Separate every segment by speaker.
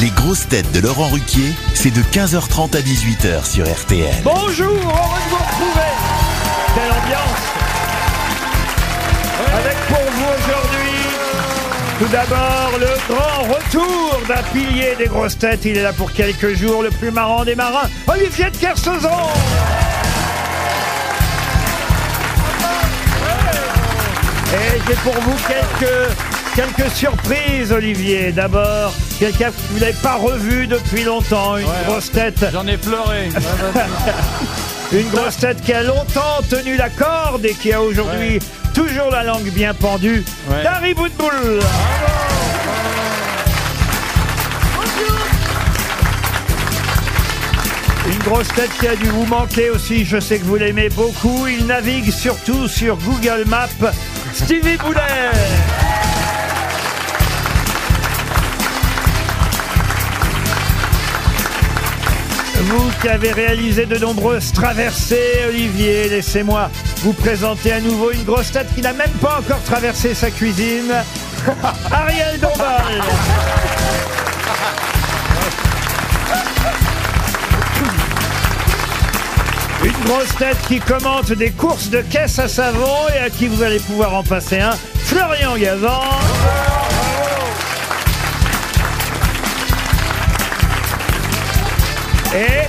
Speaker 1: Les grosses têtes de Laurent Ruquier, c'est de 15h30 à 18h sur RTL.
Speaker 2: Bonjour, heureux de vous retrouver. Quelle ambiance Avec pour vous aujourd'hui, tout d'abord, le grand retour d'un pilier des grosses têtes. Il est là pour quelques jours, le plus marrant des marins, Olivier de Kersauzon Et j'ai pour vous quelques, quelques surprises, Olivier. D'abord, quelqu'un que vous n'avez pas revu depuis longtemps, une grosse tête. J'en ai pleuré. une grosse tête qui a longtemps tenu la corde et qui a aujourd'hui toujours la langue bien pendue. Dari Boudboul. Une grosse tête qui a dû vous manquer aussi, je sais que vous l'aimez beaucoup. Il navigue surtout sur Google Maps. Stevie Boulet Vous qui avez réalisé de nombreuses traversées, Olivier, laissez-moi vous présenter à nouveau une grosse tête qui n'a même pas encore traversé sa cuisine. Ariel Dombal Une grosse tête qui commente des courses de caisse à savon et à qui vous allez pouvoir en passer un, Florian Gazan. Et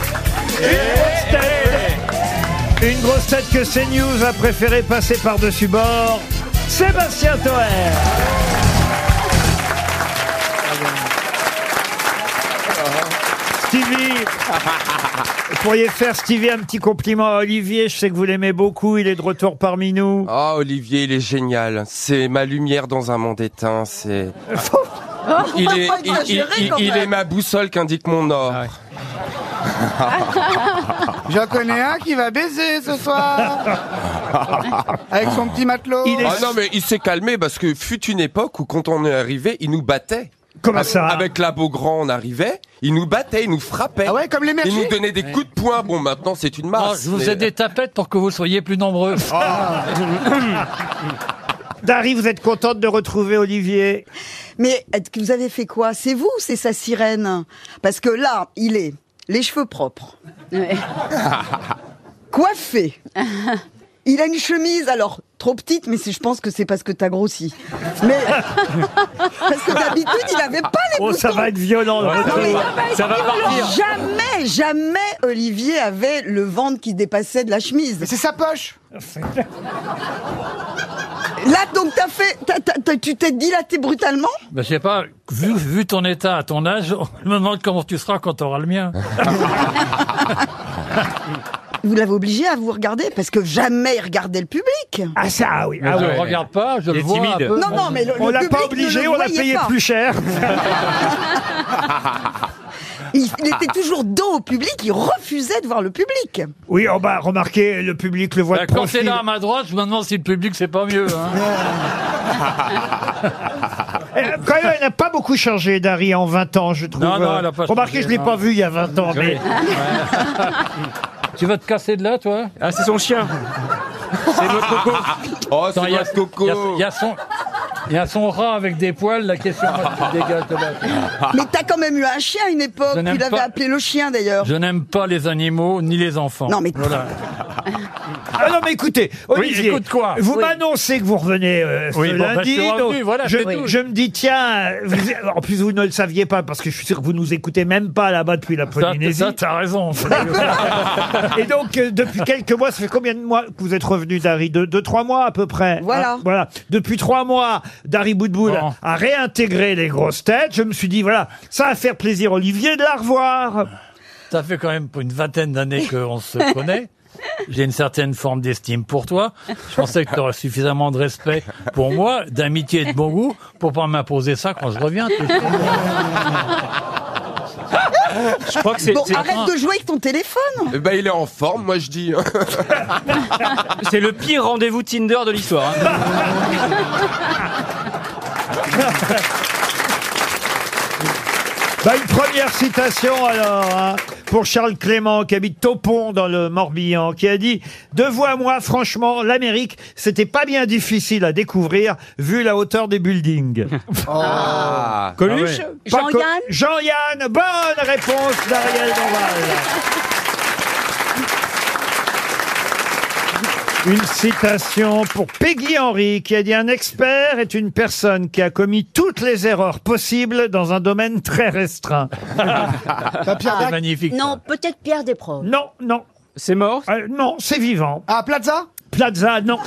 Speaker 2: une grosse tête, une grosse tête que CNews a préféré passer par-dessus bord, Sébastien Toer. Stevie, vous pourriez faire Stevie un petit compliment à Olivier. Je sais que vous l'aimez beaucoup. Il est de retour parmi nous.
Speaker 3: Ah, Olivier, il est génial. C'est ma lumière dans un monde éteint. C'est. Il est, il, il- il- il est ma boussole qu'indique mon nord.
Speaker 4: J'en connais un qui va baiser ce soir avec son petit matelot.
Speaker 2: Il est-
Speaker 3: Ah non, mais il s'est calmé parce que fut une époque où quand on est arrivé, il nous battait.
Speaker 2: Comment
Speaker 3: Avec-
Speaker 2: ça
Speaker 3: Avec la Beaugrand, on arrivait, il nous battait, il nous frappait.
Speaker 4: Ah ouais, comme les
Speaker 3: Il
Speaker 4: merchés
Speaker 3: nous donnait des coups de poing. Bon, maintenant, c'est une
Speaker 5: Ah,
Speaker 3: masse.
Speaker 5: je vous
Speaker 3: mais-
Speaker 5: ai des tapettes pour que vous soyez plus nombreux.
Speaker 2: Dari, vous êtes contente de retrouver Olivier
Speaker 6: Mais est-ce que vous avez fait quoi C'est vous ou c'est sa sirène Parce que là, il est les cheveux propres, coiffé. Il a une chemise, alors trop petite, mais c'est- je pense que c'est parce que t'as grossi. Mais parce que d'habitude, il n'avait pas les
Speaker 2: Oh, ça
Speaker 6: boutons. Ah,
Speaker 2: va être violent. le
Speaker 6: Non,
Speaker 2: retour.
Speaker 6: mais
Speaker 5: Ça va partir.
Speaker 6: jamais, jamais Olivier avait le ventre qui dépassait de la
Speaker 4: Mais
Speaker 6: chemise.
Speaker 4: c'est sa poche.
Speaker 6: Là, donc, t'as fait, t'as- t'as- t'as- tu t'es dilaté brutalement.
Speaker 5: Ben, je sais pas, vu, vu ton état à ton âge, je me demande comment tu seras quand tu auras le mien.
Speaker 6: Vous l'avez obligé à vous regarder parce que jamais il regardait le public.
Speaker 2: Ah ça, oui. Ah,
Speaker 5: je
Speaker 2: oui.
Speaker 5: le regarde pas, je le vois un peu.
Speaker 6: Non, non, mais le,
Speaker 2: On
Speaker 6: le
Speaker 2: l'a pas
Speaker 6: public ne
Speaker 2: obligé,
Speaker 6: le
Speaker 2: on l'a
Speaker 6: voyait
Speaker 2: payé
Speaker 6: pas.
Speaker 2: plus cher.
Speaker 6: Il, il était toujours dos au public, il refusait de voir le public.
Speaker 2: Oui, on va remarquer, le public le voit
Speaker 5: Ben,
Speaker 2: de
Speaker 5: quand c'est
Speaker 2: profil.
Speaker 5: là à ma droite, je me demande si le public c'est pas mieux. hein.
Speaker 2: Euh, Quand même, elle n'a pas beaucoup changé, Dari, en 20 ans, je trouve.
Speaker 5: Non, non,
Speaker 2: Euh,
Speaker 5: elle a pas
Speaker 2: Remarquez,
Speaker 5: changé,
Speaker 2: je ne l'ai
Speaker 5: non.
Speaker 2: pas vu il y a 20 ans. Mais...
Speaker 5: tu vas te casser de là, toi
Speaker 7: Ah, c'est son chien.
Speaker 3: Oh, c'est
Speaker 5: Attends, il y a-
Speaker 3: votre
Speaker 5: il y a-
Speaker 3: coco.
Speaker 5: il y a son- il y a son rat avec des poils, la question qui dégage de là.
Speaker 6: Mais t'as quand même eu un chien à une époque,
Speaker 5: Ah. Je
Speaker 6: tu
Speaker 5: n'aime
Speaker 6: l'avais
Speaker 5: pas-
Speaker 6: appelé le chien d'ailleurs.
Speaker 5: Je n'aime pas les animaux ni les enfants.
Speaker 6: Oh. Non, mais-
Speaker 5: Voilà.
Speaker 2: Ah non, mais écoutez, Olivier,
Speaker 5: écoute quoi
Speaker 2: vous
Speaker 5: Oui.
Speaker 2: m'annoncez que vous revenez euh, ce
Speaker 5: Oui, bon, bah, je
Speaker 2: lundi.
Speaker 5: suis revenu,
Speaker 2: donc
Speaker 5: voilà,
Speaker 2: je,
Speaker 5: c'est tout.
Speaker 2: je me dis, tiens, euh, vous- en plus vous ne le saviez pas, parce que je suis sûr que vous nous écoutez même pas là-bas depuis la
Speaker 5: Ça,
Speaker 2: Polynésie.
Speaker 5: ça, t'as raison.
Speaker 2: Et donc, euh, depuis quelques mois, ça fait combien de mois que vous êtes revenu, Dari deux, deux, trois mois à peu près.
Speaker 6: Voilà.
Speaker 2: Hein, voilà. Depuis trois mois, Dari Boudboul
Speaker 5: Bon.
Speaker 2: a réintégré les grosses têtes. Je me suis dit, voilà, ça va faire plaisir Olivier de la revoir.
Speaker 5: Ça fait quand même pour une vingtaine d'années qu'on se connaît. J'ai une certaine forme d'estime pour toi. Je pensais que tu aurais suffisamment de respect pour moi, d'amitié et de bon goût pour pas m'imposer ça quand je reviens.
Speaker 7: Je crois que c'est
Speaker 6: Bon,
Speaker 7: c'est-
Speaker 6: arrête de jouer avec ton téléphone.
Speaker 3: Eh ben, il est en forme, moi je dis.
Speaker 7: c'est le pire rendez-vous Tinder de l'histoire. hein.
Speaker 2: Bah, une première citation alors. hein. pour Charles Clément, qui habite Topon dans le Morbihan, qui a dit De vous à moi, franchement, l'Amérique, c'était pas bien difficile à découvrir vu la hauteur des buildings.
Speaker 3: Ah.
Speaker 2: Coluche
Speaker 3: Ah
Speaker 2: Pas
Speaker 8: Jean-Yann
Speaker 2: Col- Jean-Yann, bonne réponse d'Ariel Dombal. Une citation pour Peggy Henry qui a dit un expert est une personne qui a commis toutes les erreurs possibles dans un domaine très restreint.
Speaker 5: C'est magnifique.
Speaker 8: Non, peut-être Pierre Desproges.
Speaker 2: Non, non,
Speaker 7: C'est mort
Speaker 2: euh, non, c'est vivant.
Speaker 4: Ah, Plaza
Speaker 2: Plaza, non,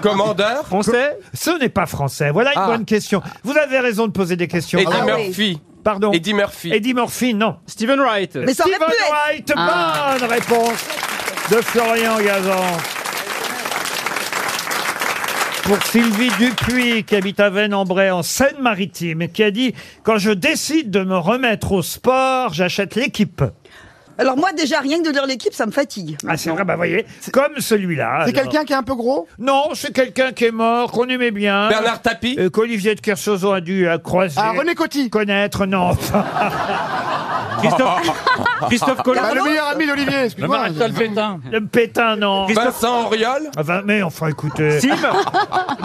Speaker 3: Commandeur
Speaker 7: Français
Speaker 2: ce n'est pas français. Voilà une
Speaker 3: Ah.
Speaker 2: bonne question. Vous avez raison de poser des questions.
Speaker 3: Eddie
Speaker 2: Ah,
Speaker 8: oui.
Speaker 3: Murphy.
Speaker 2: Pardon.
Speaker 3: Eddie Murphy.
Speaker 2: Eddie Murphy, non.
Speaker 7: Stephen Wright.
Speaker 6: Mais ça aurait
Speaker 2: Steven
Speaker 6: pu être. Ah.
Speaker 2: White, bonne réponse de Florian Gazan. Pour Sylvie Dupuis, qui habite à Vennes-en-Bray, en Seine-Maritime, qui a dit « Quand je décide de me remettre au sport, j'achète l'équipe.
Speaker 6: Alors moi déjà rien que de lire l'équipe ça me fatigue. »
Speaker 2: Ah, c'est vrai, bah voyez, comme celui-là.
Speaker 4: C'est
Speaker 2: alors.
Speaker 4: quelqu'un qui est un peu gros
Speaker 2: Non, c'est quelqu'un qui est mort, qu'on aimait bien.
Speaker 3: Bernard Tapie.
Speaker 2: Euh, Qu'Olivier de Kersozo a dû euh, croiser,
Speaker 4: Ah, René Coty
Speaker 2: connaître, non.
Speaker 7: Christophe, Christophe Colomb.
Speaker 4: Bah, Le
Speaker 6: Carlos
Speaker 4: meilleur ami d'Olivier,
Speaker 5: Le
Speaker 4: excuse-moi.
Speaker 5: maréchal Pétain.
Speaker 2: Le Pétain, non.
Speaker 3: Vincent Auriol.
Speaker 2: Ah, ben, mais enfin, écoutez...
Speaker 7: Tim.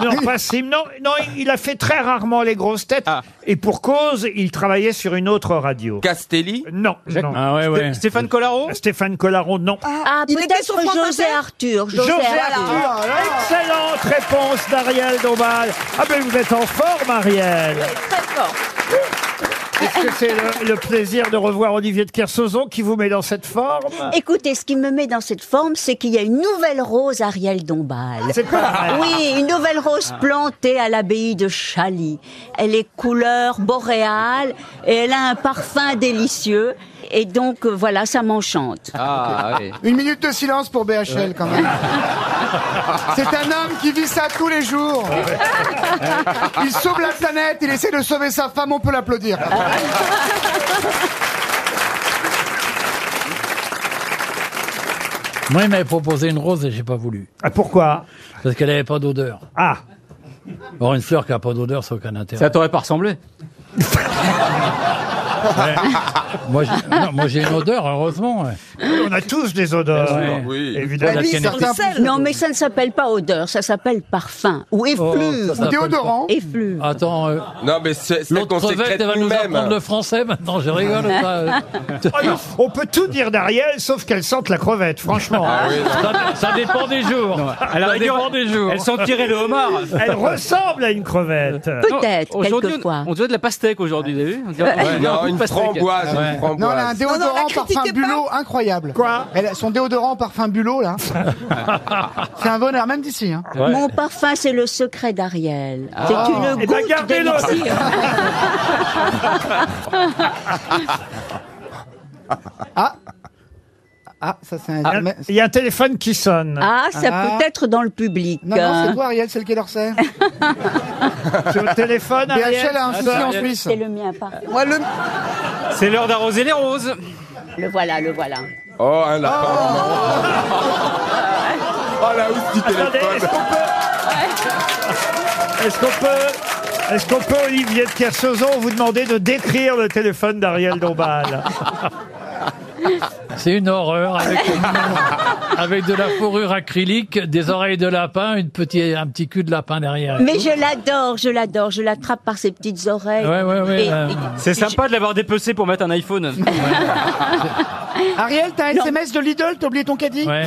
Speaker 2: Non, pas Sim. Non, non, il a fait très rarement les grosses têtes.
Speaker 5: Ah.
Speaker 2: Et pour cause, il travaillait sur une autre radio.
Speaker 3: Castelli.
Speaker 2: Non, non.
Speaker 5: Ah ouais, ouais.
Speaker 7: Stéphane Collaro.
Speaker 2: Stéphane Collaron, non.
Speaker 8: Ah,
Speaker 6: Il était
Speaker 8: peut-être
Speaker 6: sur France
Speaker 8: José
Speaker 6: Inter
Speaker 8: Arthur. José,
Speaker 2: José
Speaker 8: Arthur.
Speaker 2: Arthur. Excellente réponse d'Ariel Dombal. Ah ben vous êtes en forme, Ariel.
Speaker 8: Très fort.
Speaker 2: Est-ce que c'est le, le plaisir de revoir Olivier de Kersauzon qui vous met dans cette forme
Speaker 8: Écoutez, ce qui me met dans cette forme, c'est qu'il y a une nouvelle rose Ariel Dombal.
Speaker 2: C'est pas vrai.
Speaker 8: Oui, une nouvelle rose plantée à l'abbaye de Chaly. Elle est couleur boréale et elle a un parfum délicieux. Et donc, euh, voilà, ça m'enchante.
Speaker 7: Ah, oui.
Speaker 4: Une minute de silence pour BHL, quand même.
Speaker 5: Ah,
Speaker 4: C'est un homme qui vit ça tous les jours. Il sauve la planète, il essaie de sauver sa femme, on peut l'applaudir.
Speaker 5: Moi, il m'avait proposé une rose et j'ai pas voulu.
Speaker 2: Ah, pourquoi
Speaker 5: Parce qu'elle avait pas d'odeur.
Speaker 2: Ah,
Speaker 5: Or, une fleur qui a pas d'odeur, ça n'a aucun intérêt.
Speaker 7: Ça t'aurait pas ressemblé.
Speaker 5: Moi, j'ai- non, moi, j'ai une odeur, heureusement. ouais.
Speaker 2: on a tous des odeurs.
Speaker 5: Bien sûr.
Speaker 3: Oui.
Speaker 2: Évidemment.
Speaker 5: La
Speaker 6: Bah, Lui,
Speaker 5: Kennedy.
Speaker 6: certains-
Speaker 8: Non, mais ça ne s'appelle pas odeur, ça s'appelle parfum ou effluve.
Speaker 5: Oh, ça s'appelle
Speaker 4: déodorant.
Speaker 8: Effluve.
Speaker 5: pas. Attends, euh,
Speaker 3: Non, mais c'est celle
Speaker 5: l'autre
Speaker 3: qu'on
Speaker 5: crevette,
Speaker 3: sécrète
Speaker 5: elle va nous apprendre le
Speaker 3: nous-mêmes.
Speaker 5: français maintenant, je rigole. ça, euh,
Speaker 2: Oh non, on peut tout dire d'Ariel sauf qu'elle sente la crevette, franchement.
Speaker 3: Ah oui, non.
Speaker 5: ça, ça dépend des jours.
Speaker 7: À la
Speaker 5: ça
Speaker 7: rigueur,
Speaker 5: dépend des jours.
Speaker 7: Elles sentirait le homard.
Speaker 2: Elle ressemble à une crevette.
Speaker 8: Peut-être,
Speaker 7: Non, aujourd'hui,
Speaker 8: quelquefois.
Speaker 7: On on dirait de la pastèque aujourd'hui, vous avez vu On dirait- on dirait un
Speaker 3: Non,
Speaker 7: peu de
Speaker 3: une
Speaker 7: pastèque.
Speaker 3: framboise,
Speaker 5: Ouais.
Speaker 3: une
Speaker 4: Non, elle a un
Speaker 3: framboise.
Speaker 6: non, la
Speaker 4: déodorant
Speaker 6: critiquez
Speaker 4: parfum
Speaker 6: pas.
Speaker 4: Bulot incroyable.
Speaker 2: Quoi
Speaker 4: elle a Son déodorant parfum Bulot, là.
Speaker 3: Ah.
Speaker 4: C'est un bonheur, même d'ici. hein.
Speaker 5: Ouais.
Speaker 8: Mon parfum, c'est le secret d'Ariel. C'est une
Speaker 2: Eh ben,
Speaker 8: goutte
Speaker 2: gardez-le.
Speaker 8: d'élixir.
Speaker 4: Ah, ça, c'est un.
Speaker 2: Il y a-
Speaker 4: mais-
Speaker 2: Il y a un téléphone qui sonne.
Speaker 8: Ah, ça
Speaker 4: Ah.
Speaker 8: peut être dans le public.
Speaker 4: Non, non, c'est toi, Ariel, c'est le Quai d'Orsay.
Speaker 2: C'est le téléphone, Ariel
Speaker 4: BHL a un souci hein, en Suisse.
Speaker 8: Ah, C'est le mien, pardon.
Speaker 6: Moi le
Speaker 7: C'est l'heure d'arroser les roses.
Speaker 8: Le voilà, le voilà.
Speaker 3: Oh, un lapin. Oh, la housse du
Speaker 2: Attendez,
Speaker 3: téléphone.
Speaker 2: est-ce qu'on peut... Est-ce qu'on peut... Est-ce qu'on peut, Olivier de Kersauzon, vous demander de décrire le téléphone d'Ariel Dombal
Speaker 5: C'est une horreur avec, avec de la fourrure acrylique, des oreilles de lapin, une petite, un petit cul de lapin derrière.
Speaker 8: Mais je l'adore, je l'adore, je l'attrape par ses petites oreilles.
Speaker 5: Ouais, ouais, ouais,
Speaker 8: Et-
Speaker 5: ouais.
Speaker 8: et-
Speaker 7: Euh, C'est sympa de l'avoir dépecé pour mettre un iPhone.
Speaker 4: Ariel, t'as un
Speaker 8: Non.
Speaker 4: SMS de Lidl, t'as oublié ton caddie
Speaker 5: Ouais.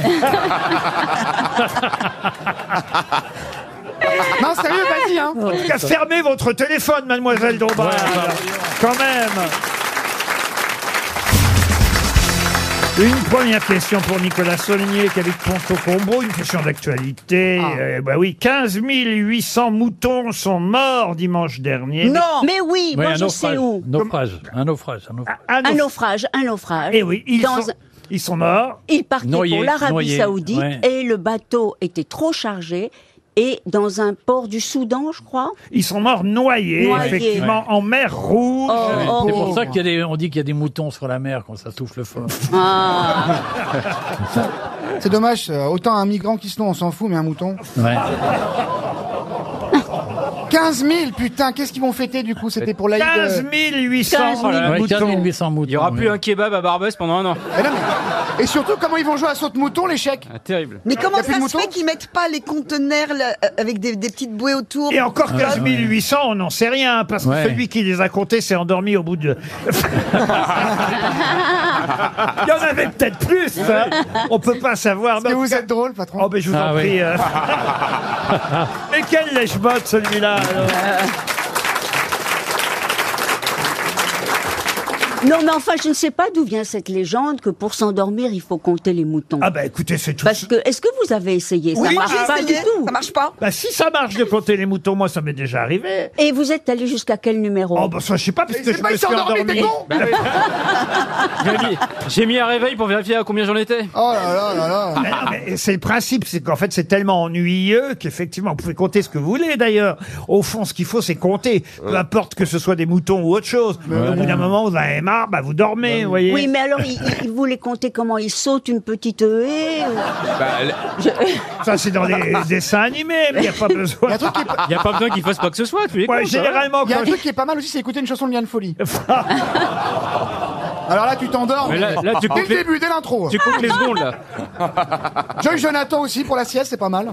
Speaker 4: Non, sérieux, vas-y, hein.
Speaker 2: Ah. En tout cas, fermez votre téléphone, mademoiselle Dombal.
Speaker 5: Ouais, bah.
Speaker 2: Quand même. Une première question pour Nicolas Saulnier qui habite Pont-au-Combo, une question d'actualité.
Speaker 8: Ah.
Speaker 2: Euh, bah oui, 15 800 moutons sont morts dimanche dernier.
Speaker 6: Non
Speaker 8: Mais oui,
Speaker 5: Ouais,
Speaker 8: moi
Speaker 5: un
Speaker 8: je sais
Speaker 5: naufrage.
Speaker 8: où.
Speaker 5: Naufrage, un naufrage, un naufrage.
Speaker 2: Ah,
Speaker 8: Un
Speaker 2: non.
Speaker 8: naufrage, un naufrage.
Speaker 2: Eh oui, ils,
Speaker 8: Dans
Speaker 2: sont,
Speaker 8: un-
Speaker 2: ils sont morts.
Speaker 8: Il partait
Speaker 5: Noyé,
Speaker 8: pour l'Arabie
Speaker 5: noyé,
Speaker 8: Saoudite
Speaker 5: ouais.
Speaker 8: et le bateau était trop chargé et dans un port du Soudan, je crois.
Speaker 2: Ils sont morts noyés,
Speaker 8: Noyés.
Speaker 2: effectivement, en mer rouge.
Speaker 8: Oh, oh.
Speaker 5: C'est pour ça qu'il y a des- on dit qu'il y a des moutons sur la mer quand ça souffle fort.
Speaker 8: Ah.
Speaker 4: C'est dommage, euh, autant un migrant qui se noie, on s'en fout, mais un mouton.
Speaker 5: Ouais.
Speaker 4: 15 000, putain, qu'est-ce qu'ils vont fêter du coup C'était pour la euh,
Speaker 2: 15 800. 15 000
Speaker 5: Ouais, 15 800 moutons.
Speaker 7: Il n'y aura
Speaker 5: oui.
Speaker 7: plus un kebab à Barbès pendant un an.
Speaker 4: Et surtout, comment ils vont jouer à saute-mouton, l'échec
Speaker 7: Ah, terrible.
Speaker 6: Mais
Speaker 4: Y
Speaker 6: comment
Speaker 4: a plus
Speaker 6: ça
Speaker 4: de
Speaker 6: se
Speaker 4: moutons
Speaker 6: fait qu'ils mettent pas les conteneurs là, euh, avec des, des petites bouées autour Hein
Speaker 2: Et encore 15
Speaker 5: Ah, ouais.
Speaker 2: 800, on n'en sait rien, parce que
Speaker 5: Ouais.
Speaker 2: celui qui les a comptés s'est endormi au bout de... Il y en avait peut-être plus hein. On peut pas savoir. mais
Speaker 4: Et
Speaker 2: en tout
Speaker 4: vous
Speaker 2: cas-
Speaker 4: êtes drôle, patron.
Speaker 2: Oh, mais je vous
Speaker 5: Ah
Speaker 2: en
Speaker 5: oui.
Speaker 2: prie. euh. mais quel lèche-botte, celui-là alors.
Speaker 8: Non, mais enfin, je ne sais pas d'où vient cette légende que pour s'endormir, il faut compter les moutons.
Speaker 2: Ah bah écoutez, c'est tout...
Speaker 8: Parce que, est-ce que vous avez essayé Ça
Speaker 6: Oui,
Speaker 8: marche
Speaker 6: j'ai
Speaker 8: pas
Speaker 6: essayé,
Speaker 8: du tout.
Speaker 6: Ça marche pas.
Speaker 2: Bah si ça marche de compter les moutons, moi ça m'est déjà arrivé.
Speaker 8: Et vous êtes allé jusqu'à quel numéro
Speaker 2: Oh bah ça je sais pas, parce que
Speaker 4: C'est
Speaker 2: je
Speaker 4: pas,
Speaker 2: me
Speaker 4: il
Speaker 2: suis
Speaker 4: s'est endormi,
Speaker 2: endormi.
Speaker 4: t'es con
Speaker 7: J'ai mis, j'ai mis un réveil pour vérifier à combien j'en étais.
Speaker 4: Oh là là là là
Speaker 2: Mais Bah, Ah, non, mais c'est le principe, c'est qu'en fait c'est tellement ennuyeux qu'effectivement vous pouvez compter ce que vous voulez d'ailleurs. Au fond, ce qu'il faut c'est compter, peu importe que ce soit des moutons ou autre chose. Au bout d'un moment, vous en avez marre, bah vous dormez, vous voyez.
Speaker 8: Oui, mais alors, il, il- il voulait compter comment il saute une petite haie ou-
Speaker 3: Bah, l-
Speaker 2: Ça c'est dans les dessins animés, mais il n'y a pas
Speaker 4: Il y a
Speaker 2: besoin.
Speaker 4: un truc qui est pas-
Speaker 7: Il n'y a pas besoin qu'il fasse quoi que ce soit, tu les
Speaker 2: Moi
Speaker 7: comptes, ça hein. va.
Speaker 2: généralement
Speaker 4: il y a
Speaker 2: quand
Speaker 4: un truc qui est pas mal aussi, c'est écouter une chanson de Liane Folie. Alors là, tu t'endors.
Speaker 7: Mais là- là,
Speaker 4: Dès
Speaker 7: tu coupes
Speaker 4: le
Speaker 7: les-
Speaker 4: début, dès l'intro.
Speaker 7: Tu comptes les secondes là.
Speaker 4: Joy Jonathan aussi pour la sieste, c'est pas mal.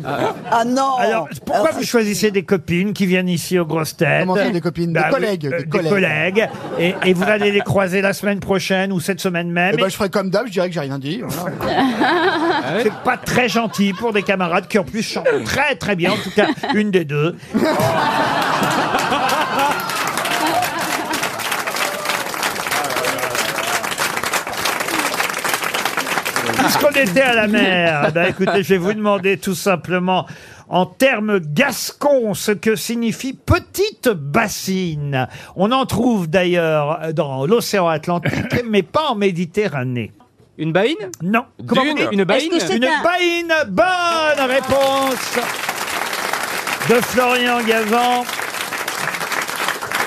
Speaker 6: Ah non
Speaker 2: Alors, pourquoi vous choisissez des copines qui viennent ici aux grosses têtes
Speaker 4: Comment ça, des copines Des
Speaker 2: Bah, vous-
Speaker 4: collègues,
Speaker 2: euh,
Speaker 4: des
Speaker 2: des
Speaker 4: collègues.
Speaker 2: collègues. Et, et vous allez les croiser la semaine prochaine ou cette semaine même.
Speaker 4: Eh ben,
Speaker 2: Et
Speaker 4: je ferai comme d'hab, je dirais que j'ai rien dit. voilà.
Speaker 9: Ah,
Speaker 2: C'est pas très gentil pour des camarades qui en plus chantent très très bien, en tout cas une des deux. Puisqu'on était à la mer, bah écoutez, je vais vous demander tout simplement, en termes gascons, ce que signifie petite bassine. On en trouve d'ailleurs dans l'océan Atlantique, mais pas en Méditerranée.
Speaker 7: Une baïne
Speaker 2: Non.
Speaker 7: Comment
Speaker 3: Dune.
Speaker 7: on dit Une baïne
Speaker 8: que c'est-
Speaker 2: Une
Speaker 8: un-
Speaker 2: baïne, bonne réponse de Florian Gazan.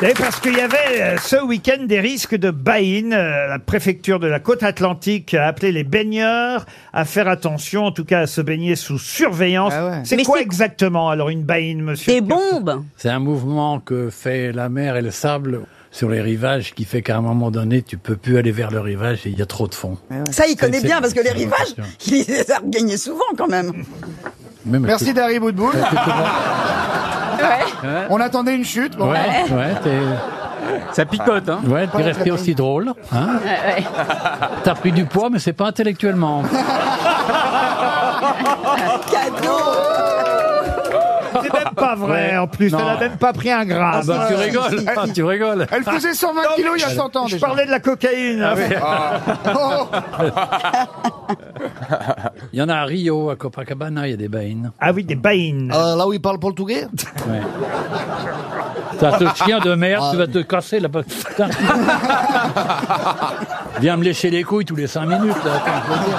Speaker 2: Et parce qu'il y avait euh, ce week-end des risques de baïne. Euh, La préfecture de la côte atlantique a appelé les baigneurs à faire attention, en tout cas à se baigner sous surveillance.
Speaker 4: Ah ouais.
Speaker 2: C'est
Speaker 8: Mais
Speaker 2: quoi
Speaker 8: c'est-
Speaker 2: exactement alors une baïne, monsieur
Speaker 8: Des bombes
Speaker 5: C'est un mouvement que fait la mer et le sable sur les rivages qui fait qu'à un moment donné, tu peux plus aller vers le rivage et il y a trop de fond.
Speaker 6: Ça, il connaît
Speaker 5: C'est-
Speaker 6: bien parce que les
Speaker 5: c'est-
Speaker 6: rivages, il les a regagnés souvent quand même.
Speaker 5: Même
Speaker 4: Merci d'Harry Boudboul.
Speaker 8: Ouais.
Speaker 4: On attendait une chute. bon.
Speaker 5: Ouais, ouais, t'es,
Speaker 7: Ça picote, hein.
Speaker 5: ouais, t'es resté aussi drôle. Hein T'as pris du poids, mais c'est pas intellectuellement.
Speaker 6: Cadeau
Speaker 2: C'est même pas vrai
Speaker 5: Ouais.
Speaker 2: en plus.
Speaker 5: Non.
Speaker 2: Elle a même pas pris un gramme.
Speaker 5: bah, tu rigoles, ah, tu rigoles.
Speaker 4: Elle faisait 120 kilos il y a 100 ans
Speaker 2: Je
Speaker 4: déjà.
Speaker 2: parlais de la cocaïne.
Speaker 5: Ah.
Speaker 4: Oh,
Speaker 5: Il y en a à Rio, à Copacabana, il y a des baïnes.
Speaker 2: Ah oui, des baïnes.
Speaker 4: euh, là où il parle portugais
Speaker 5: T'as ce chien de merde, tu vas
Speaker 4: Ah.
Speaker 5: te casser la bo- Putain. Viens me lécher les couilles tous les 5 minutes. Là. Attends, je veux dire,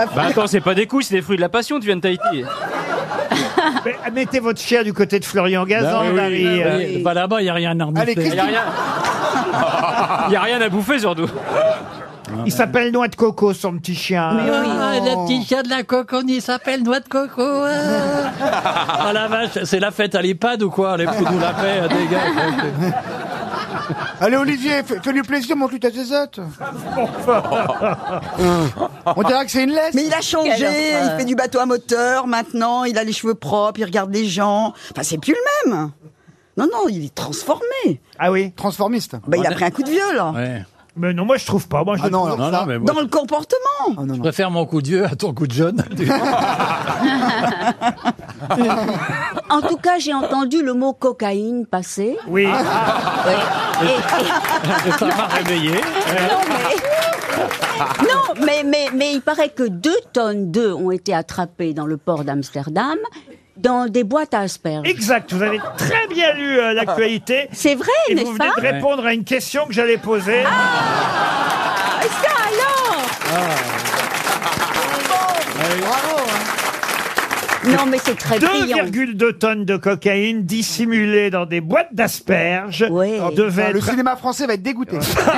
Speaker 5: attends.
Speaker 7: Bah attends, c'est pas des couilles, c'est des fruits de la passion, tu viens de Tahiti.
Speaker 2: Mais Mettez votre chien du côté de Florian Gazan,
Speaker 5: Bah oui,
Speaker 2: Marie.
Speaker 5: oui,
Speaker 2: Euh,
Speaker 5: oui. Bah, là-bas, il n'y a rien à remonter.
Speaker 4: Allez,
Speaker 7: Il y a
Speaker 4: Christine.
Speaker 7: rien. Il y a rien à bouffer surtout.
Speaker 2: Il s'appelle Noix de Coco, son petit chien.
Speaker 5: Ah, le petit chat de la coconne, il s'appelle Noix de Coco. Ah, Ah, la vache, c'est la fête à l'EHPAD ou quoi Les fous nous la paix, des gars.
Speaker 4: Allez, Olivier, fais- fais-lui plaisir, monte-lui ta zézotte. On dirait que c'est une laisse.
Speaker 6: Mais il a changé,
Speaker 8: Quelle
Speaker 4: euh
Speaker 8: horreur.
Speaker 6: il fait du bateau à moteur maintenant, il a les cheveux propres, il regarde les gens. Enfin, c'est plus le même Non, non, il est transformé
Speaker 2: Ah oui
Speaker 4: Transformiste.
Speaker 6: bah, Il a pris un coup de vieux, là
Speaker 5: Ouais.
Speaker 2: Mais non, moi je trouve pas. Moi je
Speaker 4: Ah non, alors
Speaker 5: Non,
Speaker 4: ça. Ah,
Speaker 5: non, mais moi,
Speaker 6: Dans le comportement
Speaker 5: je préfère mon coup de vieux à ton coup de jeune.
Speaker 8: En tout cas, j'ai entendu le mot cocaïne passer.
Speaker 2: Oui.
Speaker 4: euh,
Speaker 8: Et- et-
Speaker 5: ça m'a réveillé.
Speaker 8: non, mais... Non, mais, mais, mais il paraît que 2 tonnes d'œufs ont été attrapées dans le port d'Amsterdam dans des boîtes à asperges.
Speaker 2: Exact. Vous avez très bien lu euh, l'actualité.
Speaker 8: C'est vrai,
Speaker 2: Et vous
Speaker 8: n'est-ce
Speaker 2: venez
Speaker 8: pas
Speaker 2: de répondre à une question que j'allais poser.
Speaker 8: Ah, Ça alors
Speaker 2: hein.
Speaker 8: Non, mais c'est très brillant.
Speaker 2: 2,2 tonnes de cocaïne dissimulées dans des boîtes d'asperges
Speaker 8: Ouais.
Speaker 2: devait
Speaker 4: Ah, Le
Speaker 2: être
Speaker 4: cinéma français va être dégoûté.
Speaker 7: Et Be-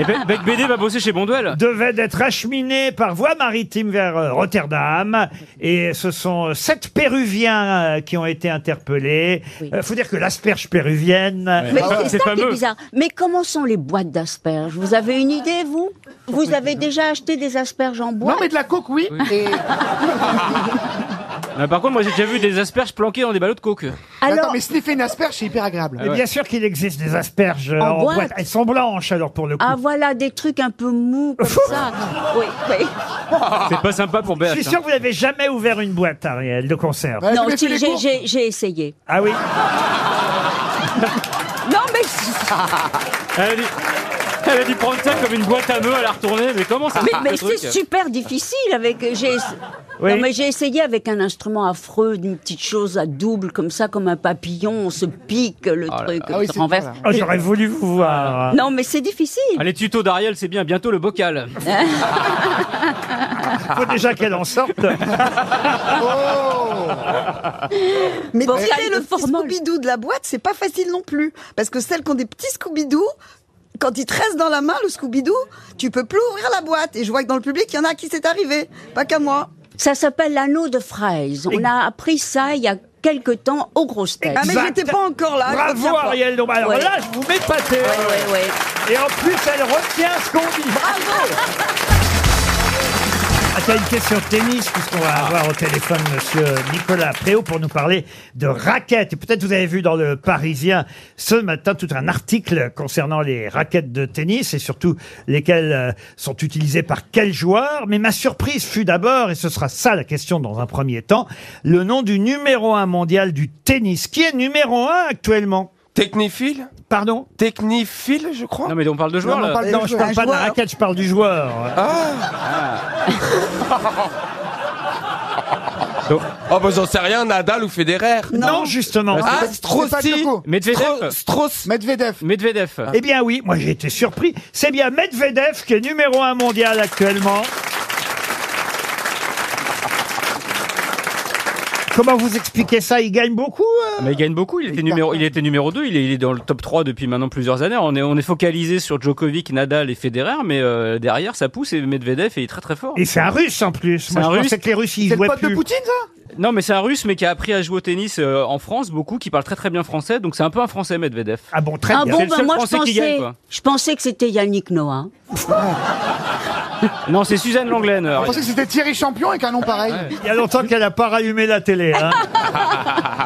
Speaker 7: Eh ben, Bec BD va bosser chez Bonduel.
Speaker 2: devait être acheminé par voie maritime vers euh, Rotterdam. Et ce sont euh, sept Péruviens euh, qui ont été interpellés. Il
Speaker 8: Oui.
Speaker 2: faut dire que l'asperge péruvienne...
Speaker 8: Mais
Speaker 7: Ah ouais, c'est
Speaker 8: c'est ça qui
Speaker 7: fameux.
Speaker 8: est bizarre. Mais comment sont les boîtes d'asperges Vous avez une idée, vous Vous avez déjà acheté des asperges en
Speaker 4: Non,
Speaker 8: boîte
Speaker 4: mais de la coke, oui. Et-
Speaker 7: Ah, par contre, moi j'ai déjà vu des asperges planquées dans des ballots de coke.
Speaker 8: Alors,
Speaker 4: Attends, mais sniffer une asperge, c'est hyper agréable.
Speaker 2: Mais Eh Bien sûr qu'il existe des asperges euh, en,
Speaker 8: En
Speaker 2: boîte.
Speaker 8: boîte.
Speaker 2: Elles sont blanches alors pour le coup.
Speaker 8: ah voilà, des trucs un peu mous comme ça. Oui, oui. Ah.
Speaker 7: C'est pas sympa pour
Speaker 2: Je
Speaker 7: BH.
Speaker 2: suis sûr que vous n'avez jamais ouvert une boîte, Ariel, de conserve.
Speaker 4: Ouais,
Speaker 8: Non,
Speaker 4: je vais
Speaker 8: si,
Speaker 4: faire les
Speaker 8: j'ai-
Speaker 4: cours.
Speaker 8: j'ai j'ai essayé.
Speaker 2: Ah oui
Speaker 8: Non, mais,
Speaker 7: Elle a, dit... Elle a dû prendre ça comme une boîte à meux à la retourner, mais comment
Speaker 2: Ah,
Speaker 7: ça se
Speaker 8: mais,
Speaker 7: fait,
Speaker 8: mais
Speaker 7: ce truc
Speaker 8: c'est super difficile avec. j'ai-
Speaker 2: Oui.
Speaker 8: Non, mais j'ai essayé avec un instrument affreux, une petite chose à double comme ça, comme un papillon, on se pique le truc,
Speaker 4: Ah oui,
Speaker 8: on se
Speaker 4: c'est-
Speaker 8: renverse.
Speaker 4: voilà.
Speaker 2: Oh, J'aurais voulu vous voir.
Speaker 8: Non, mais c'est difficile.
Speaker 7: Ah, les tutos d'Ariel, c'est bien, bientôt le bocal.
Speaker 2: faut déjà qu'elle en sorte.
Speaker 6: Oh. Mais
Speaker 8: Bon,
Speaker 6: tirer
Speaker 8: allez,
Speaker 6: le
Speaker 8: le
Speaker 6: petit
Speaker 8: formol.
Speaker 6: Scooby-Doo de la boîte, c'est pas facile non plus. Parce que celles qui ont des petits Scooby-Doo, quand ils te restent dans la main, le Scooby-Doo, tu peux plus ouvrir la boîte. Et je vois que dans le public, il y en a à qui c'est arrivé. Pas qu'à moi.
Speaker 8: Ça s'appelle l'anneau de fraise. On a appris ça il y a quelque temps aux grosses têtes.
Speaker 6: Ah, mais
Speaker 2: Exact.
Speaker 6: j'étais pas encore là. je retiens
Speaker 2: Bravo
Speaker 6: pas.
Speaker 2: Ariel Dombal. Alors
Speaker 8: Ouais.
Speaker 2: là, je vous mets pas
Speaker 8: Ouais, ouais, ouais.
Speaker 2: Et en plus, elle retient ce qu'on dit.
Speaker 6: Bravo
Speaker 2: Ah, t'as une question de tennis, puisqu'on va avoir au téléphone monsieur Nicolas Préau pour nous parler de raquettes. Et peut-être vous avez vu dans le Parisien ce matin tout un article concernant les raquettes de tennis et surtout lesquelles euh, sont utilisées par quel joueur. Mais ma surprise fut d'abord, et ce sera ça la question dans un premier temps, le nom du numéro un mondial du tennis. Qui est numéro un actuellement?
Speaker 3: Technifile
Speaker 2: Pardon?
Speaker 3: Technifile, je crois
Speaker 7: Non, mais on parle de joueurs
Speaker 4: Non, on
Speaker 7: là.
Speaker 4: parle-
Speaker 2: Non, je parle
Speaker 6: Un
Speaker 2: pas de la
Speaker 6: joueur.
Speaker 2: raquette, je parle du joueur.
Speaker 3: Ah. Oh, bah j'en sais rien, Nadal ou Federer
Speaker 2: non. justement.
Speaker 3: Ah,
Speaker 4: c'est pas
Speaker 3: Strossi
Speaker 4: Djoko.
Speaker 7: Medvedev.
Speaker 3: Stro- Strauss
Speaker 4: Medvedev.
Speaker 7: Medvedev.
Speaker 2: Eh bien oui, moi j'ai été surpris. C'est bien Medvedev qui est numéro un mondial actuellement. Comment vous expliquez ça Il gagne beaucoup euh
Speaker 7: Mais il gagne beaucoup, il était numéro, il était numéro 2, il est, il est dans le top 3 depuis maintenant plusieurs années. On est, on est focalisé sur Djokovic, Nadal et Federer, mais euh, derrière ça pousse et Medvedev et il est très très fort.
Speaker 2: Et c'est un Russe en plus. Moi
Speaker 7: un
Speaker 2: je
Speaker 7: Russe.
Speaker 2: pensais que les Russes ils
Speaker 4: C'est le
Speaker 2: jouaient
Speaker 4: pote de
Speaker 2: plus.
Speaker 4: Poutine, ça
Speaker 7: Non mais c'est un russe mais qui a appris à jouer au tennis euh, en France beaucoup, qui parle très très bien français, donc c'est un peu un français Medvedev.
Speaker 2: Ah bon, très
Speaker 8: Ah
Speaker 2: bien.
Speaker 8: bon,
Speaker 7: C'est le
Speaker 8: ben
Speaker 7: seul
Speaker 8: moi je
Speaker 7: Français qui
Speaker 8: pensais,
Speaker 7: gagne, quoi.
Speaker 8: je pensais que c'était Yannick Noah.
Speaker 7: Non c'est Suzanne Lenglen. euh,
Speaker 4: Je pensais que c'était Thierry Champion avec un nom pareil.
Speaker 2: Il y a longtemps qu'elle n'a pas rallumé la télé. hein.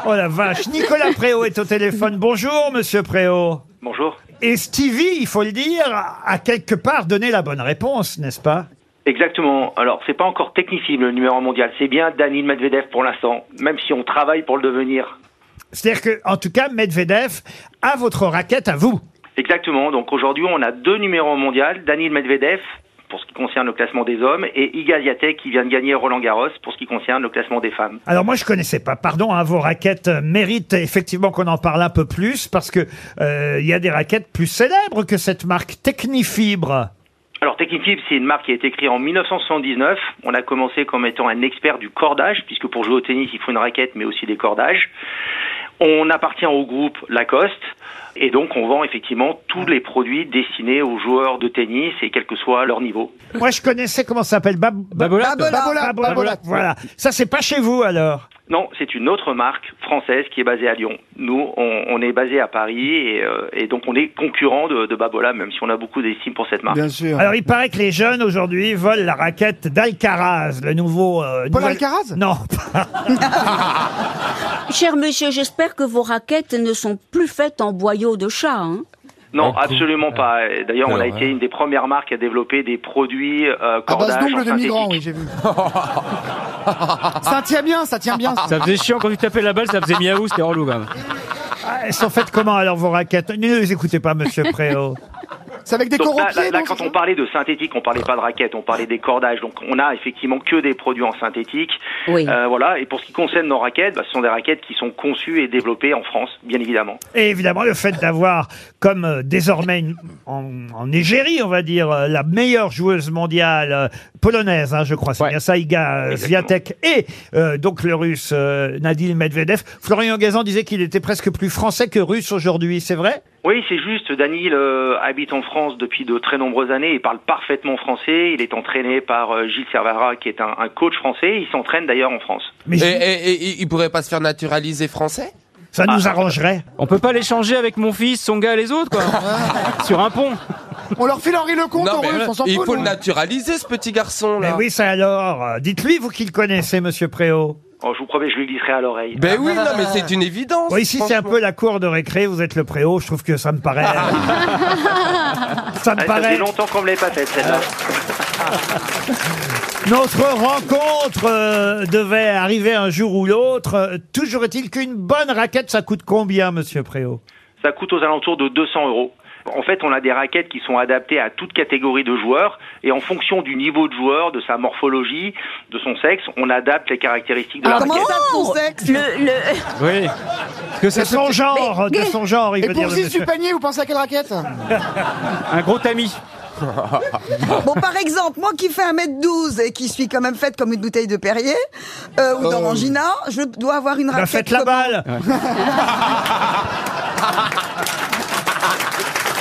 Speaker 2: oh la vache. Nicolas Préau est au téléphone. Bonjour, monsieur Préau.
Speaker 10: Bonjour.
Speaker 2: Et Stevie, il faut le dire, a quelque part donné la bonne réponse, n'est-ce pas
Speaker 10: Exactement. Alors, c'est pas encore technifiable le numéro mondial. C'est bien Danil Medvedev pour l'instant, même si on travaille pour le devenir.
Speaker 2: C'est-à-dire que, en tout cas, Medvedev a votre raquette à vous.
Speaker 10: Exactement. Donc aujourd'hui, on a deux numéros mondiaux. Danil Medvedev pour ce qui concerne le classement des hommes et Iga Swiatek qui vient de gagner Roland Garros pour ce qui concerne le classement des femmes.
Speaker 2: Alors moi je connaissais pas, pardon, hein, vos raquettes euh, méritent effectivement qu'on en parle un peu plus parce que euh, il y a des raquettes plus célèbres que cette marque Technifibre.
Speaker 10: Alors Technifibre, c'est une marque qui a été créée en 1979. On a commencé comme étant un expert du cordage, puisque pour jouer au tennis, il faut une raquette, mais aussi des cordages. On appartient au groupe Lacoste, et donc on vend effectivement tous les produits destinés aux joueurs de tennis, et quel que soit leur niveau.
Speaker 2: Moi je connaissais comment ça s'appelle Bab- Bab-
Speaker 7: Babolat.
Speaker 4: Babolat,
Speaker 2: Babolat.
Speaker 4: Babolat.
Speaker 2: Voilà, ça c'est pas chez vous alors.
Speaker 10: Non, c'est une autre marque française qui est basée à Lyon. Nous, on, on est basé à Paris, et, euh, et donc on est concurrent de, de Babola, même si on a beaucoup d'estime pour cette marque.
Speaker 4: Bien sûr.
Speaker 2: Alors il paraît que les jeunes aujourd'hui volent la raquette d'Alcaraz, le nouveau. euh,
Speaker 4: Paul
Speaker 2: nouvel-
Speaker 4: Alcaraz
Speaker 2: Non.
Speaker 8: Cher monsieur, j'espère que vos raquettes ne sont plus faites en boyaux de chat. hein.
Speaker 10: Non, absolument pas. Et D'ailleurs, on a
Speaker 3: Alors,
Speaker 10: été une des premières marques à développer des produits euh,
Speaker 4: À base
Speaker 10: cordages en
Speaker 4: d'ongles de
Speaker 10: synthétique.
Speaker 4: migrants, oui, j'ai vu. ça tient bien, ça tient bien. ça.
Speaker 7: Ça faisait chiant quand tu tapais la balle, ça faisait miaou, c'était relou quand même.
Speaker 2: Ah, Elles sont faites comment alors vos raquettes Ne les écoutez pas, Monsieur Préau.
Speaker 4: C'est avec des
Speaker 10: Donc
Speaker 4: corps
Speaker 10: là,
Speaker 4: aux pieds,
Speaker 10: là- là,
Speaker 4: non,
Speaker 10: quand
Speaker 4: c'est
Speaker 10: on parlait de synthétique, on parlait pas de raquettes, on parlait des cordages. Donc on a effectivement que des produits en synthétique.
Speaker 8: Oui.
Speaker 10: Euh, voilà. Et pour ce qui concerne nos raquettes, bah, ce sont des raquettes qui sont conçues et développées en France, bien évidemment.
Speaker 2: Et évidemment, le fait d'avoir, comme euh, désormais une- en, en Égérie, on va dire, euh, la meilleure joueuse mondiale euh, polonaise, hein, je crois, c'est bien ça, Iga euh, Swiatek, et euh, donc le russe euh, Nadil Medvedev. Florian Gazan disait qu'il était presque plus français que russe aujourd'hui, c'est vrai
Speaker 10: Oui, c'est juste. Daniel euh, habite en France depuis de très nombreuses années. Il parle parfaitement français. Il est entraîné par euh, Gilles Servara, qui est un, un coach français. Il s'entraîne d'ailleurs en France.
Speaker 2: Mais
Speaker 3: Et, et- et il pourrait pas se faire naturaliser français
Speaker 2: ça nous arrangerait.
Speaker 7: On peut pas l'échanger avec mon fils, son gars et les autres, quoi. Sur un pont.
Speaker 4: On leur file Henri Lecomte en
Speaker 3: mais euh,
Speaker 4: russe, on s'en
Speaker 3: il
Speaker 4: fout.
Speaker 3: faut le
Speaker 4: nous.
Speaker 3: naturaliser ce petit garçon
Speaker 2: Mais
Speaker 3: là.
Speaker 2: oui, ça alors. euh, Dites-lui, vous qui le connaissez, monsieur Préau.
Speaker 10: Oh, je vous promets, je lui glisserai à l'oreille.
Speaker 3: Ben oui, non mais c'est une évidence.
Speaker 2: Bon, ici, c'est un
Speaker 3: franchement.
Speaker 2: peu la cour de récré. Vous êtes le préau. Je trouve que ça me paraît. ça me
Speaker 10: Ah, ça fait
Speaker 2: paraît. Euh.
Speaker 10: longtemps qu'on me l'avait pas faite, celle-là.
Speaker 2: Notre rencontre euh, devait arriver un jour ou l'autre. Euh, Toujours est-il qu'une bonne raquette, ça coûte combien, monsieur Préau
Speaker 10: Ça coûte aux alentours de 200 euros. En fait, on a des raquettes qui sont adaptées à toute catégorie de joueurs et en fonction du niveau de joueur, de sa morphologie, de son sexe, on adapte les caractéristiques de la
Speaker 4: Ah, Comment
Speaker 10: raquette.
Speaker 4: ça, son sexe
Speaker 8: Le, le-
Speaker 7: Oui.
Speaker 2: De son genre, de son genre, il
Speaker 4: Et
Speaker 2: veut dire.
Speaker 4: pour
Speaker 2: le
Speaker 4: 6
Speaker 2: monsieur.
Speaker 4: du panier, vous pensez à quelle raquette
Speaker 7: Un gros tamis.
Speaker 6: Bon, par exemple, moi qui fais 1m12 et qui suis quand même faite comme une bouteille de Perrier euh, ou d'Orangina, je dois avoir une
Speaker 2: Bah,
Speaker 6: raquette.
Speaker 2: faites la
Speaker 6: comme-
Speaker 2: balle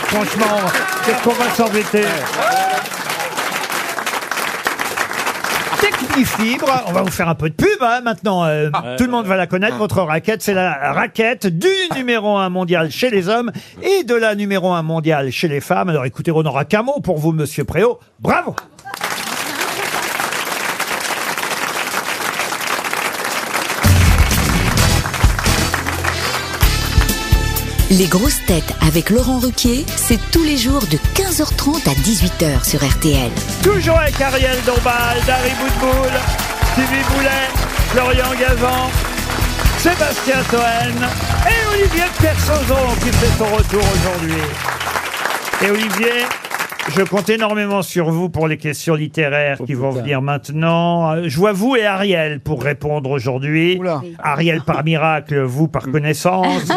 Speaker 2: Franchement, qu'est-ce qu'on va s'embêter Technifibre, on va vous faire un peu de pub hein, maintenant. euh, tout le monde va la connaître. Votre raquette, c'est la raquette du numéro 1 mondial chez les hommes et de la numéro 1 mondial chez les femmes. Alors écoutez, on n'aura qu'un mot pour vous, monsieur Préau. Bravo
Speaker 11: Les grosses têtes avec Laurent Ruquier, c'est tous les jours de 15h30 à 18h sur RTL.
Speaker 2: Toujours avec Ariel Dombal, Dari Boudboul, Stevie Boulet, Florian Gazan, Sébastien Toen et Olivier de Kersauzon qui fait son retour aujourd'hui. Et Olivier, je compte énormément sur vous pour les questions littéraires qui vont venir maintenant. Euh, Je vois vous et Ariel pour répondre aujourd'hui.
Speaker 4: Oula.
Speaker 2: Ariel par miracle, vous par connaissance.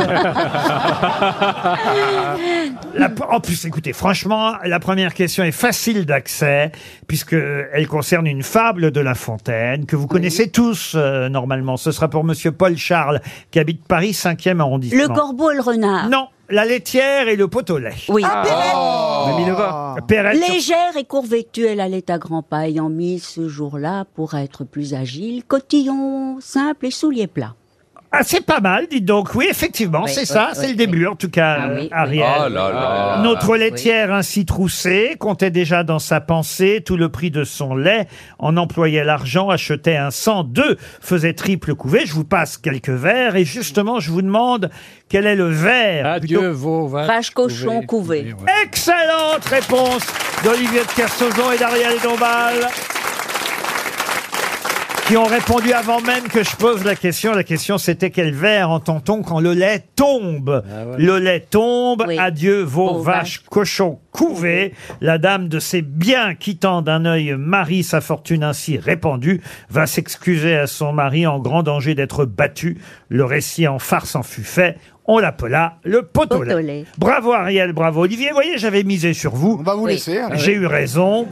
Speaker 2: La- en plus, écoutez, franchement, la première question est facile d'accès puisque euh, elle concerne une fable de La Fontaine que vous connaissez tous euh, normalement. Ce sera pour Monsieur Paul Charles qui habite Paris 5e arrondissement.
Speaker 8: le corbeau et le renard.
Speaker 2: Non, la laitière et le Oh. Ah, pot au lait.
Speaker 8: Oui.
Speaker 7: Ah,
Speaker 2: Perrette sur-
Speaker 8: Légère et courvêtue, elle allait à grands pas, ayant mis ce jour-là, pour être plus agile, cotillon simple et souliers plats.
Speaker 2: Ah, c'est pas mal, dites donc. Oui, effectivement,
Speaker 8: Oui,
Speaker 2: c'est
Speaker 8: oui,
Speaker 2: ça,
Speaker 8: oui,
Speaker 2: c'est le
Speaker 8: oui.
Speaker 2: début en tout cas,
Speaker 8: Ah oui, Ah,
Speaker 2: euh,
Speaker 8: oui.
Speaker 2: Ariel.
Speaker 3: Oh là là.
Speaker 2: Notre laitière ainsi troussée comptait déjà dans sa pensée tout le prix de son lait, en employait l'argent, achetait un sang, deux, faisait triple couvée. Je vous passe quelques vers et justement, je vous demande quel est le vers.
Speaker 5: Adieu, vos vaches.
Speaker 8: Vache cochon couvé.
Speaker 5: couvé, ouais.
Speaker 2: Excellente réponse d'Olivier de Kersauzon et d'Ariel Dombal. Qui ont répondu avant même que je pose la question. La question, c'était quel verre entend-on quand le lait tombe Le lait tombe,
Speaker 8: Oui.
Speaker 2: adieu vos
Speaker 8: Vos
Speaker 2: vaches, cochons couvés. La dame de ses biens, quittant d'un œil mari sa fortune ainsi répandue, va s'excuser à son mari en grand danger d'être battu. Le récit en farce en fut fait. On l'appela le pot au lait.
Speaker 8: Pot-au-lait.
Speaker 2: Bravo Ariel, bravo Olivier. Vous voyez, j'avais misé sur
Speaker 4: On
Speaker 2: vous.
Speaker 4: va vous
Speaker 8: Oui. Mmh.
Speaker 4: laisser. hein. allez.
Speaker 2: J'ai eu raison.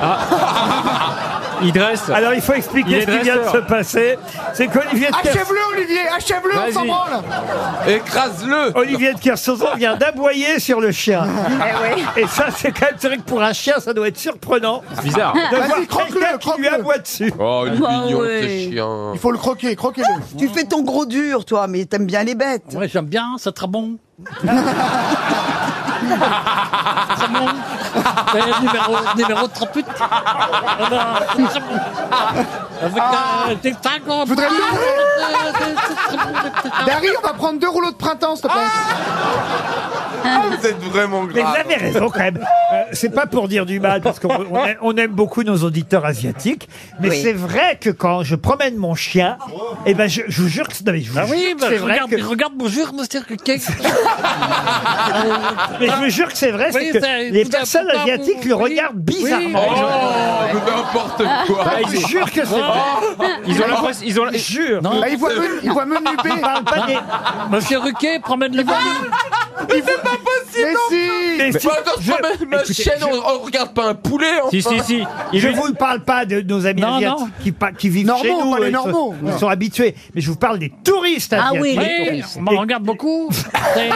Speaker 7: Ah. Il dresse.
Speaker 2: Alors il faut
Speaker 7: Il
Speaker 2: expliquer
Speaker 7: est
Speaker 2: ce qui vient de se
Speaker 7: dresseur.
Speaker 2: passer. C'est qu'Olivier de, Kers-
Speaker 4: Achève-le, Olivier, achève-le, on s'en
Speaker 7: Vas-y.
Speaker 4: branle.
Speaker 3: Écrase-le.
Speaker 2: Olivier de Kersauzon vient d'aboyer sur le chien. Et ça, c'est quand même c'est vrai que pour un chien, ça doit être surprenant
Speaker 7: C'est bizarre.
Speaker 2: de
Speaker 4: Vas-y,
Speaker 2: voir
Speaker 4: croque-le,
Speaker 2: quelqu'un qui lui
Speaker 4: croque-le.
Speaker 2: aboie dessus.
Speaker 3: Oh, il est
Speaker 8: Bah
Speaker 3: mignon
Speaker 8: ouais.
Speaker 3: ce chien.
Speaker 4: Il faut le croquer, croquez-le.
Speaker 6: Tu fais ton gros dur, toi, mais t'aimes bien les bêtes.
Speaker 5: Ouais, j'aime bien, c'est très bon. très bon. C'est numéro, numéro 38. Voilà, c'est très bon. Avec un
Speaker 8: Ah,
Speaker 4: voudrais le
Speaker 5: rectangle.
Speaker 4: Dari, on va prendre deux rouleaux de printemps, s'il te plaît.
Speaker 3: Vous êtes vraiment
Speaker 2: Mais Ah, vous
Speaker 3: grave.
Speaker 2: avez raison quand même. Euh, c'est pas pour dire du mal, parce qu'on on aime, on aime beaucoup nos auditeurs asiatiques, mais
Speaker 9: Oui.
Speaker 2: c'est vrai que quand je promène mon chien, eh ben je, je vous jure que c'est. non, mais je vous jure que c'est vrai
Speaker 5: Ah regarde,
Speaker 2: que-
Speaker 5: regarde, bonjour, monsieur. que- que-
Speaker 2: Mais je vous jure que c'est vrai, c'est
Speaker 5: Oui,
Speaker 2: que
Speaker 5: ça-
Speaker 2: les
Speaker 5: tout à-
Speaker 2: personnes
Speaker 5: tout à-
Speaker 2: asiatiques le regardent bizarrement. Bah,
Speaker 3: Oh, mais
Speaker 5: Euh,
Speaker 3: n'importe
Speaker 8: Ah.
Speaker 3: quoi.
Speaker 5: Ah,
Speaker 2: Je vous jure que c'est vrai.
Speaker 7: Ils ont l'impression- ils ont la-
Speaker 2: Jure.
Speaker 5: Non.
Speaker 4: Ah, il voit menu, il voit menu B.
Speaker 2: Ils parlent pas des-
Speaker 5: Monsieur Ruquet, promène le
Speaker 3: Ah.
Speaker 4: Il voit- Mais Bah, si
Speaker 3: Mais
Speaker 2: des-
Speaker 3: pas dans
Speaker 2: je-
Speaker 3: ma- ma
Speaker 2: écoutez,
Speaker 3: chaîne,
Speaker 2: je-
Speaker 3: on, on regarde pas un poulet. Enfin.
Speaker 7: Si, si, si.
Speaker 2: je ne vous parle pas de nos amis
Speaker 5: Non,
Speaker 2: asiatiques
Speaker 5: non.
Speaker 2: Qui, pa- qui vivent
Speaker 4: Normaux,
Speaker 2: chez nous. euh,
Speaker 4: pas les
Speaker 2: ils sont-
Speaker 4: normaux.
Speaker 2: Ils sont habitués. Mais je vous parle des touristes
Speaker 8: Ah oui,
Speaker 2: asiatiques.
Speaker 8: les
Speaker 5: Oui, on m'en regarde beaucoup. C'est euh,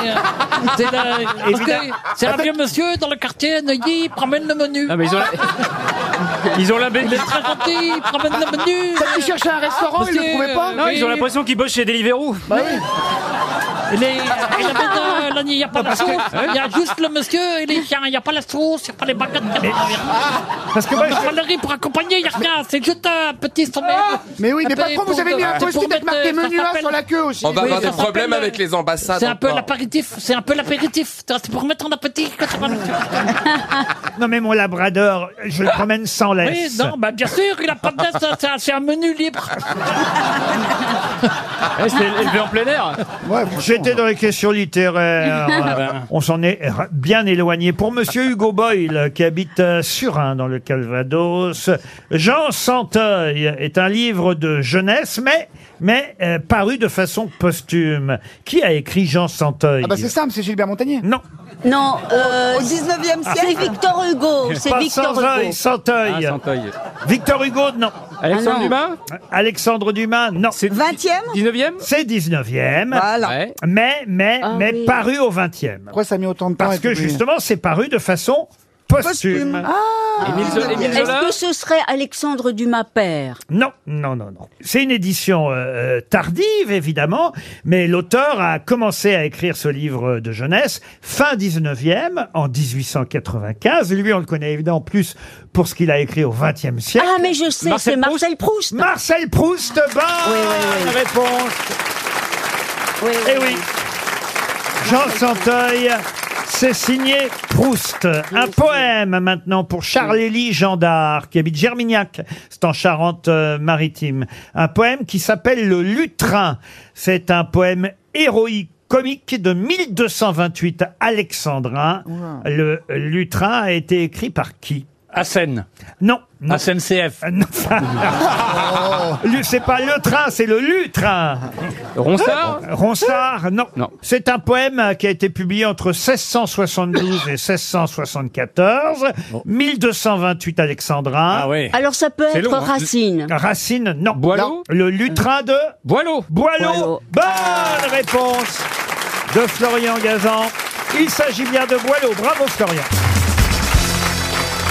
Speaker 5: c'est la- parce que
Speaker 2: Évidemment.
Speaker 5: c'est un vieux monsieur dans le quartier, Neuilly, il promène le menu.
Speaker 7: Ah, mais ils ont la... Ils ont la
Speaker 5: Il est très gentil, il promène le menu.
Speaker 4: Quand tu cherchais un restaurant, il ne
Speaker 5: Monsieur,
Speaker 4: le trouvait pas
Speaker 5: euh,
Speaker 7: Non, ils ont l'impression qu'ils bossent chez Deliveroo.
Speaker 8: Bah
Speaker 5: Il est- il avait, euh, là, Il n'y a pas la sauce.
Speaker 4: hein
Speaker 5: Il y a juste le monsieur, il est tiens, il n'y a pas la sauce, il n'y a pas les baguettes. il n'y a pas-
Speaker 4: Ah
Speaker 2: Parce que moi,
Speaker 5: Il n'y a pas le riz pour accompagner, il n'y a rien. C'est juste un petit sommet.
Speaker 4: Ah Mais oui, mais
Speaker 5: Attendez,
Speaker 4: patron, vous avez
Speaker 5: pour-
Speaker 4: mis un
Speaker 5: c'est
Speaker 4: post-it
Speaker 5: pour
Speaker 4: avec
Speaker 5: mettre,
Speaker 4: marqué
Speaker 5: euh, ça
Speaker 4: menu A
Speaker 5: s'appelle-
Speaker 4: sur la queue aussi.
Speaker 3: On va
Speaker 5: Oui,
Speaker 3: avoir
Speaker 5: ça
Speaker 3: des
Speaker 5: s'appelle,
Speaker 3: problèmes
Speaker 5: euh,
Speaker 3: avec les ambassades.
Speaker 5: C'est un peu
Speaker 3: encore.
Speaker 5: l'apéritif, c'est un peu l'apéritif. C'est pour mettre en appétit quand tu vas le-
Speaker 2: non mais mon labrador, je le promène sans
Speaker 5: Oui,
Speaker 2: laisse.
Speaker 5: non, bah bien sûr, il a pas de laisse, ça, c'est un- c'est un menu libre.
Speaker 7: Ouais, C'était élevé en plein air.
Speaker 2: J'étais dans les questions littéraires. On s'en est r- bien éloigné. Pour Monsieur Hugo Boyle, qui habite euh, Surin, dans le Calvados, Jean Santeuil est un livre de jeunesse, mais, mais euh, paru de façon posthume. Qui a écrit Jean Santeuil
Speaker 4: Ah bah c'est simple, c'est Gilbert Montagnier.
Speaker 2: Non,
Speaker 8: Non, euh,
Speaker 6: Au 19e
Speaker 8: c'est
Speaker 6: siècle
Speaker 8: Victor Hugo. C'est
Speaker 2: pas
Speaker 8: Victor
Speaker 2: Santeuil,
Speaker 8: Hugo.
Speaker 2: Santeuil.
Speaker 7: Ah, Santeuil.
Speaker 2: Victor Hugo, non.
Speaker 7: Alexandre
Speaker 8: Ah, non.
Speaker 7: Dumas
Speaker 2: Alexandre Dumas, non.
Speaker 7: C'est
Speaker 6: 20e
Speaker 7: 19 e
Speaker 2: C'est 19e.
Speaker 6: Voilà.
Speaker 7: Ouais.
Speaker 2: Mais, mais,
Speaker 8: Ah
Speaker 2: mais
Speaker 8: oui.
Speaker 2: paru au 20e.
Speaker 4: Pourquoi ça a mis autant de temps à
Speaker 2: Parce
Speaker 4: être
Speaker 2: que
Speaker 4: publié
Speaker 2: justement, c'est paru de façon posthume.
Speaker 6: Posthume.
Speaker 8: Ah.
Speaker 7: Émile Zola- Émile
Speaker 8: Est-ce
Speaker 7: Zola
Speaker 8: que ce serait Alexandre Dumas père
Speaker 2: Non, non, non, non. C'est une édition euh, tardive, évidemment, mais l'auteur a commencé à écrire ce livre de jeunesse fin 19e, en 1895. Lui, on le connaît évidemment plus pour ce qu'il a écrit au 20e siècle.
Speaker 8: Ah, mais je sais,
Speaker 7: Marcel
Speaker 8: c'est Marcel Proust.
Speaker 2: Marcel Proust, bonne réponse.
Speaker 8: Oui, oui,
Speaker 2: Eh oui. Jean Santeuil. C'est signé Proust. Un poème maintenant pour Charles-Élie Gendard, qui habite Germignac. C'est en Charente-Maritime. Un poème qui s'appelle Le Lutrin. C'est un poème héroïque comique de 1228 alexandrin. Le Lutrin a été écrit par qui
Speaker 5: Assen.
Speaker 2: Non, non.
Speaker 5: Assen CF.
Speaker 2: Euh, non. Lu- C'est pas le train, c'est le lutrin.
Speaker 7: Ronsard
Speaker 2: Ronsard, non.
Speaker 7: Non.
Speaker 2: C'est un poème euh, qui a été publié entre 1672 et 1674. 1228 alexandrins.
Speaker 7: Ah ouais.
Speaker 8: Alors ça peut
Speaker 7: C'est
Speaker 8: être
Speaker 7: long, hein.
Speaker 8: Racine.
Speaker 2: Racine, non.
Speaker 7: Boileau
Speaker 2: Le lutrin de
Speaker 7: Boileau
Speaker 2: Boileau.
Speaker 8: Boileau.
Speaker 2: Bonne réponse de Florian Gazan. Il s'agit bien de Boileau. Bravo Florian.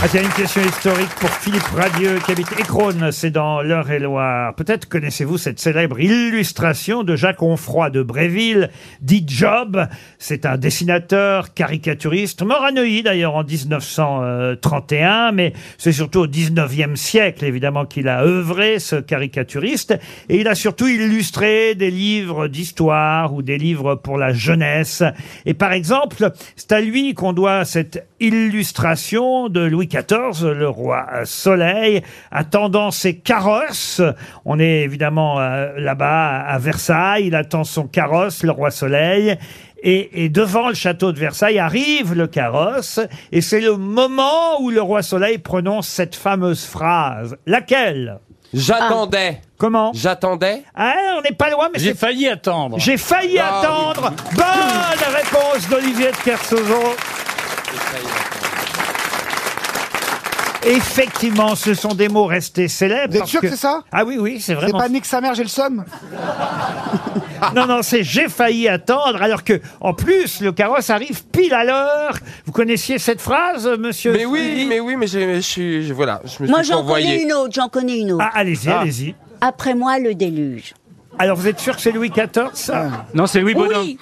Speaker 2: Ah, tiens, une question historique pour Philippe Radieux qui habite Écrone, c'est dans l'Eure-et-Loire. Peut-être connaissez-vous cette célèbre illustration de Jacques Onfroy de Bréville, dit Job. C'est un dessinateur, caricaturiste, mort à Neuilly d'ailleurs en 1931, mais c'est surtout au 19e siècle évidemment qu'il a œuvré, ce caricaturiste. Et il a surtout illustré des livres d'histoire ou des livres pour la jeunesse. Et par exemple, c'est à lui qu'on doit cette illustration de Louis XIV, le roi euh, soleil, attendant ses carrosses. On est évidemment euh, là-bas à Versailles, il attend son carrosse, le roi soleil. Et, et devant le château de Versailles arrive le carrosse, et c'est le moment où le roi Soleil prononce cette fameuse phrase. Laquelle Ah.
Speaker 3: J'attendais.
Speaker 2: Comment
Speaker 3: J'attendais.
Speaker 2: Ah, on n'est pas loin, mais
Speaker 5: J'ai
Speaker 2: c'est
Speaker 5: failli attendre.
Speaker 2: j'ai failli
Speaker 3: Ah, oui.
Speaker 2: attendre. Bonne réponse d'Olivier de Kersozo. Effectivement, ce sont des mots restés célèbres.
Speaker 4: Vous êtes
Speaker 2: parce
Speaker 4: sûr que c'est ça
Speaker 2: Ah oui, oui, c'est
Speaker 4: C'est
Speaker 2: vraiment.
Speaker 4: pas Ah. Nick sa mère, j'ai le somme
Speaker 2: Non, non, c'est j'ai failli attendre, alors que, en plus, le carrosse arrive pile à l'heure. Vous connaissiez cette phrase, monsieur
Speaker 3: Mais oui, mais oui, mais j'ai- je suis. je- Voilà, je me
Speaker 8: Moi
Speaker 3: suis
Speaker 8: j'en connais
Speaker 3: envoyé.
Speaker 8: une autre, j'en connais une autre.
Speaker 2: Ah, allez-y, allez-y.
Speaker 8: Après moi le déluge.
Speaker 2: Alors, vous êtes sûr que c'est Louis XIV ça
Speaker 7: Ah. Non, c'est Louis Bonin.
Speaker 8: Oui.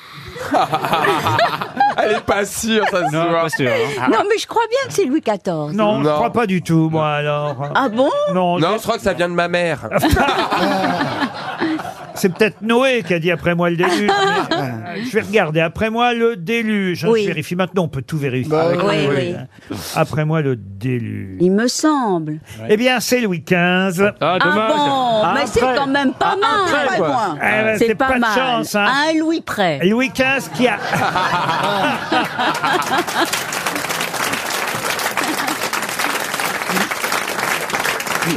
Speaker 3: Elle est pas sûre, ça se
Speaker 7: Non,
Speaker 3: voit.
Speaker 7: pas sûr. hein.
Speaker 8: Non mais je crois bien que c'est Louis XIV.
Speaker 2: non, je
Speaker 3: Non.
Speaker 2: crois pas du tout, moi, alors.
Speaker 8: Ah bon
Speaker 2: Non, Ah,
Speaker 3: Non, je crois que ça vient de ma mère.
Speaker 2: C'est peut-être Noé qui a dit après moi le déluge. mais, euh, je vais regarder après moi le déluge. hein,
Speaker 8: Oui.
Speaker 2: Je vérifie maintenant, on peut tout vérifier.
Speaker 8: Bah,
Speaker 2: avec
Speaker 8: oui,
Speaker 2: Noé,
Speaker 8: oui.
Speaker 2: hein. Après moi le déluge.
Speaker 8: Il me semble.
Speaker 2: Eh bien, c'est Louis XV.
Speaker 8: Ah bon, mais c'est quand même pas mal.
Speaker 2: Ah, après, quoi. Eh ben,
Speaker 8: c'est
Speaker 2: c'est
Speaker 8: pas,
Speaker 2: pas de
Speaker 8: mal.
Speaker 2: chance, hein.
Speaker 8: À un Louis près.
Speaker 2: Louis XV qui a...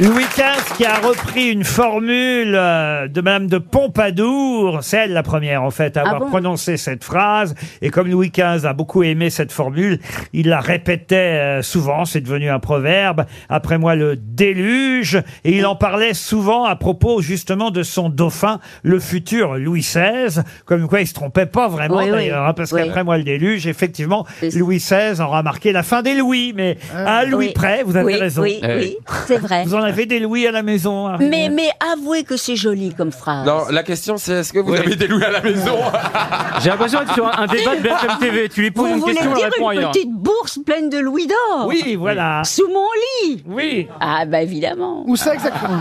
Speaker 2: Louis XV qui a repris une formule euh, de Madame de Pompadour, c'est elle la première en fait à
Speaker 9: Ah
Speaker 2: avoir
Speaker 9: bon
Speaker 2: prononcé cette phrase. Et comme Louis XV a beaucoup aimé cette formule, il la répétait euh, souvent, c'est devenu un proverbe. Après moi le déluge, et il en parlait souvent à propos justement de son dauphin, le futur Louis XVI. Comme quoi il se trompait pas vraiment
Speaker 9: Oui, oui.
Speaker 2: d'ailleurs, hein, parce
Speaker 9: Oui.
Speaker 2: qu'après moi le déluge, effectivement, Louis XVI aura marqué la fin des Louis, mais
Speaker 9: Ah.
Speaker 2: à Ah, Louis
Speaker 8: Oui.
Speaker 2: près, vous avez
Speaker 8: Oui,
Speaker 2: raison.
Speaker 7: Eh
Speaker 8: Oui, Eh oui, c'est vrai.
Speaker 2: Vous en avez des louis à la maison. hein.
Speaker 8: Mais, mais avouez que c'est joli comme phrase.
Speaker 3: Non, la question c'est est-ce que vous avez des loups à la maison
Speaker 7: J'ai l'impression d'être sur un, un débat de BFM TV. Tu lui poses
Speaker 8: Vous
Speaker 7: une
Speaker 8: voulez
Speaker 7: question, elle
Speaker 8: dire
Speaker 7: répond
Speaker 8: une
Speaker 7: ailleurs.
Speaker 8: petite bourse pleine de louis d'or
Speaker 2: Oui, voilà.
Speaker 8: Sous mon lit
Speaker 2: Oui.
Speaker 8: Ah bah évidemment.
Speaker 4: Où ça exactement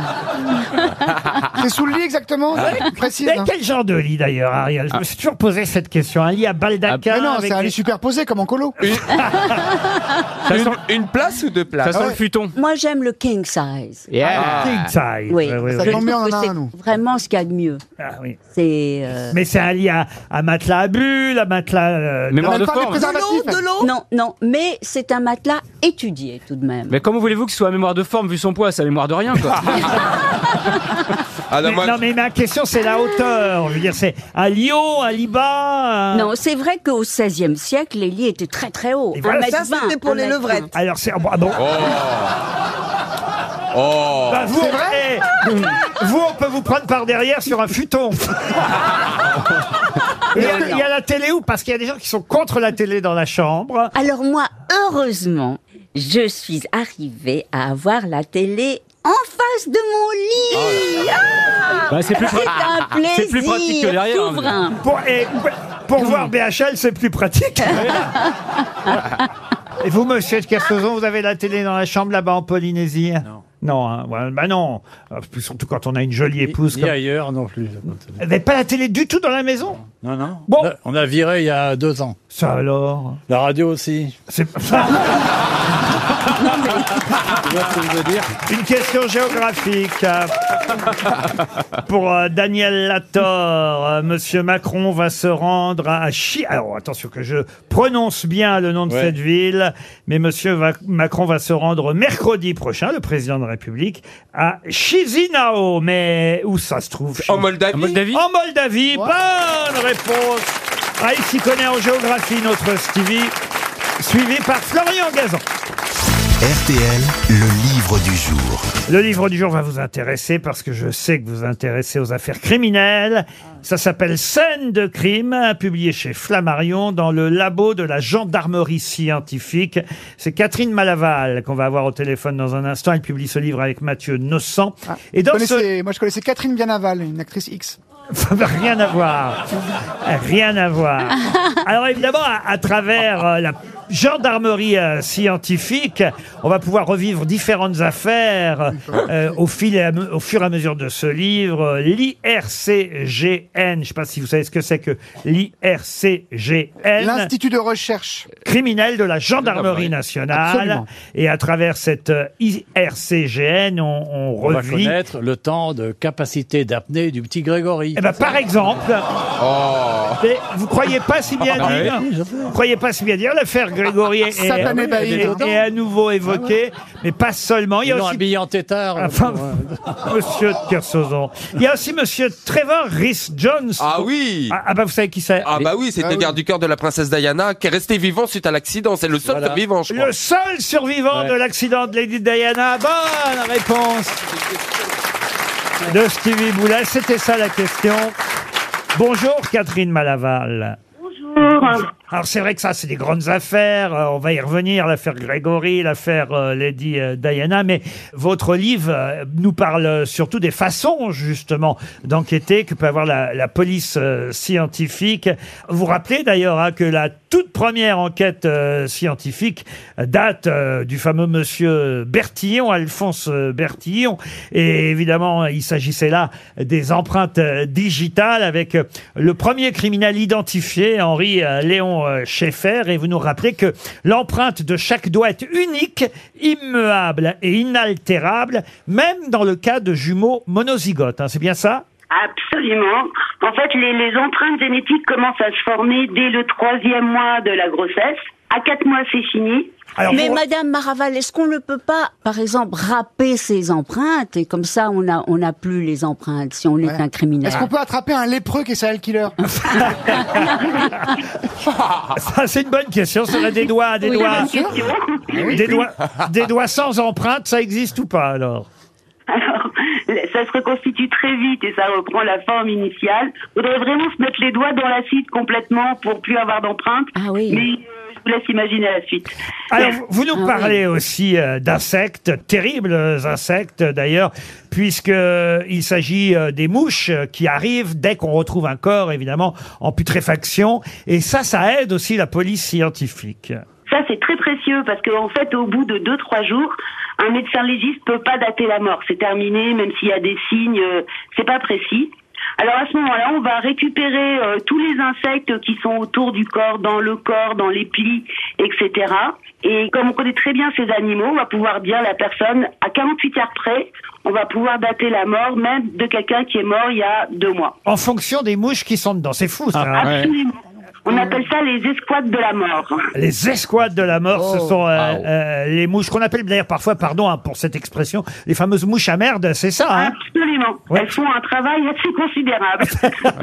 Speaker 4: C'est sous le lit exactement
Speaker 7: Ah.
Speaker 4: Précise.
Speaker 2: Mais
Speaker 4: hein.
Speaker 2: quel genre de lit d'ailleurs, Ariel Je me suis toujours posé cette question. Un lit à baldaquin
Speaker 4: Ah, Mais non,
Speaker 2: avec
Speaker 4: c'est un
Speaker 2: des-
Speaker 4: lit superposé comme en colo.
Speaker 3: une, une place ou deux places
Speaker 2: Ah
Speaker 7: Ça sent le futon.
Speaker 8: Moi j'aime le king size.
Speaker 3: Yeah.
Speaker 2: King size.
Speaker 8: Oui,
Speaker 2: Ah, Ouais, ouais,
Speaker 8: Je
Speaker 2: ouais.
Speaker 8: trouve que c'est vraiment ce qu'il y a de mieux.
Speaker 2: Ah oui.
Speaker 8: C'est. euh,
Speaker 2: Mais c'est un lit à, à matelas à bulles, à matelas. euh,
Speaker 7: Mémoire de forme.
Speaker 8: Non, non, mais c'est un matelas étudié tout de même.
Speaker 7: Mais comment voulez-vous que ce soit à mémoire de forme vu son poids Ça a mémoire de rien, quoi.
Speaker 2: mais- Non, mais ma question, c'est la hauteur. Je veux dire, c'est à Lyon, à Liba.
Speaker 8: Non, c'est vrai qu'au XVIe siècle, les lits étaient très très hauts.
Speaker 2: voilà.
Speaker 8: 1m20,
Speaker 2: Ça, c'était pour les
Speaker 8: 1m20.
Speaker 2: levrettes. Alors, c'est. Ah bon
Speaker 3: Oh
Speaker 2: Bah, vous, eh, vous, on peut vous prendre par derrière sur un futon. Il y, a, il y a la télé ou parce qu'il y a des gens qui sont contre la télé dans la chambre.
Speaker 8: Alors moi, heureusement, je suis arrivée à avoir la télé en face de mon
Speaker 2: Oh
Speaker 8: lit. Ah
Speaker 7: Bah, c'est plus pra-
Speaker 8: un plaisir
Speaker 7: c'est plus pratique que derrière, hein,
Speaker 8: souverain.
Speaker 2: Pour, et- pour voir BHL, c'est plus pratique. et vous, monsieur de Kersoson, vous avez la télé dans la chambre là-bas en Polynésie Non. Non, hein, ouais, bah non. Euh, Surtout quand on a une jolie épouse.
Speaker 5: Ni
Speaker 2: comme-
Speaker 5: ailleurs non plus.
Speaker 2: Vous n'avez pas la télé du tout dans la maison
Speaker 5: Non, non.
Speaker 2: Bon.
Speaker 5: On a viré il y a deux ans.
Speaker 2: Ça alors
Speaker 5: La radio aussi.
Speaker 2: C'est Une question géographique. hein. Pour euh, Daniel Lator, Euh, Monsieur Macron va se rendre à Chi. Alors attention que je prononce bien le nom de cette ville, mais Monsieur Va- Macron va se rendre mercredi prochain, le président de la République, à Chisinau. Mais où ça se trouve
Speaker 3: En Moldavie. En Moldavie
Speaker 2: En Moldavie. Bonne réponse. Ah, il s'y connaît en géographie, notre Stevie. Suivi par Florian Gazan.
Speaker 1: RTL, le livre du jour.
Speaker 2: Le livre du jour va vous intéresser parce que je sais que vous vous intéressez aux affaires criminelles. Ça s'appelle Scène de crime, publié chez Flammarion dans le labo de la gendarmerie scientifique. C'est Catherine Malaval qu'on va avoir au téléphone dans un instant. Elle publie ce livre avec Mathieu Nocent. Et
Speaker 4: Je
Speaker 2: dans ce...
Speaker 4: connaissais- Moi, je connaissais Catherine Bianaval, une actrice X.
Speaker 2: Rien à voir. Rien à voir. Alors évidemment, à, à travers euh, la gendarmerie euh, scientifique, on va pouvoir revivre différentes affaires euh, au, fil et à me- au fur et à mesure de ce livre. L'IRCGN, je ne sais pas si vous savez ce que c'est que l'IRCGN
Speaker 4: L'Institut de recherche.
Speaker 2: criminel de la gendarmerie
Speaker 4: Gendarmerie.
Speaker 2: nationale.
Speaker 4: Absolument.
Speaker 2: Et à travers cette euh, IRCGN, on, on
Speaker 5: On va
Speaker 2: revit.
Speaker 5: connaître le temps de capacité d'apnée du petit Grégory.
Speaker 2: Eh ben, par exemple,
Speaker 3: Oh.
Speaker 2: mais vous croyez pas si bien
Speaker 3: bah
Speaker 5: Ah
Speaker 2: dire
Speaker 5: oui.
Speaker 2: Vous croyez pas si bien dire L'affaire Grégory est, est-
Speaker 4: Satané Bahir.
Speaker 2: est- est à nouveau évoquée, mais pas seulement. Il y
Speaker 5: Ah Ils
Speaker 2: a
Speaker 5: l'ont
Speaker 2: aussi
Speaker 5: habillé en tétard.
Speaker 2: Enfin,
Speaker 5: hein.
Speaker 2: Monsieur de Kersauzon. Il y a aussi Monsieur Trevor Rhys-Jones.
Speaker 3: Ah oui
Speaker 2: Ah, ah bah vous savez qui c'est
Speaker 3: Ah bah oui, c'était le garde du corps de la princesse Diana qui est resté vivant suite à l'accident. C'est le seul
Speaker 5: Voilà.
Speaker 3: vivant, je crois.
Speaker 2: Le seul survivant
Speaker 5: Ouais.
Speaker 2: de l'accident de Lady Diana. Bonne réponse de Stevie Boulet. C'était ça la question. Bonjour Catherine Malaval. Bonjour. Alors c'est vrai que ça, c'est des grandes affaires. Euh, on va y revenir, l'affaire Grégory, l'affaire euh, Lady euh, Diana. Mais votre livre euh, nous parle euh, surtout des façons justement d'enquêter que peut avoir la, la police euh, scientifique. Vous rappelez d'ailleurs hein, que la toute première enquête euh, scientifique date euh, du fameux monsieur Bertillon, Alphonse Bertillon. Et évidemment, il s'agissait là des empreintes euh, digitales avec euh, le premier criminel identifié, Henri euh, Léon euh, Schaeffer. Et vous nous rappelez que l'empreinte de chaque doigt est unique, immuable et inaltérable, même dans le cas de jumeaux monozygotes. hein. C'est bien ça
Speaker 9: Absolument. En fait, les, les empreintes génétiques commencent à se former dès le troisième mois de la grossesse. À quatre mois, c'est fini.
Speaker 8: Mais Madame Maraval, est-ce qu'on ne peut pas, par exemple, râper ses empreintes et comme ça on a on n'a plus les empreintes si on est un criminel
Speaker 4: Est-ce qu'on peut attraper un lépreux qui est serial killer
Speaker 2: Ça, c'est une bonne question. Ça a des doigts, des
Speaker 4: Oui,
Speaker 2: doigts.
Speaker 4: bien sûr. Oui.
Speaker 2: Des doigts, des doigts sans empreinte, ça existe ou pas alors
Speaker 9: Alors, ça se reconstitue très vite et ça reprend la forme initiale. Faudrait vraiment se mettre les doigts dans l'acide complètement pour plus avoir d'empreinte. Ah oui. Mais euh, je vous laisse imaginer la suite.
Speaker 2: Alors, vous- vous
Speaker 9: Ah
Speaker 2: nous parlez aussi euh, d'insectes, terribles insectes euh, d'ailleurs, puisque euh, il s'agit euh, des mouches euh, qui arrivent dès qu'on retrouve un corps, évidemment, en putréfaction. Et ça, ça aide aussi la police scientifique.
Speaker 9: Ça, c'est très précieux parce qu'en fait, au bout de deux, trois jours, un médecin légiste peut pas dater la mort. C'est terminé, même s'il y a des signes, euh, c'est pas précis. Alors à ce moment-là, on va récupérer euh, tous les insectes qui sont autour du corps, dans le corps, dans les plis, etc. Et comme on connaît très bien ces animaux, on va pouvoir dire la personne, à 48 heures près, on va pouvoir dater la mort même de quelqu'un qui est mort il y a deux mois.
Speaker 2: En fonction des mouches qui sont dedans. C'est fou, ça.
Speaker 7: Ah,
Speaker 2: hein.
Speaker 9: Absolument. On appelle ça les escouades de la mort.
Speaker 2: Les escouades de la mort, ce
Speaker 9: Oh.
Speaker 2: sont euh, euh, les mouches qu'on appelle d'ailleurs parfois, pardon hein, pour cette expression, les fameuses mouches à merde, c'est ça hein
Speaker 9: Absolument. Elles font un travail assez considérable.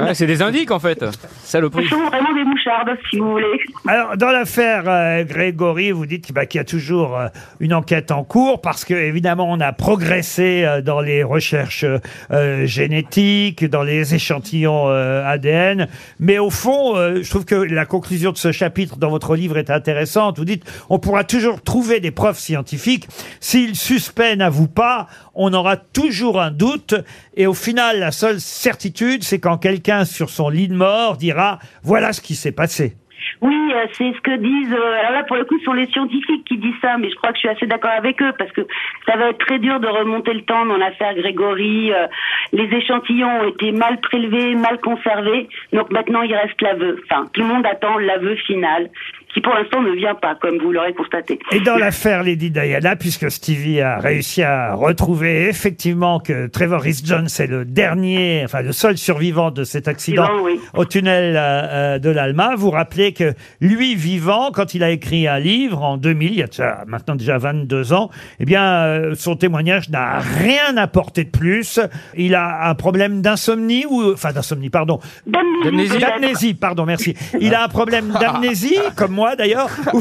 Speaker 7: Ouais, c'est des indiques en fait.
Speaker 9: Elles
Speaker 7: Saloperie.
Speaker 9: sont vraiment des mouchardes, si vous voulez.
Speaker 2: Alors, dans l'affaire euh, Grégory, vous dites bah, qu'il y a toujours euh, une enquête en cours parce que, évidemment, on a progressé euh, dans les recherches euh, euh, génétiques, dans les échantillons euh, ADN. Mais au fond, euh, je trouve que la conclusion de ce chapitre dans votre livre est intéressante. Vous dites, on pourra toujours trouver des preuves scientifiques. Si le suspect n'avoue pas, on aura toujours un doute. Et au final, la seule certitude, c'est quand quelqu'un sur son lit de mort dira, voilà ce qui s'est passé.
Speaker 9: Oui, euh, c'est ce que disent. euh, alors là, pour le coup, ce sont les scientifiques qui disent ça, mais je crois que je suis assez d'accord avec eux parce que ça va être très dur de remonter le temps dans l'affaire Grégory. euh, les échantillons ont été mal prélevés, mal conservés, donc maintenant il reste l'aveu. Enfin, tout le monde attend l'aveu final, qui pour l'instant ne vient pas, comme vous l'aurez constaté.
Speaker 2: Et dans l'affaire Lady Diana, puisque Stevie a réussi à retrouver effectivement que Trevor Rhys Jones est le dernier, enfin le seul survivant de cet accident
Speaker 9: Vivant, oui.
Speaker 2: au tunnel euh, euh, de l'Alma, vous rappelez que lui vivant, quand il a écrit un livre en 2000, il y a déjà- maintenant déjà 22 ans, eh bien euh, son témoignage n'a rien apporté de plus. Il a un problème d'insomnie ou enfin d'insomnie, pardon,
Speaker 9: D'amnésie.
Speaker 2: d'amnésie, pardon, merci. Il a un problème d'amnésie, comme moi d'ailleurs. ou-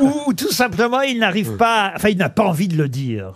Speaker 2: ou tout simplement il n'arrive pas, enfin il n'a pas envie de le dire.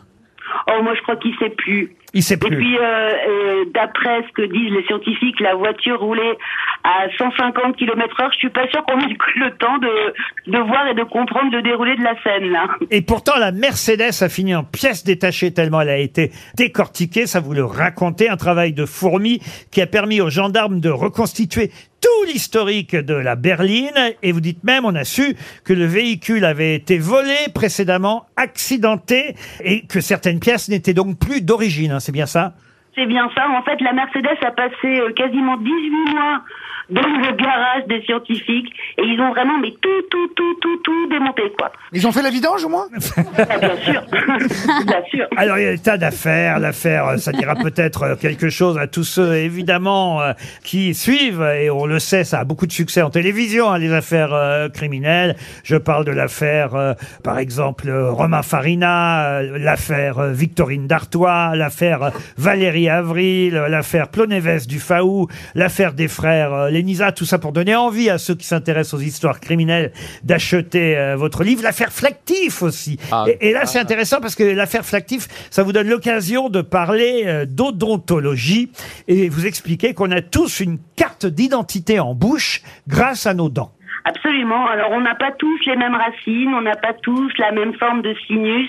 Speaker 9: Oh, moi, je crois qu'il sait plus.
Speaker 2: Il sait plus.
Speaker 9: Et puis, euh, euh, d'après ce que disent les scientifiques, la voiture roulait à 150 km heure. Je suis pas sûr qu'on ait eu le temps de, de voir et de comprendre le déroulé de la scène, là.
Speaker 2: Et pourtant, la Mercedes a fini en pièces détachées tellement elle a été décortiquée. Ça vous le racontez, un travail de fourmi qui a permis aux gendarmes de reconstituer tout l'historique de la berline. Et vous dites même, on a su que le véhicule avait été volé précédemment, accidenté, et que certaines pièces n'étaient donc plus d'origine. hein, C'est bien ça
Speaker 9: C'est bien ça. En fait, la Mercedes a passé euh, quasiment 18 mois dans le garage des scientifiques et ils ont vraiment mais tout, tout, tout, tout, tout démonté, quoi.
Speaker 4: Ils ont fait la vidange au moins
Speaker 9: Bien sûr.
Speaker 2: Alors, il y a des tas d'affaires. L'affaire, euh, ça dira peut-être euh, quelque chose à tous ceux, évidemment, euh, qui suivent. Et on le sait, ça a beaucoup de succès en télévision, hein, les affaires euh, criminelles. Je parle de l'affaire, euh, par exemple, euh, Romain Farina, euh, l'affaire euh, Victorine Dartois, l'affaire euh, Valérie Avril, euh, l'affaire Plonéves du Faou, l'affaire des frères euh, Lénisa. Tout ça pour donner envie à ceux qui s'intéressent aux histoires criminelles d'acheter euh, votre livre. L'affaire Flactif aussi. et, et là, c'est intéressant parce que l'affaire Flactif, ça vous donne l'occasion de parler euh, d'odontologie et vous expliquer qu'on a tous une carte d'identité en bouche grâce à nos dents.
Speaker 9: Absolument. Alors, on n'a pas tous les mêmes racines, on n'a pas tous la même forme de sinus,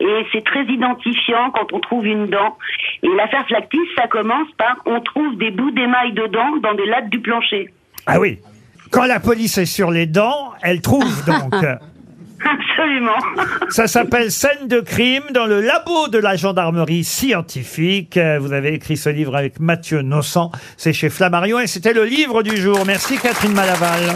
Speaker 9: et c'est très identifiant quand on trouve une dent. Et l'affaire Flactis, ça commence par on trouve des bouts d'émail de dents dans des lattes du plancher.
Speaker 2: Ah oui. Quand la police est sur les dents, elle trouve donc.
Speaker 9: Absolument.
Speaker 2: Ça s'appelle Scène de crime dans le labo de la gendarmerie scientifique. Euh, Vous avez écrit ce livre avec Mathieu Nocent. C'est chez Flammarion et c'était le livre du jour. Merci Catherine Malaval.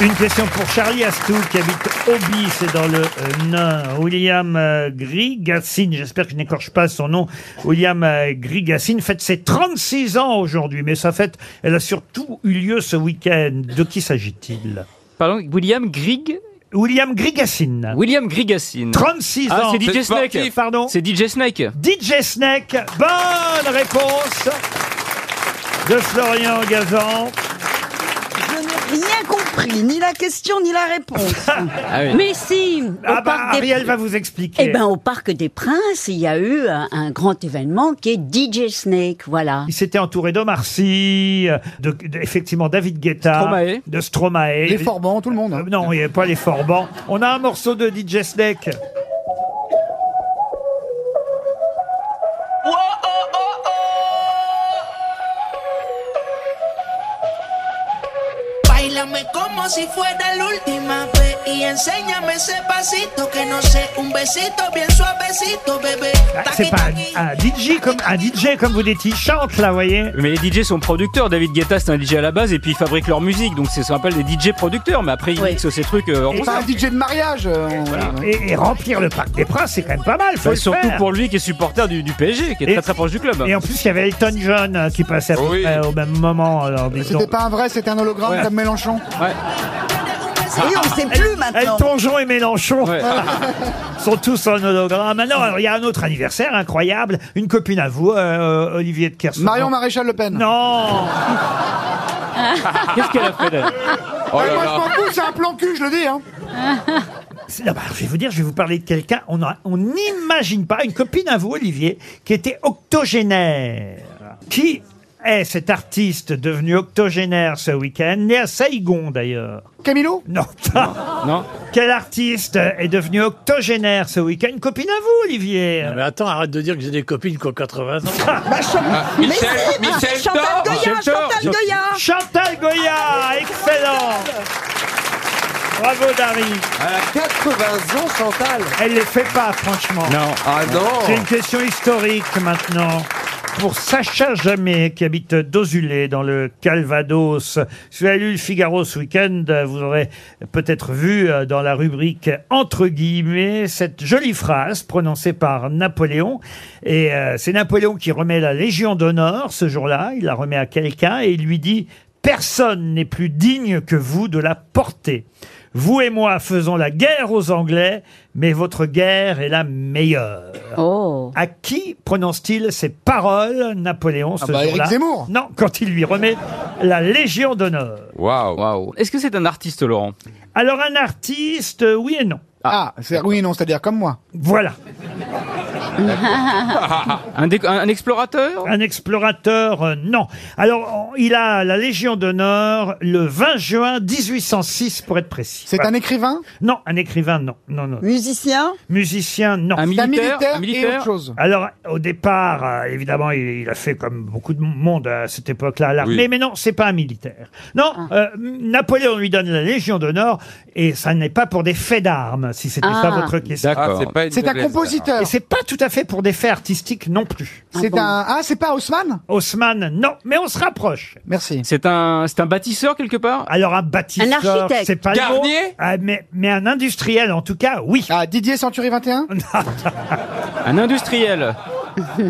Speaker 2: Une question pour Charlie Astou qui habite Obi, c'est dans le euh, Nord. William euh, Grigassine, j'espère que je n'écorche pas son nom. William euh, Grigassine fête ses 36 ans aujourd'hui, mais sa fête, elle a surtout eu lieu ce week-end. De qui s'agit-il
Speaker 7: Pardon, William Grig
Speaker 2: William Grigassine.
Speaker 7: William Grigassine.
Speaker 2: 36
Speaker 7: Ah,
Speaker 2: ans.
Speaker 7: c'est DJ
Speaker 2: C'est
Speaker 7: Snake.
Speaker 2: sportif. Pardon
Speaker 7: C'est DJ Snake.
Speaker 2: DJ Snake, bonne réponse de Florian Gazan.
Speaker 6: Je n'ai rien compris, ni la question, ni la réponse.
Speaker 8: Mais si au
Speaker 6: Ah bah,
Speaker 8: Parc des-
Speaker 2: Ariel va vous expliquer.
Speaker 8: Eh ben, au Parc des Princes, il y a eu un, un grand événement qui est DJ Snake, voilà.
Speaker 2: Il s'était entouré d'Omar Sy, euh, de, de- effectivement David Guetta,
Speaker 8: Stromae.
Speaker 2: de Stromae.
Speaker 4: Les Forbans, tout le monde. hein.
Speaker 2: Euh, Non, il n'y avait pas les Forbans. On a un morceau de DJ Snake.
Speaker 12: Bailame como si fuera la última vez y enséñame ese pasito que no sé, un besito bien suavecito, bebé.
Speaker 2: Ah, C'est pas un, un DJ comme un DJ comme vous dites, il chante là, vous voyez.
Speaker 7: Mais les DJ sont producteurs. David Guetta, c'est un DJ à la base et puis ils fabriquent leur musique. Donc c'est ce qu'on appelle des DJ producteurs. Mais après, ils mixent ces trucs euh, en
Speaker 4: Et
Speaker 7: concert.
Speaker 4: pas un DJ de mariage. euh, on-
Speaker 2: Et, et remplir le Parc des Princes, c'est quand même pas mal. Faut
Speaker 7: Bah,
Speaker 2: le
Speaker 7: surtout
Speaker 2: faire.
Speaker 7: pour lui qui est supporter du, du PSG, qui est
Speaker 2: Et-
Speaker 7: très très proche du club.
Speaker 2: Et en plus, il y avait Elton John euh, qui passait à peu près au même moment. Alors, dis
Speaker 4: C'était
Speaker 2: donc.
Speaker 4: pas un vrai, c'était un hologramme
Speaker 2: Ouais.
Speaker 4: comme Mélenchon.
Speaker 6: Oui, on sait plus maintenant.
Speaker 2: Elton John et Mélenchon sont tous en hologramme. Maintenant, alors, il y a un autre anniversaire incroyable. Une copine à vous, euh, Olivier de Kersauzon.
Speaker 4: Marion Maréchal Le Pen.
Speaker 2: Non
Speaker 7: Qu'est-ce qu'elle a fait d'elle
Speaker 4: Ouais, moi je m'en fous, c'est un plan cul, je le dis. Hein.
Speaker 2: C'est- non, bah, je vais vous dire, je vais vous parler de quelqu'un, on a- on n'imagine pas, une copine à vous, Olivier, qui était octogénaire. Qui est cet artiste devenu octogénaire ce week-end, né à Saigon d'ailleurs
Speaker 4: Camilo
Speaker 2: Non. Quel artiste est devenu octogénaire ce week-end Une Copine à vous, Olivier Ah, bah,
Speaker 5: Mais attends, arrête de dire que j'ai des copines qui ont 80 ans.
Speaker 3: Ah, Michel, Michel Thor Michel Thor.
Speaker 2: Chantal Goya, excellent Bravo, Dari
Speaker 13: Elle a 80 ans, Chantal.
Speaker 2: Elle les fait pas, franchement.
Speaker 7: Non.
Speaker 13: Ah non.
Speaker 2: C'est une question historique maintenant. Pour Sacha Jamet, qui habite Dozulé, dans le Calvados. Si vous avez lu le Figaro ce week-end, euh, vous aurez peut-être vu euh, dans la rubrique entre guillemets cette jolie phrase prononcée par Napoléon. Et euh, c'est Napoléon qui remet la Légion d'honneur ce jour-là. Il la remet à quelqu'un et il lui dit Personne n'est plus digne que vous de la porter. Vous et moi faisons la guerre aux Anglais, mais votre guerre est la meilleure. À qui prononce-t-il ces paroles, Napoléon, ce
Speaker 4: Ah bah, Éric
Speaker 2: jour-là
Speaker 4: Zemmour.
Speaker 2: Non, quand il lui remet la Légion d'honneur.
Speaker 7: Waouh. Est-ce que c'est un artiste, Laurent
Speaker 2: Alors, un artiste, euh, oui et non.
Speaker 4: Ah, c'est oui, non, c'est-à-dire comme moi.
Speaker 2: Voilà.
Speaker 7: un, déc- un- un explorateur
Speaker 2: Un explorateur, euh, non. Alors, on- il a la Légion d'honneur le 20 juin 1806, pour être précis.
Speaker 4: C'est un écrivain
Speaker 2: Non, un écrivain, non. non, non.
Speaker 6: Musicien
Speaker 2: Musicien, non.
Speaker 7: Un
Speaker 4: C'est un
Speaker 7: militaire
Speaker 4: militaire,
Speaker 7: Un
Speaker 4: et
Speaker 7: militaire
Speaker 4: autre chose.
Speaker 2: Alors, au départ, euh, évidemment, il, il a fait comme beaucoup de monde à cette époque-là, à l'armée,
Speaker 13: Oui.
Speaker 2: mais non, c'est pas un militaire. Non,
Speaker 4: Ah.
Speaker 2: euh, Napoléon lui donne la Légion d'honneur, et ça n'est pas pour des faits d'armes, si c'était
Speaker 4: Ah.
Speaker 2: ça votre question.
Speaker 3: Ah, c'est pas une
Speaker 4: C'est un
Speaker 3: blaise.
Speaker 4: compositeur.
Speaker 2: Et c'est pas tout à fait pour des faits artistiques non plus.
Speaker 4: C'est un ah, c'est pas Haussmann
Speaker 2: Haussmann, non, mais on se rapproche.
Speaker 4: Merci.
Speaker 7: C'est un, c'est un bâtisseur quelque part
Speaker 2: Alors un bâtisseur,
Speaker 8: Un architecte.
Speaker 2: c'est pas le mot.
Speaker 3: Garnier
Speaker 2: Ah, mais, mais un industriel en tout cas, oui.
Speaker 4: Ah, Didier Century 21
Speaker 7: Un industriel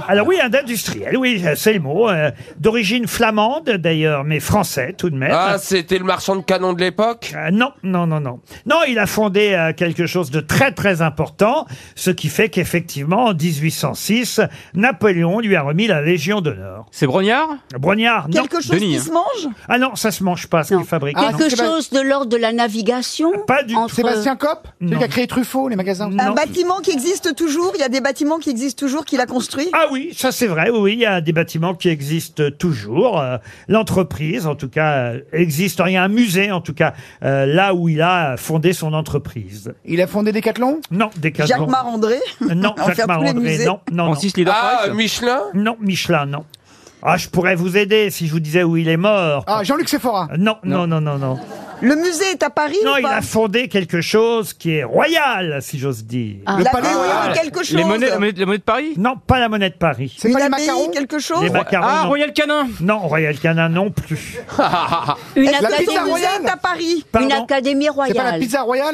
Speaker 2: Alors oui, un industriel, oui, c'est le mot. euh, D'origine flamande d'ailleurs, mais français tout de même.
Speaker 3: Ah, c'était le marchand de canon de l'époque
Speaker 2: Euh, non, non, non, non. Non, il a fondé euh, quelque chose de très, très important, ce qui fait qu'effectivement, en 1806, Napoléon lui a remis la Légion d'honneur.
Speaker 7: C'est Brognard
Speaker 2: Brognard, non.
Speaker 6: Quelque chose
Speaker 7: Denis,
Speaker 6: qui
Speaker 7: hein.
Speaker 6: se mange
Speaker 2: Ah non, ça se mange pas, ce qu'il fabrique.
Speaker 4: Ah, non,
Speaker 8: Quelque
Speaker 4: c'est pas-
Speaker 8: chose de l'ordre de la navigation
Speaker 2: Pas du
Speaker 8: entre...
Speaker 4: Sébastien Kopp Celui
Speaker 2: Non.
Speaker 4: qui a créé Truffaut, les magasins.
Speaker 2: Non.
Speaker 6: Un bâtiment qui existe toujours Il y a des bâtiments qui existent toujours qu'il a construits
Speaker 2: Ah oui, ça c'est vrai, oui, il y a des bâtiments qui existent toujours. euh, L'entreprise, en tout cas, euh, existe. Il y a un musée, en tout cas, euh, là où il a fondé son entreprise.
Speaker 4: Il a fondé Decathlon
Speaker 2: Non, des
Speaker 6: Jacques Marandré
Speaker 2: Euh, Non,
Speaker 6: On fait tous
Speaker 2: Jacques
Speaker 6: les
Speaker 2: Marandré,
Speaker 6: musées.
Speaker 2: non, non, non.
Speaker 7: Francis Lida
Speaker 3: Ah,
Speaker 7: Price
Speaker 3: Michelin
Speaker 2: Non, Michelin, non. Ah, je pourrais vous aider si je vous disais où il est mort. Euh,
Speaker 4: Ah, Jean-Luc Sephora.
Speaker 2: Non, non, non, non, non.
Speaker 6: Le musée est à Paris
Speaker 2: Non,
Speaker 6: ou
Speaker 2: il
Speaker 6: pas
Speaker 2: a fondé quelque chose qui est royal, si j'ose dire.
Speaker 6: Ah. Le La palais théorie royal. de quelque chose. Les monnaies- la
Speaker 2: de Paris Non, pas la monnaie de Paris.
Speaker 6: Une abbaye, quelque chose
Speaker 2: Les macarons.
Speaker 6: Ah,
Speaker 2: non.
Speaker 6: Royal
Speaker 2: Canin Non, Royal Canin non plus.
Speaker 8: Une académie à Paris. Une
Speaker 2: Pardon
Speaker 8: académie royale.
Speaker 4: royale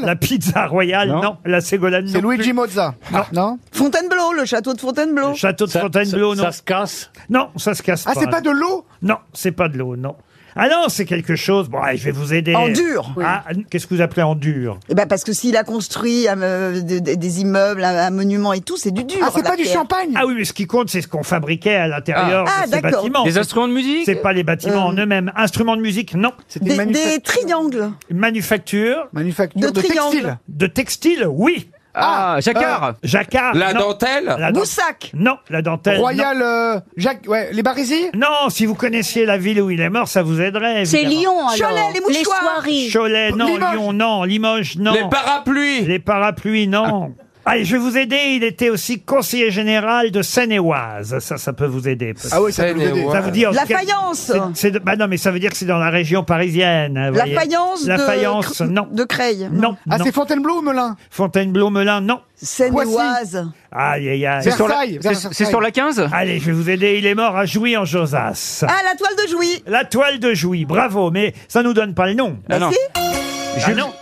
Speaker 2: La pizza royale, non. La Ségolène,
Speaker 4: C'est Luigi Mozza.
Speaker 2: Non.
Speaker 6: Fontainebleau, le château de Fontainebleau.
Speaker 2: Le château de Fontainebleau, non. casse Non, ça se casse
Speaker 6: Ah,
Speaker 2: pas.
Speaker 6: c'est pas de
Speaker 4: l'eau
Speaker 2: Non, c'est pas de l'eau, non. Ah non, c'est quelque chose. Bon, allez, je vais vous aider.
Speaker 6: En dur.
Speaker 2: Ah, qu'est-ce que vous appelez en dur
Speaker 6: Eh ben parce que s'il a construit euh, des, des- des immeubles, un, un monument et tout, c'est du dur. de la pierre.
Speaker 2: Ah oui, mais ce qui compte, c'est ce qu'on fabriquait à l'intérieur
Speaker 6: Ah.
Speaker 2: de
Speaker 6: Ah,
Speaker 2: ces
Speaker 6: d'accord.
Speaker 2: bâtiments.
Speaker 6: Des
Speaker 2: instruments de musique C'est pas les bâtiments en eux-mêmes. Instruments de musique, non.
Speaker 6: Des, des triangles.
Speaker 2: Manufacture.
Speaker 4: Manufacture
Speaker 6: De de triangle. textile. euh,
Speaker 2: De textile, oui.
Speaker 7: Ah, jacquard.
Speaker 2: Jacquard.
Speaker 7: La
Speaker 2: non.
Speaker 7: dentelle.
Speaker 2: dent-
Speaker 6: Boussac.
Speaker 2: Non, la dentelle.
Speaker 4: Royal,
Speaker 2: non.
Speaker 4: euh, Jacques, ouais, les Parisis
Speaker 2: Non, si vous connaissiez la ville où il est mort, ça vous aiderait.
Speaker 8: C'est Lyon,
Speaker 2: évidemment.
Speaker 8: alors. soirées.
Speaker 2: Cholet, non. Lyon, non. Limoges, non.
Speaker 3: Les
Speaker 2: parapluies. Les parapluies, non. Allez, je vais vous aider. Il était aussi conseiller général de Seine-et-Oise. Ça, ça peut vous aider.
Speaker 6: Ah oui, ça peut vous aider.
Speaker 2: Ça vous dit en
Speaker 6: La
Speaker 2: tout cas-
Speaker 6: faïence.
Speaker 2: c'est- c'est de- bah non, mais ça veut dire que c'est dans la région parisienne. vous
Speaker 6: La
Speaker 2: voyez.
Speaker 6: faïence
Speaker 2: La
Speaker 6: de-
Speaker 2: faïence, non.
Speaker 6: De Creil.
Speaker 2: Non.
Speaker 4: Ah,
Speaker 2: non.
Speaker 4: c'est Fontainebleau ou Melun
Speaker 2: Fontainebleau, Melun, non.
Speaker 6: Seine-et-Oise.
Speaker 2: Aïe, aïe, aïe.
Speaker 4: C'est sur la- Versailles, c'est- c'est Versailles. sur la
Speaker 2: 15 Allez, je vais vous aider. Il est mort à Jouy en Josas.
Speaker 6: Ah, la toile de Jouy.
Speaker 2: La toile de Jouy, bravo, mais ça nous donne pas le nom.
Speaker 6: Ah non. si.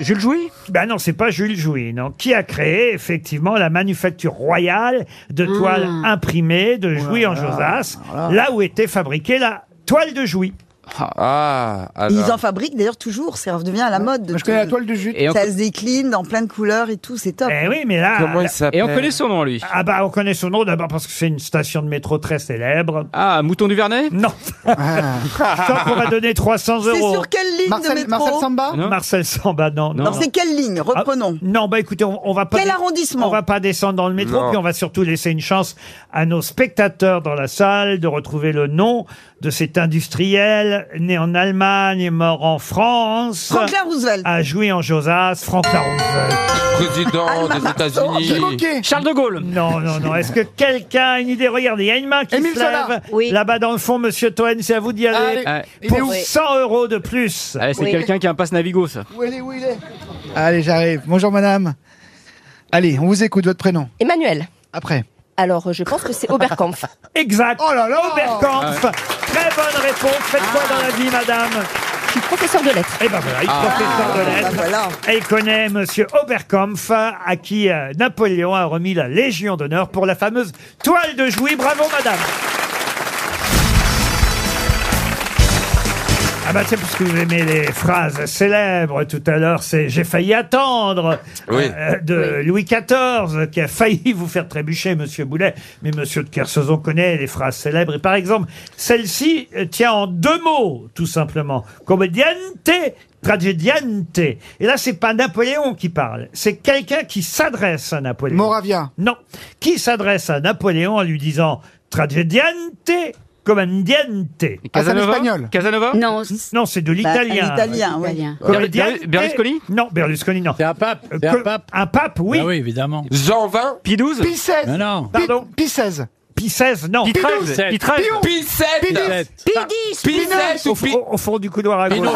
Speaker 2: Jules, Jouy Ben non, c'est pas Jules Jouy, non. Qui a créé effectivement la manufacture royale de toiles
Speaker 6: Hmm.
Speaker 2: imprimées de Jouy en Josas, là, où était fabriquée la toile de Jouy.
Speaker 3: Ah,
Speaker 6: Ils
Speaker 3: alors.
Speaker 6: en fabriquent d'ailleurs toujours, ça redevient à la mode. De je
Speaker 4: connais la toile de jute.
Speaker 3: Et on-
Speaker 6: Ça se décline en plein de couleurs et tout, c'est top.
Speaker 2: Eh oui, mais là.
Speaker 3: Comment il
Speaker 2: là-
Speaker 3: s'appelle Et on connaît son
Speaker 7: nom, lui.
Speaker 2: Ah bah, on connaît son nom d'abord parce que c'est une station de métro très célèbre.
Speaker 7: Ah, Mouton du Vernet
Speaker 2: Non.
Speaker 3: Ah.
Speaker 2: Tant qu'on va donner 300
Speaker 6: C'est
Speaker 2: euros.
Speaker 6: sur quelle ligne de
Speaker 4: Marcel,
Speaker 6: métro
Speaker 4: Marcel Samba
Speaker 2: Marcel Samba, non.
Speaker 6: Non, c'est quelle ligne Reprenons.
Speaker 2: Ah, non, bah écoutez, on, on va pas.
Speaker 6: Quel arrondissement
Speaker 2: On va pas descendre dans le métro,
Speaker 3: Non.
Speaker 2: puis on va surtout laisser une chance à nos spectateurs dans la salle de retrouver le nom de cet industriel né en Allemagne et mort en France.
Speaker 6: Franklin Roosevelt.
Speaker 2: A joué en Josas, Franklin Roosevelt. Ah,
Speaker 3: Président
Speaker 7: Oh,
Speaker 3: des États-Unis.
Speaker 2: Charles de Gaulle. Non, non, non. Est-ce que quelqu'un a une idée Regardez, il y a une main qui
Speaker 4: Émile
Speaker 2: se
Speaker 4: Zola.
Speaker 2: lève. Là-bas dans le fond, Monsieur Toen, c'est à vous d'y aller.
Speaker 7: Allez. Ouais. Il est
Speaker 2: Pour
Speaker 7: où
Speaker 2: 100 euros de plus.
Speaker 7: Allez, Eh, c'est
Speaker 4: Oui.
Speaker 7: quelqu'un qui a un passe Navigo, ça.
Speaker 4: Où il est, où il est Allez, j'arrive. Bonjour, madame. Allez, on vous écoute, votre prénom.
Speaker 14: Emmanuel.
Speaker 4: Après.
Speaker 14: Alors, je pense que c'est Oberkampf.
Speaker 2: Exact.
Speaker 4: Oh là là
Speaker 2: Oberkampf. Très bonne réponse. Faites quoi dans la vie, madame Je suis professeur de lettres. Eh ben voilà, il est
Speaker 12: Ah.
Speaker 2: professeur de
Speaker 12: Ah,
Speaker 2: lettres.
Speaker 12: bah voilà.
Speaker 2: Et il connaît Monsieur Oberkampf, à qui euh, Napoléon a remis la Légion d'honneur pour la fameuse toile de Jouy. Bravo, madame. Ah bah tiens, puisque vous aimez les phrases célèbres, tout à l'heure c'est « J'ai failli attendre
Speaker 3: Oui.
Speaker 2: euh, de Louis XIV, qui a failli vous faire trébucher, Monsieur Boulet. Mais Monsieur de Kersauzon connaît les phrases célèbres. Et par exemple, celle-ci euh, tient en deux mots, tout simplement. « Comediante » Tragediante. Et là, c'est pas Napoléon qui parle. C'est quelqu'un qui s'adresse à Napoléon.
Speaker 4: Moravia.
Speaker 2: Non. Qui s'adresse à Napoléon en lui disant Tragediante, commandiante.
Speaker 4: Casanova espagnol.
Speaker 7: Casanova
Speaker 2: Non. Non, c'est de l'italien.
Speaker 6: Bah, l'italien, ouais.
Speaker 2: Comediante.
Speaker 7: Berlu- Berlusconi
Speaker 2: Non, Berlusconi, non. C'est un pape.
Speaker 5: c'est un pape.
Speaker 2: Un pape, oui.
Speaker 5: Ah oui, évidemment.
Speaker 3: Jean 20
Speaker 7: Pie 12
Speaker 4: Pie 16
Speaker 5: Non, non.
Speaker 2: Pardon
Speaker 4: Pie 16
Speaker 2: Pie 16, non.
Speaker 7: Pie 13, Pie 13.
Speaker 3: Pie 7
Speaker 2: Pie
Speaker 3: 10
Speaker 2: 10
Speaker 3: Pie 7
Speaker 2: au, fo- au fond du couloir à gauche.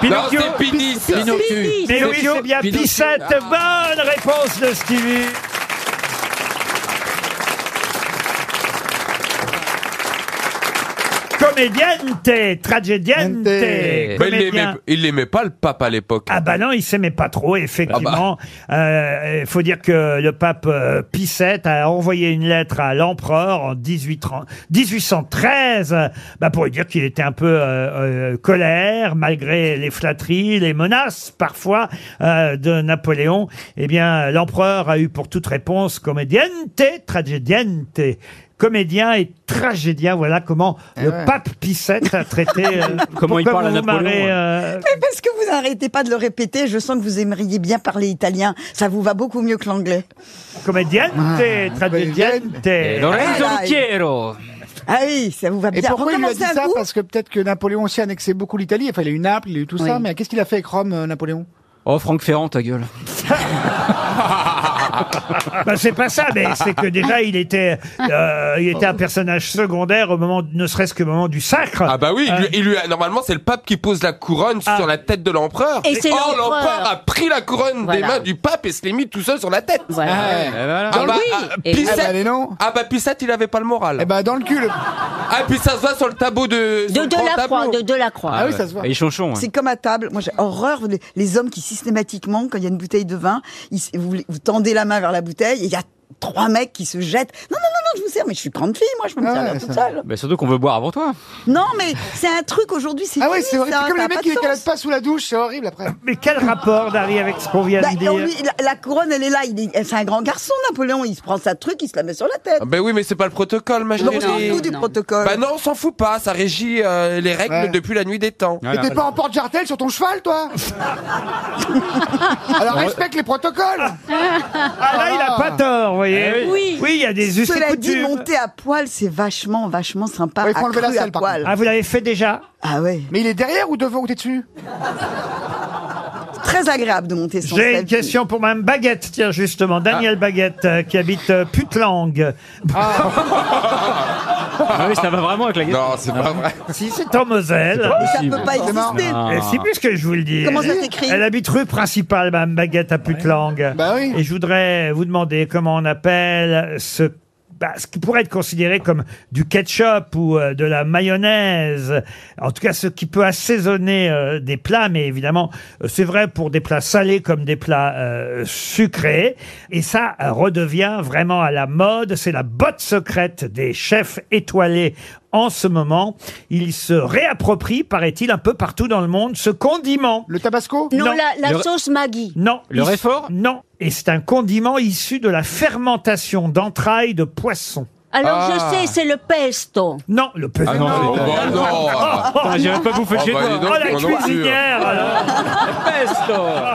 Speaker 3: Pinocchio. Non, c'est Pie 10. Pinocchio.
Speaker 2: Mais oui, c'est bien
Speaker 3: Pinocchio.
Speaker 2: Pie 7. Bonne réponse de Stevie. Comédiente, tragédiente.
Speaker 3: Mais il l'aimait- il l'aimait pas le pape à l'époque.
Speaker 2: Ah bah non, il s'aimait pas trop, effectivement.
Speaker 7: Ah
Speaker 2: Il
Speaker 7: bah.
Speaker 2: faut dire que le pape euh, Pie VII a envoyé une lettre à l'empereur en 18 tren- 1813 euh, bah, pour lui dire qu'il était un peu euh, euh, colère, malgré les flatteries, les menaces parfois euh, de Napoléon. Eh bien, l'empereur a eu pour toute réponse comédiente, tragédiente. Comédien et tragédien, voilà comment le
Speaker 6: ouais.
Speaker 2: pape Pie VII a traité. euh,
Speaker 7: Comment il
Speaker 2: pourquoi
Speaker 7: parle à
Speaker 2: vous vous
Speaker 7: Napoléon, hein.
Speaker 2: marrez,
Speaker 7: ouais.
Speaker 2: euh,
Speaker 6: Mais parce que vous n'arrêtez pas de le répéter, je sens que vous aimeriez bien parler italien. Ça vous va beaucoup mieux que l'anglais.
Speaker 2: Comédiante, tragédiante.
Speaker 7: Lorenzo
Speaker 6: Ah, là, il-
Speaker 7: Lucchiero.
Speaker 6: Ah oui, ça vous va
Speaker 4: Et
Speaker 6: bien.
Speaker 4: pourquoi il lui a dit
Speaker 6: Recommencez un
Speaker 4: ça
Speaker 6: coup.
Speaker 4: Parce que peut-être que Napoléon aussi annexait beaucoup l'Italie. Enfin, il a eu Naples, il a eu
Speaker 6: Ah,
Speaker 4: tout ça. Mais qu'est-ce qu'il a fait avec Rome, euh, Napoléon
Speaker 7: Oh, Franck Ferrand, ta gueule.
Speaker 2: Bah, c'est pas ça, mais c'est que déjà, il était, euh, il était un personnage secondaire au moment, ne serait-ce que au moment du sacre. Euh,
Speaker 3: Ah bah oui, il lui- il lui a- normalement c'est le pape qui pose la couronne sur la tête de l'empereur.
Speaker 2: Et c'est
Speaker 3: Or
Speaker 2: l'empereur.
Speaker 3: l'empereur a pris la couronne des
Speaker 2: Voilà.
Speaker 3: mains du pape et se l'est mis tout seul sur la tête.
Speaker 4: Ah ouais.
Speaker 3: Ah,
Speaker 4: Dans le
Speaker 3: bah,
Speaker 4: cul.
Speaker 3: ah,
Speaker 4: Et-
Speaker 3: Pisset-
Speaker 4: Ah bah, les noms.
Speaker 3: ah bah Pissette il avait pas le moral. Eh
Speaker 4: bah dans le cul.
Speaker 3: Ah puis ça se voit sur le tableau de. sur
Speaker 6: De
Speaker 3: le grand
Speaker 6: Delacroix, de
Speaker 3: tableau.
Speaker 6: Delacroix.
Speaker 3: Ah oui, ça se voit. Et chonchon, hein.
Speaker 6: C'est comme à table. Moi, j'ai horreur les, les hommes qui systématiquement, quand il y a une bouteille de vin, ils- vous, vous tendez la main vers la bouteille et il y a trois mecs qui se jettent. Non, non, non, non, je vous sers, mais je suis grande fille, moi, je
Speaker 4: Ah
Speaker 6: peux me servir Ah, toute seule.
Speaker 7: Bah, surtout qu'on veut boire avant toi.
Speaker 6: Non, mais c'est un truc aujourd'hui, c'est
Speaker 4: Ah oui,
Speaker 6: fini,
Speaker 4: c'est horrible.
Speaker 6: ça,
Speaker 4: C'est comme
Speaker 6: ça
Speaker 4: les
Speaker 6: a
Speaker 4: mecs
Speaker 6: pas
Speaker 4: qui
Speaker 6: de
Speaker 4: les
Speaker 6: sens.
Speaker 4: calatent pas sous la douche, c'est horrible après.
Speaker 2: Mais quel rapport, Dari, avec ce qu'on vient
Speaker 6: Bah,
Speaker 2: de dire
Speaker 6: on lui- la, la couronne, elle est là. il est- C'est un grand garçon, Napoléon. Il se prend sa truc, il se la met sur la tête.
Speaker 3: Ah bah oui mais c'est pas le protocole ma
Speaker 6: Non, on s'en
Speaker 3: chérie.
Speaker 6: fout du protocole.
Speaker 3: Bah non on s'en fout pas, ça régit euh, les règles
Speaker 4: Ouais.
Speaker 3: depuis la nuit des temps.
Speaker 4: Mais t'es pas en porte-jartel sur ton cheval, toi Alors
Speaker 3: Ouais.
Speaker 4: respecte les protocoles
Speaker 2: Ah là, il a pas tort, vous voyez.
Speaker 6: Eh oui.
Speaker 2: Oui, il y a des us et
Speaker 6: Cela dit,
Speaker 2: coutumes.
Speaker 6: monter à poil, c'est vachement, vachement sympa.
Speaker 4: Ouais, il faut enlever la
Speaker 6: accru à
Speaker 4: selle, par
Speaker 6: poil.
Speaker 4: contre. Ah,
Speaker 2: vous l'avez fait déjà
Speaker 6: Ah ouais.
Speaker 4: Mais il est derrière ou devant ou t'es dessus
Speaker 6: Très agréable de monter son
Speaker 2: J'ai une question pour Mme Baguette, tiens justement, Daniel
Speaker 3: Ah.
Speaker 2: Baguette, euh, qui habite euh, Putlang.
Speaker 7: Ah oui, ça va vraiment avec la gueule. Ah
Speaker 3: Non, c'est pas vrai.
Speaker 2: Si c'est en Moselle.
Speaker 6: Mais ça peut pas
Speaker 2: Et
Speaker 6: exister.
Speaker 2: si,
Speaker 7: Ah.
Speaker 2: puisque je vous le dis.
Speaker 6: Comment ça s'écrit
Speaker 2: Elle habite rue principale, Mme Baguette, à Putlang.
Speaker 4: Bah
Speaker 2: Et je voudrais vous demander comment on appelle ce. bah, ce qui pourrait être considéré comme du ketchup ou euh, de la mayonnaise, en tout cas ce qui peut assaisonner euh, des plats, mais évidemment euh, c'est vrai pour des plats salés comme des plats euh, sucrés, et ça euh, redevient vraiment à la mode, c'est la botte secrète des chefs étoilés en ce moment. Ils se réapproprient, paraît-il, un peu partout dans le monde, ce condiment.
Speaker 4: Le tabasco
Speaker 8: Non, la, la sauce Maggi.
Speaker 2: non.
Speaker 7: Le
Speaker 2: Issu-
Speaker 7: réfort
Speaker 2: Non. Et c'est un condiment issu de la fermentation d'entrailles de poisson.
Speaker 8: Alors
Speaker 7: Ah.
Speaker 8: je sais, c'est le pesto.
Speaker 2: Non, le pesto. Ah.
Speaker 8: non,
Speaker 2: non.
Speaker 8: c'est-
Speaker 3: bah, non.
Speaker 7: Attends, Ah, j'irai pas bouffer
Speaker 3: Oh,
Speaker 7: chez
Speaker 3: bah,
Speaker 7: toi.
Speaker 3: dis donc,
Speaker 7: Oh, la
Speaker 3: moi non plus.
Speaker 2: cuisinière, alors.
Speaker 6: Ah,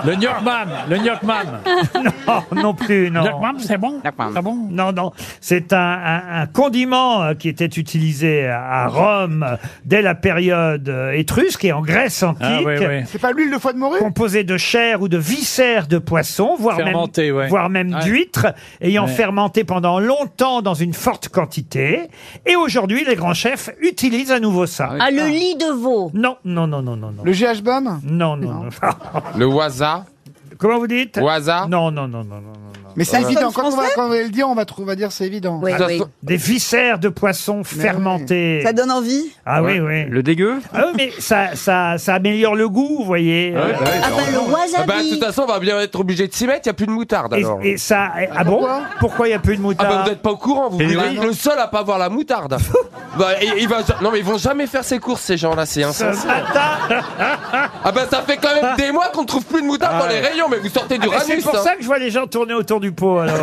Speaker 5: Le Nyokmam, le Nyokmam.
Speaker 2: Non, non plus, non.
Speaker 5: Nyokmam, c'est bon C'est bon
Speaker 2: Non, non. C'est un, un- un condiment euh, qui était utilisé à à Rome euh, dès la période euh, étrusque et en Grèce antique.
Speaker 5: Ah, oui, oui.
Speaker 4: C'est pas l'huile de foie de morue
Speaker 2: Composé de chair ou de viscères de poisson, voire
Speaker 5: Fermenté,
Speaker 2: même,
Speaker 5: ouais.
Speaker 2: voire même
Speaker 5: Ouais.
Speaker 2: d'huîtres, ayant
Speaker 5: Ouais.
Speaker 2: fermenté pendant longtemps dans une forte quantité. Et aujourd'hui, les grands chefs utilisent à nouveau ça.
Speaker 8: Ah, le lit de veau.
Speaker 2: Non, non, non, non, non. non.
Speaker 4: Le GH bomb
Speaker 2: Non, non, Ah. non.
Speaker 3: Le waza.
Speaker 2: Comment vous dites
Speaker 3: Waza.
Speaker 2: Non, non, non, non, non. non, non.
Speaker 4: Mais c'est
Speaker 2: Euh,
Speaker 4: évident,
Speaker 2: Français
Speaker 4: quand on, va, quand on va le dire, on va, trou- on va dire c'est évident.
Speaker 2: Ah, Des viscères de poisson fermentés.
Speaker 6: Ça donne envie
Speaker 2: Ah oui, oui.
Speaker 7: Le dégueu
Speaker 2: Ah oui, mais ça, ça, ça améliore le goût, vous voyez.
Speaker 3: Ah ouais, bah oui, Ah bah,
Speaker 6: le wasabi.
Speaker 3: bah, de toute façon, on va bien être obligé de s'y mettre, il a plus de moutarde alors.
Speaker 2: Et, et ça, ah, bon Pourquoi il n'y a plus de
Speaker 3: Ah
Speaker 2: moutarde
Speaker 3: bah vous n'êtes pas au courant, vous,
Speaker 2: Eh
Speaker 3: vous
Speaker 2: oui.
Speaker 3: êtes le seul à pas avoir la moutarde. Bah, et- il va- non mais ils vont jamais faire ces courses ces gens-là, c'est insensé. Ah bah ça fait quand même des mois qu'on trouve plus de moutarde
Speaker 2: Ah
Speaker 3: dans les
Speaker 2: ouais.
Speaker 3: rayons, mais vous sortez du
Speaker 2: Ah, mais
Speaker 3: ramus.
Speaker 2: C'est pour
Speaker 3: hein.
Speaker 2: ça que je vois les gens tourner autour du pot, alors.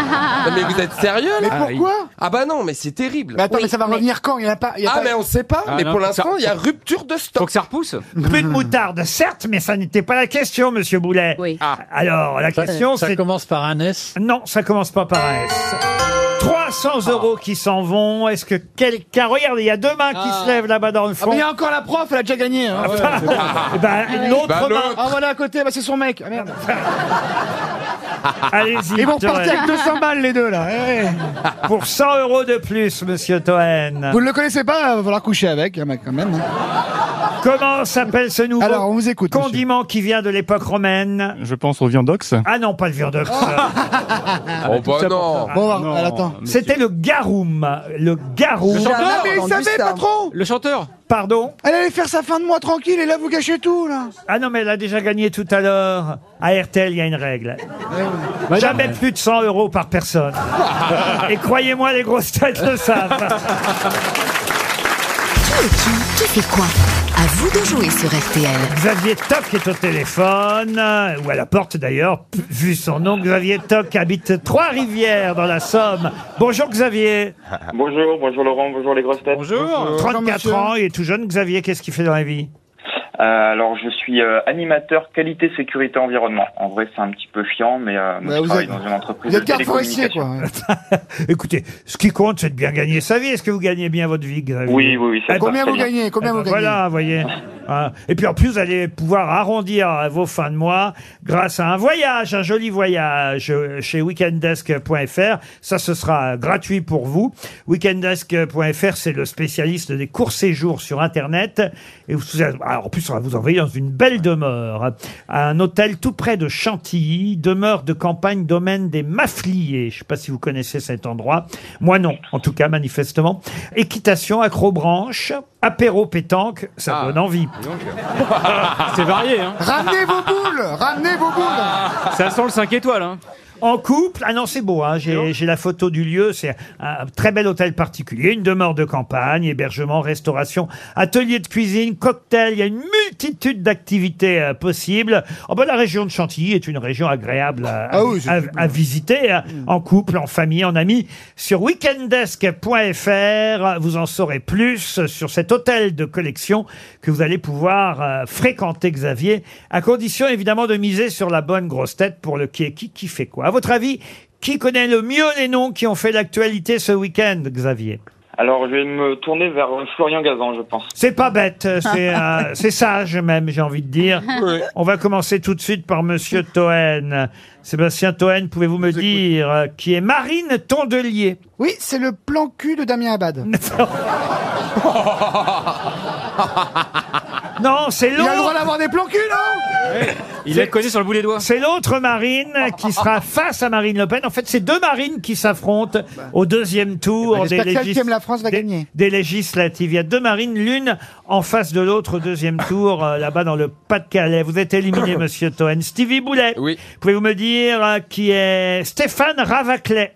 Speaker 3: Non, mais vous êtes sérieux là
Speaker 4: Mais pourquoi
Speaker 3: Ah bah non, mais c'est terrible.
Speaker 4: Mais attends, mais ça va revenir quand Il y en a pas. il y a
Speaker 3: Ah
Speaker 4: pas-
Speaker 3: mais on sait pas,
Speaker 7: Ah
Speaker 3: mais
Speaker 7: non,
Speaker 3: pour
Speaker 7: faut que
Speaker 3: l'instant
Speaker 7: ça-
Speaker 3: il y a rupture de stock.
Speaker 7: Faut que ça repousse. Hmm.
Speaker 2: Plus de moutarde, certes, mais ça n'était pas la question, monsieur Boulet.
Speaker 3: Ah.
Speaker 2: Alors, la
Speaker 5: Ça-
Speaker 2: question,
Speaker 5: ça
Speaker 2: c'est...
Speaker 5: commence par un S Ah.
Speaker 2: Non, ça commence pas par un S. 300 euros qui s'en vont. Est-ce que quelqu'un... Regarde, il y a deux mains qui se lèvent là-bas dans le
Speaker 4: Ah,
Speaker 2: fond.
Speaker 4: mais il y a encore la prof, elle a déjà gagné. hein.
Speaker 7: Ah,
Speaker 2: Eh ben, l'autre
Speaker 3: Bah,
Speaker 2: main.
Speaker 4: Ah voilà à côté, bah, c'est son mec. Ah, merde.
Speaker 2: Allez-y.
Speaker 4: Ils vont repartir
Speaker 2: Toen.
Speaker 4: avec 200 balles les deux là. Eh, eh.
Speaker 2: Pour 100 euros de plus, monsieur Toen.
Speaker 4: Vous ne le connaissez pas, va falloir coucher avec, hein, mec, quand même. hein.
Speaker 2: Comment s'appelle ce nouveau
Speaker 4: Alors, on vous écoute, monsieur.
Speaker 2: condiment qui vient de l'époque romaine
Speaker 15: Je pense au viandox.
Speaker 2: Ah non, pas le viandox. Ah,
Speaker 6: Ah.
Speaker 3: Oh bah non.
Speaker 4: Bon, alors, attends.
Speaker 2: C'était le garum. Le garum.
Speaker 4: Ah, mais il savait, patron
Speaker 7: Le chanteur
Speaker 2: Pardon
Speaker 4: Elle allait eh. faire sa fin de mois tranquille et là vous gâchez tout là.
Speaker 2: Ah non, mais elle a déjà gagné tout à l'heure. À RTL, il y a une règle. Jamais plus de 100 euros par personne. Et croyez-moi, les grosses têtes le savent.
Speaker 11: Qui est qui Qui fait quoi À vous de jouer sur RTL.
Speaker 2: Xavier Toc est au téléphone, euh, ou à la porte d'ailleurs, p- vu son nom. Xavier Toc habite Trois-Rivières dans la Somme. Bonjour Xavier.
Speaker 16: Bonjour, bonjour Laurent, bonjour les grosses têtes.
Speaker 7: Bonjour.
Speaker 2: 34 ans, il est tout jeune Xavier, qu'est-ce qu'il fait dans la vie
Speaker 15: Euh, alors, je suis euh, animateur qualité sécurité environnement. En vrai, c'est un petit peu chiant, mais
Speaker 3: Bah,
Speaker 15: euh, moi,
Speaker 2: Ouais,
Speaker 15: je
Speaker 2: Bah, vous
Speaker 15: travaille
Speaker 2: êtes-
Speaker 15: dans une entreprise
Speaker 2: vous
Speaker 15: de
Speaker 2: êtes carrefourier,
Speaker 15: télécommunications.
Speaker 2: Écoutez, ce qui compte, c'est de bien gagner sa vie. Est-ce que vous gagnez bien votre vie, Xavier
Speaker 15: Oui, oui, oui, ça
Speaker 2: Ah,
Speaker 15: va Combien très vous bien. gagnez
Speaker 4: Combien
Speaker 2: Eh ben
Speaker 4: vous gagnez
Speaker 2: Voilà, vous voyez. Ah, Et puis en plus, vous allez pouvoir arrondir vos fins de mois grâce à un voyage, un joli voyage euh, chez weekendesk.fr. Ça, ce sera gratuit pour vous. Weekendesk.fr, c'est le spécialiste des courts séjours sur Internet. Et vous, alors, Ah, en plus, on va vous envoyer dans une belle demeure, à un hôtel tout près de Chantilly, demeure de campagne, domaine des Mafliers. Je ne sais pas si vous connaissez cet endroit. Moi, non, en tout cas, manifestement. Équitation, acrobranche, apéro pétanque, ça donne envie.
Speaker 7: Ah. C'est varié, hein.
Speaker 4: Ramenez vos boules Ramenez vos boules
Speaker 7: Ça sent le 5 étoiles, hein.
Speaker 2: En couple, ah non, c'est beau, hein, j'ai j'ai la photo du lieu, c'est un très bel hôtel particulier, une demeure de campagne, hébergement, restauration, atelier de cuisine, cocktail, il y a une multitude d'activités euh, possibles. Oh, bah, la région de Chantilly est une région agréable à, à- à- à visiter, hein, en couple, en famille, en amis. Sur weekendesk.fr, vous en saurez plus sur cet hôtel de collection que vous allez pouvoir euh, fréquenter, Xavier, à condition évidemment de miser sur la bonne grosse tête pour le qui est qui, qui fait quoi. À votre avis, qui connaît le mieux les noms qui ont fait l'actualité ce week-end, Xavier
Speaker 15: Alors, je vais me tourner vers euh, Florian Gazan, je pense.
Speaker 2: c'est pas bête, c'est euh, c'est sage même, j'ai envie de dire.
Speaker 15: Oui.
Speaker 2: On va commencer tout de suite par Monsieur Toen. Sébastien Toen, pouvez-vous me dire euh, qui est Marine Tondelier
Speaker 4: Oui, c'est le plan cul de Damien Abad.
Speaker 2: Non, c'est
Speaker 4: Il a le
Speaker 2: l'autre.
Speaker 4: droit d'avoir des plans cul, non
Speaker 7: Il est connu sur le bout des doigts.
Speaker 2: C'est l'autre Marine qui sera face à Marine Le Pen. En fait, c'est deux Marines qui s'affrontent
Speaker 4: Ah,
Speaker 2: au deuxième tour
Speaker 4: bah. J'espère que
Speaker 2: des,
Speaker 4: celle qui
Speaker 2: légis-
Speaker 4: aime la France va gagner.
Speaker 2: des législatives. Il y a deux Marines, l'une en face de l'autre au deuxième tour, euh, là-bas dans le Pas-de-Calais. Vous êtes éliminé, monsieur Toen. Stevie Boulet, pouvez-vous me dire euh, qui est Stéphane Ravaclet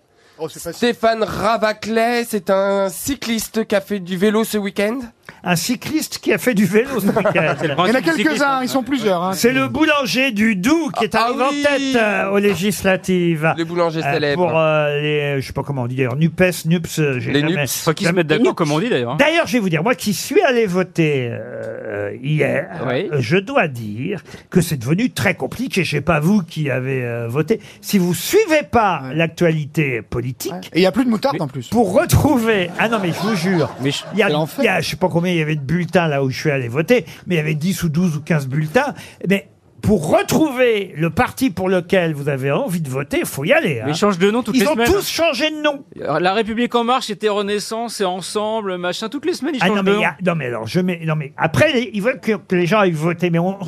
Speaker 3: Stéphane Ravaclet, c'est un cycliste qui a fait du vélo ce week-end.
Speaker 2: Un cycliste qui a fait du vélo ce week-end.
Speaker 3: C'est le principe Il y en a quelques-uns, du cyclisme. ils sont plusieurs, hein.
Speaker 2: C'est le boulanger du Doubs qui est arrivé en tête euh, aux législatives. Le boulanger
Speaker 3: célèbre.
Speaker 2: Pour euh, les, je sais pas comment on dit d'ailleurs, NUPES, NUPS, euh, j'ai
Speaker 7: Les
Speaker 2: jamais-
Speaker 7: nups. Faut qu'ils se
Speaker 2: jamais-
Speaker 7: mettent d'accord, comme on dit d'ailleurs. hein.
Speaker 2: D'ailleurs, je vais vous dire, moi qui suis allé voter euh, hier,
Speaker 7: Oui.
Speaker 2: euh, je dois dire que c'est devenu très compliqué. Je sais pas vous qui avez euh, voté. Si vous suivez pas l'actualité politique,
Speaker 4: Et il n'y a plus de moutarde en plus.
Speaker 2: pour retrouver. Ah non, mais je vous jure. Il y a, il y a- je sais pas combien il y avait de bulletins là où je suis allé voter, mais il y avait 10 ou 12 ou 15 bulletins. Mais pour retrouver le parti pour lequel vous avez envie de voter, il faut y aller. hein.
Speaker 7: Mais ils changent de nom toutes
Speaker 2: Ils
Speaker 7: les
Speaker 2: ont
Speaker 7: semaines. Euh,
Speaker 2: tous changé de nom.
Speaker 7: La République en marche, c'était Renaissance, et ensemble, machin. Toutes les semaines, ils
Speaker 2: Ah
Speaker 7: changent
Speaker 2: non mais, il
Speaker 7: de nom.
Speaker 2: y a- non mais alors je mets non mais après les- ils veulent que, que les gens aillent voter mais on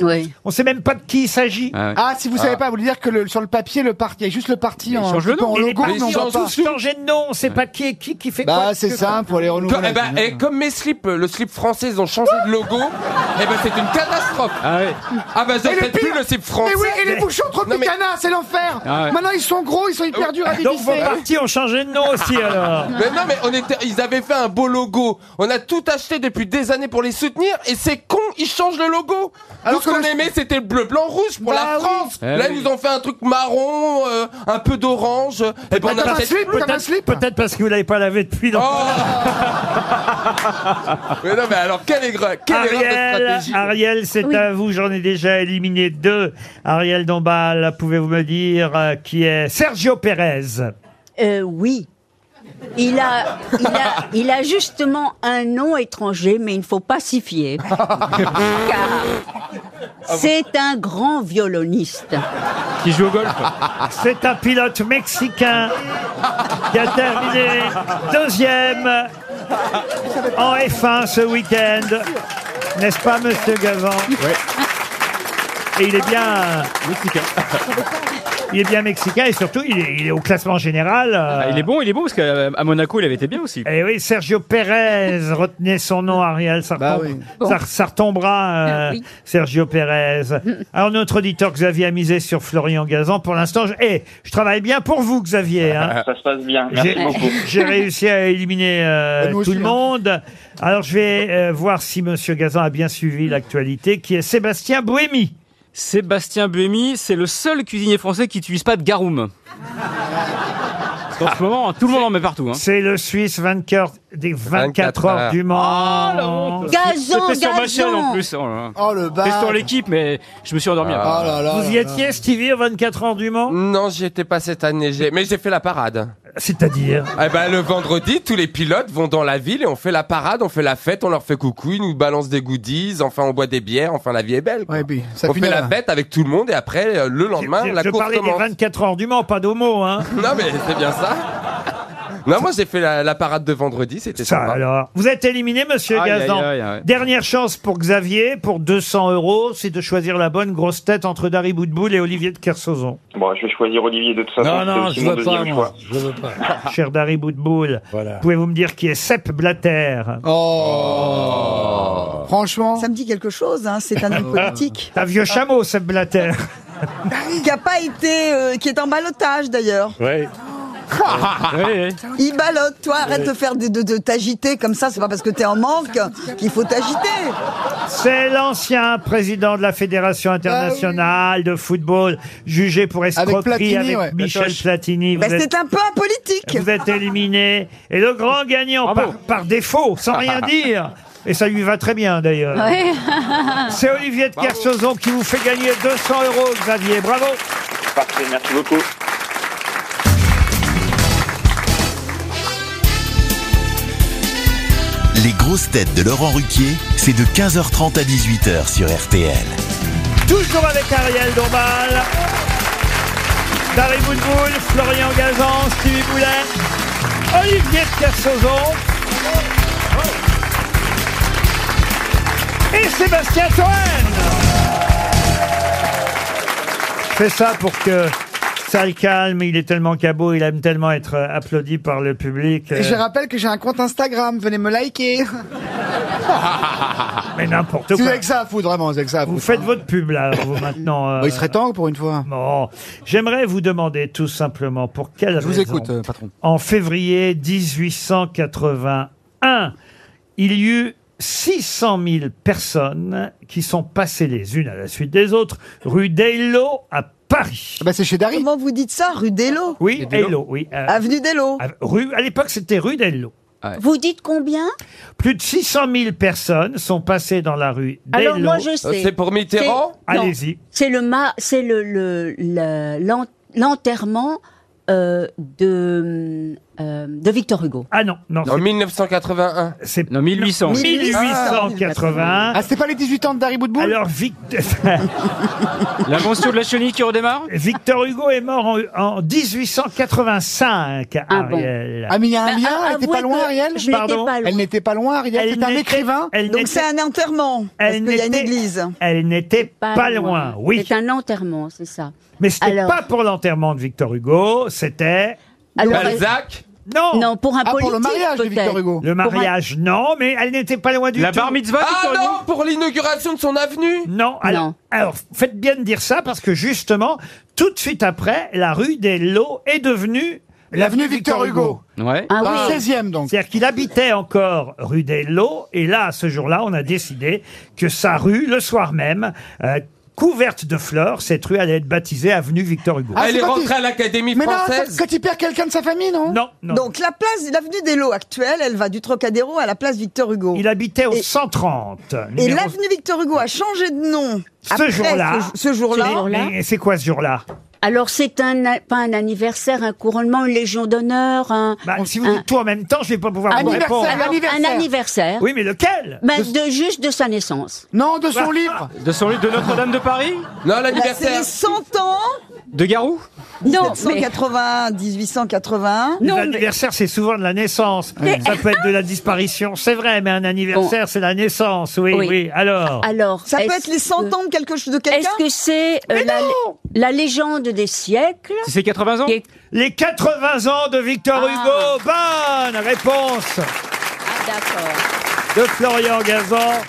Speaker 2: on sait même pas de qui il s'agit.
Speaker 4: Ah, si vous savez pas, vous voulez dire que le- sur le papier, le parti, il y a juste le parti en, petit peu en
Speaker 2: Mais les
Speaker 4: logo,
Speaker 2: partis
Speaker 4: non,
Speaker 2: ont
Speaker 4: pas.
Speaker 2: tous changé de nom, on sait pas qui est qui qui fait
Speaker 4: Bah,
Speaker 2: quoi.
Speaker 4: c'est
Speaker 2: que-
Speaker 4: simple, on les renouvelle.
Speaker 3: Comme, eh ben, eh, comme mes slips, le slip français, ils ont changé de logo. et ben, c'est une catastrophe. Ah, ben,
Speaker 4: Et
Speaker 3: je
Speaker 4: le
Speaker 3: fais plus
Speaker 4: pire-
Speaker 3: le slip français.
Speaker 4: Mais Eh oui, et les bouchons Tropicana, c'est l'enfer
Speaker 3: Ah ouais.
Speaker 4: Maintenant, ils sont gros, ils sont hyper durs à
Speaker 2: Oh. Ah, Donc vos
Speaker 4: dévisser.
Speaker 2: partis ont changé de nom aussi alors.
Speaker 3: Mais non, mais on était, ils avaient fait un beau logo. On a tout acheté depuis des années pour les soutenir et c'est con, ils changent le logo. Alors ce qu'on aimait, c'était le bleu, blanc, rouge pour la France.
Speaker 2: Eh
Speaker 3: Là,
Speaker 2: oui.
Speaker 3: ils nous ont fait un truc marron, euh, un peu d'orange. Et ben, on a Oh. fait-
Speaker 2: Peut-être peut-être parce que vous l'avez pas lavé depuis longtemps.
Speaker 3: Mais non, mais alors, quelle, aigre- quelle erreur de
Speaker 2: Ariel,
Speaker 3: stratégie.
Speaker 2: Ariel, c'est à vous. J'en ai déjà éliminé deux. Ariel Dombal, pouvez-vous me dire euh, qui est Sergio Pérez
Speaker 8: Euh, oui. Il a, il, a, il a justement un nom étranger, mais il ne faut pas s'y fier.
Speaker 7: Ah
Speaker 8: Car c'est un grand violoniste.
Speaker 7: Qui joue au golf
Speaker 2: C'est un pilote mexicain qui a terminé deuxième en F1 ce week-end. N'est-ce pas, monsieur Gavant Et il est bien. Mexicain. Il est bien mexicain et surtout, il est, il est au classement général. euh,
Speaker 7: Ah, il est bon, il est bon, parce qu'à à Monaco, il avait été bien aussi.
Speaker 2: Eh oui, Sergio Pérez, retenez son nom, Ariel, ça, retombe- ça- ça retombera, euh, Sergio Pérez. Alors, notre auditeur Xavier a misé sur Florian Gazan. Pour l'instant, je, eh, je travaille bien pour vous, Xavier. hein.
Speaker 15: Ça se passe bien, merci
Speaker 2: J'ai
Speaker 15: beaucoup.
Speaker 2: j'ai réussi à éliminer euh,
Speaker 15: Bah,
Speaker 2: tout
Speaker 15: nous aussi,
Speaker 2: le
Speaker 15: hein.
Speaker 2: monde. Alors, je vais euh, voir si Monsieur Gazan a bien suivi l'actualité, qui est Sébastien Bohémy.
Speaker 7: Sébastien Buemi, c'est le seul cuisinier français qui n'utilise pas de garoum. En ce moment, tout le monde en met partout. hein.
Speaker 2: C'est le Suisse vainqueur des 24,
Speaker 7: 24
Speaker 2: heures du Mans.
Speaker 7: Oh, la honte.
Speaker 6: Gazon,
Speaker 7: C'était sur ma chaîne
Speaker 6: gazon.
Speaker 7: en plus. Oh, là là.
Speaker 6: Oh, le bad.
Speaker 7: C'était sur l'équipe, mais je me suis endormi. après.
Speaker 2: Vous y étiez, Stevie, aux 24 heures du Mans
Speaker 3: Ah. Non, j'y étais pas cette année, j'ai- mais j'ai fait la parade.
Speaker 2: C'est-à-dire
Speaker 3: Eh ben, le vendredi, tous les pilotes vont dans la ville et on fait la parade, on fait la fête, on leur fait coucou, ils nous balancent des goodies, enfin on boit des bières, enfin la vie est belle. quoi.
Speaker 4: ça
Speaker 3: on
Speaker 4: finit
Speaker 3: fait la
Speaker 4: là.
Speaker 3: fête avec tout le monde et après, euh, le lendemain,
Speaker 2: Je,
Speaker 3: la
Speaker 2: je
Speaker 3: course
Speaker 2: parlais
Speaker 3: commence.
Speaker 2: des 24 heures du Mans, pas d'homo, hein
Speaker 3: Non mais c'est bien ça. Non, moi j'ai fait la, la parade de vendredi, c'était
Speaker 2: Ça,
Speaker 3: sympa.
Speaker 2: alors. Vous êtes éliminé, monsieur
Speaker 3: Aïe,
Speaker 2: Gazan.
Speaker 3: aïe, aïe, aïe.
Speaker 2: Dernière chance pour Xavier, pour 200 euros, c'est de choisir la bonne grosse tête entre Dari Boudboul et Olivier de Kersauzon.
Speaker 15: Bon, je vais choisir Olivier de toute façon.
Speaker 2: Non,
Speaker 15: c'est
Speaker 2: non,
Speaker 15: aussi
Speaker 2: je
Speaker 15: mon
Speaker 2: veux pas,
Speaker 15: deuxième
Speaker 2: moi.
Speaker 15: choix.
Speaker 5: Je veux pas.
Speaker 2: Cher Dari Boudboul, pouvez-vous me dire qui est Sepp Blatter Oh
Speaker 6: Franchement. Ça me dit quelque chose, hein, c'est un homme politique.
Speaker 2: Un Euh, vieux chameau, Sepp Blatter.
Speaker 4: Bah
Speaker 6: qui a pas été. euh, qui est en balotage d'ailleurs.
Speaker 2: Ouais.
Speaker 6: Il ballotte, toi, arrête de faire de, de- de t'agiter comme ça, c'est pas parce que t'es en manque qu'il faut t'agiter.
Speaker 2: C'est l'ancien président de la Fédération internationale de football, jugé pour escroquerie avec,
Speaker 6: Platini, ouais.
Speaker 2: Michel
Speaker 6: Patoche.
Speaker 2: Platini.
Speaker 6: Bah,
Speaker 2: Vous êtes-
Speaker 6: c'est un peu politique.
Speaker 2: Vous êtes éliminé. Et le grand gagnant par, par défaut, sans rien dire. Et ça lui va très bien d'ailleurs.
Speaker 16: Ouais.
Speaker 2: C'est Olivier de Kersauzon qui vous fait gagner 200 euros, Xavier. Bravo.
Speaker 15: Parfait, merci beaucoup.
Speaker 1: Les grosses têtes de Laurent Ruquier, c'est de 15h30 à 18h sur RTL.
Speaker 2: Toujours avec Ariel Dombal, Darry Boudboul, Florian Gazan, Stevie Boulet, Olivier de Kersauzon. Et Sébastien Toen Je fais ça pour que ça le calme. Il est tellement cabot, il aime tellement être euh, applaudi par le public. euh,
Speaker 4: Et je rappelle que j'ai un compte Instagram, venez me liker.
Speaker 2: Ah. Mais n'importe
Speaker 4: C'est
Speaker 2: quoi.
Speaker 4: avec ça à foutre, vraiment, c'est avec ça à
Speaker 2: Vous
Speaker 4: foutre. hein.
Speaker 2: faites votre pub là, vous maintenant.
Speaker 4: Bah, il serait
Speaker 2: temps pour une fois. Bon, j'aimerais vous demander tout simplement pour quelle
Speaker 4: Je vous
Speaker 2: raison,
Speaker 4: écoute, euh, patron.
Speaker 2: En février 1881, il y eut 600 000 personnes qui sont passées les unes à la suite des autres rue d'Eylo à Paris.
Speaker 4: Ah bah,
Speaker 6: c'est chez Dari. Comment vous dites ça, rue Dello
Speaker 2: Oui, Eylo, oui. euh,
Speaker 6: Avenue Dello.
Speaker 2: à- Rue, à l'époque, c'était rue d'Eylo.
Speaker 8: Vous dites combien
Speaker 2: Plus de 600 000 personnes sont passées dans la rue d'Eylo.
Speaker 8: Alors moi
Speaker 4: Euh,
Speaker 8: je sais. C'est- non.
Speaker 2: Allez-y.
Speaker 8: C'est le ma, c'est le le- le- l'en- l'enterrement euh, de euh, de Victor Hugo.
Speaker 2: Ah non, non.
Speaker 3: En 1981.
Speaker 2: C'est
Speaker 3: non
Speaker 7: 1800.
Speaker 2: 1881.
Speaker 4: Ah, c'était pas les 18 ans de Dari Boudboul
Speaker 2: Alors, Victor.
Speaker 7: La mention de la chenille qui redémarre
Speaker 2: Victor Hugo est mort en, en 1885, Ariel.
Speaker 4: Ah, mais il
Speaker 6: Bah,
Speaker 4: y a un lien, elle n'était
Speaker 6: avouez
Speaker 4: pas loin,
Speaker 6: que
Speaker 4: Ariel
Speaker 6: je n'étais Pardon pas loin.
Speaker 4: Elle n'était pas loin, Ariel, c'est un écrivain.
Speaker 6: Donc c'est un enterrement. Parce qu'il y a une église.
Speaker 2: Elle n'était pas, loin, oui.
Speaker 8: C'est un enterrement, c'est ça.
Speaker 2: Mais c'était
Speaker 8: Alors-
Speaker 2: pas pour l'enterrement de Victor Hugo, c'était...
Speaker 8: Alors, Balzac
Speaker 2: Non
Speaker 8: Non, pour un Ah, pour le politique, mariage de peut-être. Victor Hugo.
Speaker 2: Le
Speaker 8: Pour un-
Speaker 2: mariage, non, mais elle n'était pas loin du
Speaker 7: La
Speaker 2: tout.
Speaker 7: bar mitzvah,
Speaker 3: Ah non, pour l'inauguration de son avenue
Speaker 2: Non, alors, alors, faites bien de dire ça parce que justement, tout de suite après, la rue des Lots est devenue
Speaker 4: L'avenue Victor Hugo.
Speaker 7: Ouais.
Speaker 4: Ah Dans oui. le 16e, donc.
Speaker 2: C'est-à-dire qu'il habitait encore rue des Lots et là, ce jour-là, on a décidé que sa rue, le soir même, euh, couverte de fleurs, cette rue allait être baptisée avenue Victor Hugo.
Speaker 3: Elle est rentrée à l'Académie
Speaker 4: Mais non,
Speaker 3: française.
Speaker 4: c'est quand il perd quelqu'un de sa famille, non
Speaker 2: Non,
Speaker 6: Donc la place, l'avenue Dello actuelle, elle va du Trocadéro à la place Victor Hugo.
Speaker 2: Il habitait au 130.
Speaker 6: Et
Speaker 2: numéro-
Speaker 6: l'avenue Victor Hugo a changé de nom.
Speaker 2: ce
Speaker 6: après
Speaker 2: jour-là.
Speaker 6: ce- Ce jour-là.
Speaker 2: Et c'est quoi ce jour-là
Speaker 8: Alors c'est un a- pas un anniversaire, un couronnement, une légion d'honneur, un.
Speaker 2: Bah, Si vous
Speaker 8: Ah.
Speaker 2: dites tout en même temps, je vais pas pouvoir vous
Speaker 8: Anniversaire,
Speaker 2: répondre.
Speaker 8: alors, un anniversaire.
Speaker 2: Oui, Ah. mais lequel
Speaker 8: Ben, de juste de sa naissance.
Speaker 4: Non, de son livre.
Speaker 7: Ah. De son livre de Notre-Dame de Paris
Speaker 3: Non,
Speaker 6: Bah, C'est les 100 ans.
Speaker 7: De Garou
Speaker 8: Non,
Speaker 6: 1780, 1881.
Speaker 2: L'anniversaire, c'est souvent de la naissance.
Speaker 6: Mais-
Speaker 2: Ça peut être de la disparition, c'est vrai, mais un anniversaire, c'est la naissance. Oui, oui.
Speaker 8: Oui.
Speaker 2: Alors.
Speaker 8: Alors,
Speaker 6: Ça peut
Speaker 8: est-ce
Speaker 6: être les 100
Speaker 8: que-
Speaker 6: ans de quelque chose de quelqu'un.
Speaker 8: Est-ce que c'est euh, la, la légende des siècles
Speaker 7: Si c'est 80 ans
Speaker 2: Les 80 ans de Victor Hugo. Bonne réponse
Speaker 6: Ah,
Speaker 8: D'accord.
Speaker 2: de Florian Gazan.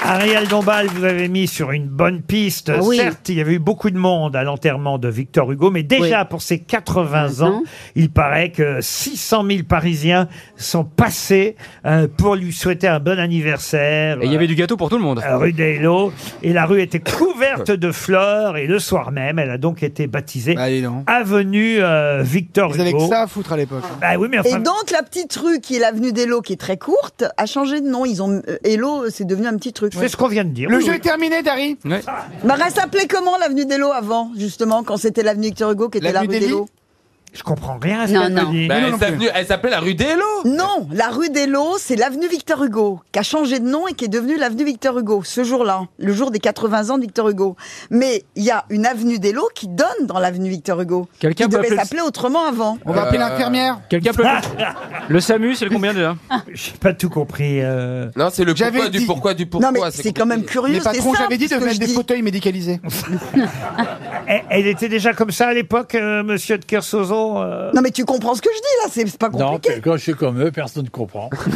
Speaker 2: Ariel Dombal vous avez mis sur une bonne piste.
Speaker 16: Ah oui.
Speaker 2: Certes, il y avait eu beaucoup de monde à l'enterrement de Victor Hugo, mais déjà pour ses 80 ans, il paraît que 600 000 Parisiens sont passés euh, pour lui souhaiter un bon anniversaire.
Speaker 7: Et il y avait du gâteau pour tout le monde.
Speaker 2: Euh, Rue des Lots. Et la rue était couverte de fleurs. Et le soir même, elle a donc été baptisée Avenue euh, Victor
Speaker 4: Bah, Ils avaient
Speaker 2: Hugo.
Speaker 4: que ça à foutre à l'époque. hein.
Speaker 2: Bah oui, mais enfin-
Speaker 6: Et donc la petite rue qui est l'avenue d'Elo, qui est très courte, a changé de nom. Ils ont euh, Elo, c'est devenu un petit truc.
Speaker 2: C'est ce qu'on vient de dire.
Speaker 6: Le
Speaker 2: Oui,
Speaker 6: jeu
Speaker 2: oui.
Speaker 6: est terminé, Dari. Bah, elle s'appelait comment l'avenue d'Elo avant, justement, quand c'était l'avenue Victor Hugo qui était la
Speaker 2: L'avenue
Speaker 6: rue
Speaker 2: d'Élo
Speaker 6: d'Elo
Speaker 2: Je comprends rien à ce
Speaker 6: Non,
Speaker 2: qu'elle me
Speaker 6: non.
Speaker 2: dit.
Speaker 3: Bah, elle s'appelait- elle s'appelait la rue d'Elo.
Speaker 6: Non, la rue d'Elo, c'est l'avenue Victor Hugo, qui a changé de nom et qui est devenue l'avenue Victor Hugo, ce jour-là, le jour des 80 ans de Victor Hugo. Mais il y a une avenue d'Elo qui donne dans l'avenue Victor Hugo,
Speaker 7: Quelqu'un
Speaker 6: qui
Speaker 7: peut
Speaker 6: devait
Speaker 7: appeler le-
Speaker 6: s'appeler autrement avant.
Speaker 7: On va appeler Euh, l'infirmière. Quelqu'un peut Le SAMU, c'est le combien déjà
Speaker 2: J'ai pas tout compris. euh.
Speaker 3: Non, c'est le pourquoi du pourquoi du pourquoi.
Speaker 4: Les patrons, j'avais dit de mettre des fauteuils médicalisés.
Speaker 2: Elle, elle était déjà comme ça à l'époque, euh, monsieur de Kersozo euh
Speaker 6: Non mais tu comprends ce que je dis là, c'est c'est pas
Speaker 5: Non,
Speaker 6: compliqué.
Speaker 5: quand je suis comme eux, personne ne comprend.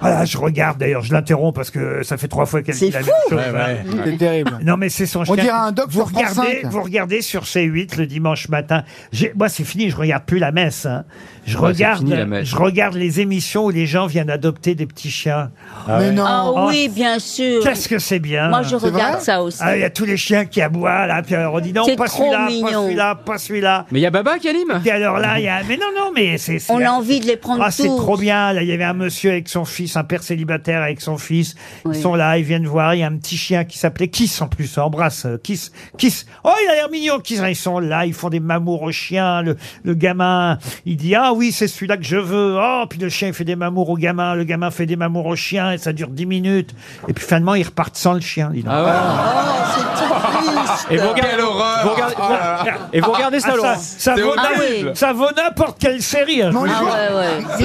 Speaker 2: Voilà, je regarde d'ailleurs, je l'interromps parce que ça fait trois fois qu'elle
Speaker 5: C'est
Speaker 2: dit la
Speaker 5: fou.
Speaker 2: même chose.
Speaker 5: Ouais, ouais.
Speaker 2: voilà.
Speaker 5: C'est terrible.
Speaker 2: Non, mais c'est son
Speaker 4: On
Speaker 2: chien.
Speaker 4: dirait un doc
Speaker 2: vous
Speaker 4: sur France
Speaker 2: regardez,
Speaker 4: 5.
Speaker 2: vous regardez sur C8 le dimanche matin. J'ai- Moi, c'est fini, je regarde plus la messe. hein. Je
Speaker 7: Ouais, c'est
Speaker 2: regarde,
Speaker 7: fini, la messe.
Speaker 2: je regarde les émissions où les gens viennent adopter des petits chiens. Oh,
Speaker 8: Ah oui, bien sûr.
Speaker 2: Qu'est-ce que c'est bien
Speaker 8: Moi, je regarde ça aussi.
Speaker 2: Ah, Il y a tous les chiens qui aboient, là, puis alors on dit non,
Speaker 8: C'est
Speaker 2: pas
Speaker 8: trop
Speaker 2: celui-là, pas
Speaker 8: mignon.
Speaker 2: celui-là, pas celui-là.
Speaker 7: Mais il y a Baba qui anime.
Speaker 2: Et alors là, il y a... Mais non, non, mais c'est... c'est
Speaker 8: On
Speaker 2: la-
Speaker 8: a envie de les prendre
Speaker 2: Ah, c'est
Speaker 8: tous.
Speaker 2: trop bien, là, il y avait un monsieur avec son fils, un père célibataire avec son fils.
Speaker 8: Oui.
Speaker 2: Ils sont là, ils viennent voir, il y a un petit chien qui s'appelait Kiss en plus, embrasse, euh, Kiss, Kiss. Oh, il a l'air mignon, Kiss. Ils sont là, ils font des mamours au chien, le, le gamin, il dit, ah oui, c'est celui-là que je veux. Oh, puis le chien, il fait des mamours au gamin, le gamin fait des mamours au chien, et ça dure 10 minutes. Et puis finalement, ils repartent sans le chien. dis donc.
Speaker 8: Oh,
Speaker 7: Et vous regardez- Ah Quelle horreur. vous regardez- Oh là
Speaker 3: Ah.
Speaker 7: là. Et vous regardez ça, Laurent.
Speaker 2: Ah, Ça,
Speaker 7: C'est
Speaker 2: vaut
Speaker 7: horrible.
Speaker 2: ça vaut n'importe quelle série. hein, je vous jure.
Speaker 6: Ah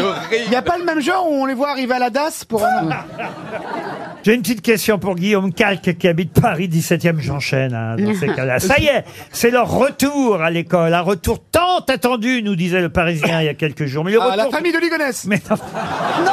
Speaker 4: Il n'y a pas le même genre où on les voit arriver à la DAS pour. un-
Speaker 2: J'ai une petite question pour Guillaume Calque qui habite Paris 17e, j'enchaîne hein, dans ces cas-là. Ça y est, c'est leur retour à l'école, un retour tant attendu, nous disait le Parisien il y a quelques jours. Mais le
Speaker 4: Ah, la
Speaker 2: retour-
Speaker 4: famille de Ligonesse.
Speaker 2: Mais non.
Speaker 6: Non,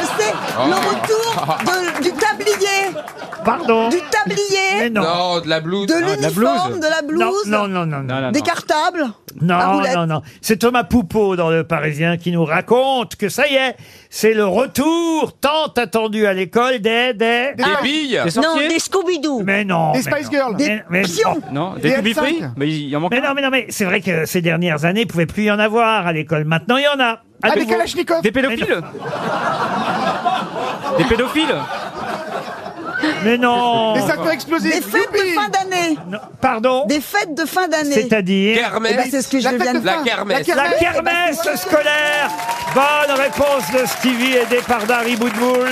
Speaker 6: je sais, le retour de- euh, du tablier.
Speaker 2: Pardon.
Speaker 6: Du tablier.
Speaker 2: Mais non.
Speaker 3: Non, de la blouse.
Speaker 6: De l'uniforme, de la blouse.
Speaker 2: Non, non, non, non. non.
Speaker 6: Des cartables. à
Speaker 2: Non,
Speaker 6: roulettes.
Speaker 2: non, non. C'est Thomas Poupeau dans Le Parisien qui nous raconte que ça y est, c'est le retour tant attendu à l'école des... Des,
Speaker 4: Des Ah, billes. des
Speaker 8: Non,
Speaker 4: sorciers
Speaker 8: des Scooby-Doo.
Speaker 2: Mais non.
Speaker 4: Des
Speaker 2: mais
Speaker 4: Spice
Speaker 2: non.
Speaker 4: Girls.
Speaker 2: Mais- mais-
Speaker 6: pions.
Speaker 7: Non, des
Speaker 2: Des
Speaker 7: Toubis
Speaker 2: F5.
Speaker 7: Free Mais il y en manque.
Speaker 2: Mais non, mais non, mais c'est vrai que ces dernières années, il pouvait plus y en avoir à l'école. Maintenant, il y en a.
Speaker 4: Ah, des
Speaker 2: nouveau.
Speaker 4: Kalachnikov.
Speaker 7: Des pédophiles Des pédophiles
Speaker 2: Mais non.
Speaker 4: Des facteurs explosifs.
Speaker 6: Des fêtes de fin d'année.
Speaker 2: Ah, Pardon.
Speaker 6: Des fêtes de fin d'année.
Speaker 2: C'est-à-dire
Speaker 3: Kermesse.
Speaker 6: Eh ben, c'est ce que je
Speaker 4: La fête
Speaker 6: viens de
Speaker 4: de
Speaker 6: faire.
Speaker 4: fin.
Speaker 3: kermesse.
Speaker 2: La kermesse scolaire. Bonne réponse de Stevie aidé par Dari Boudboul.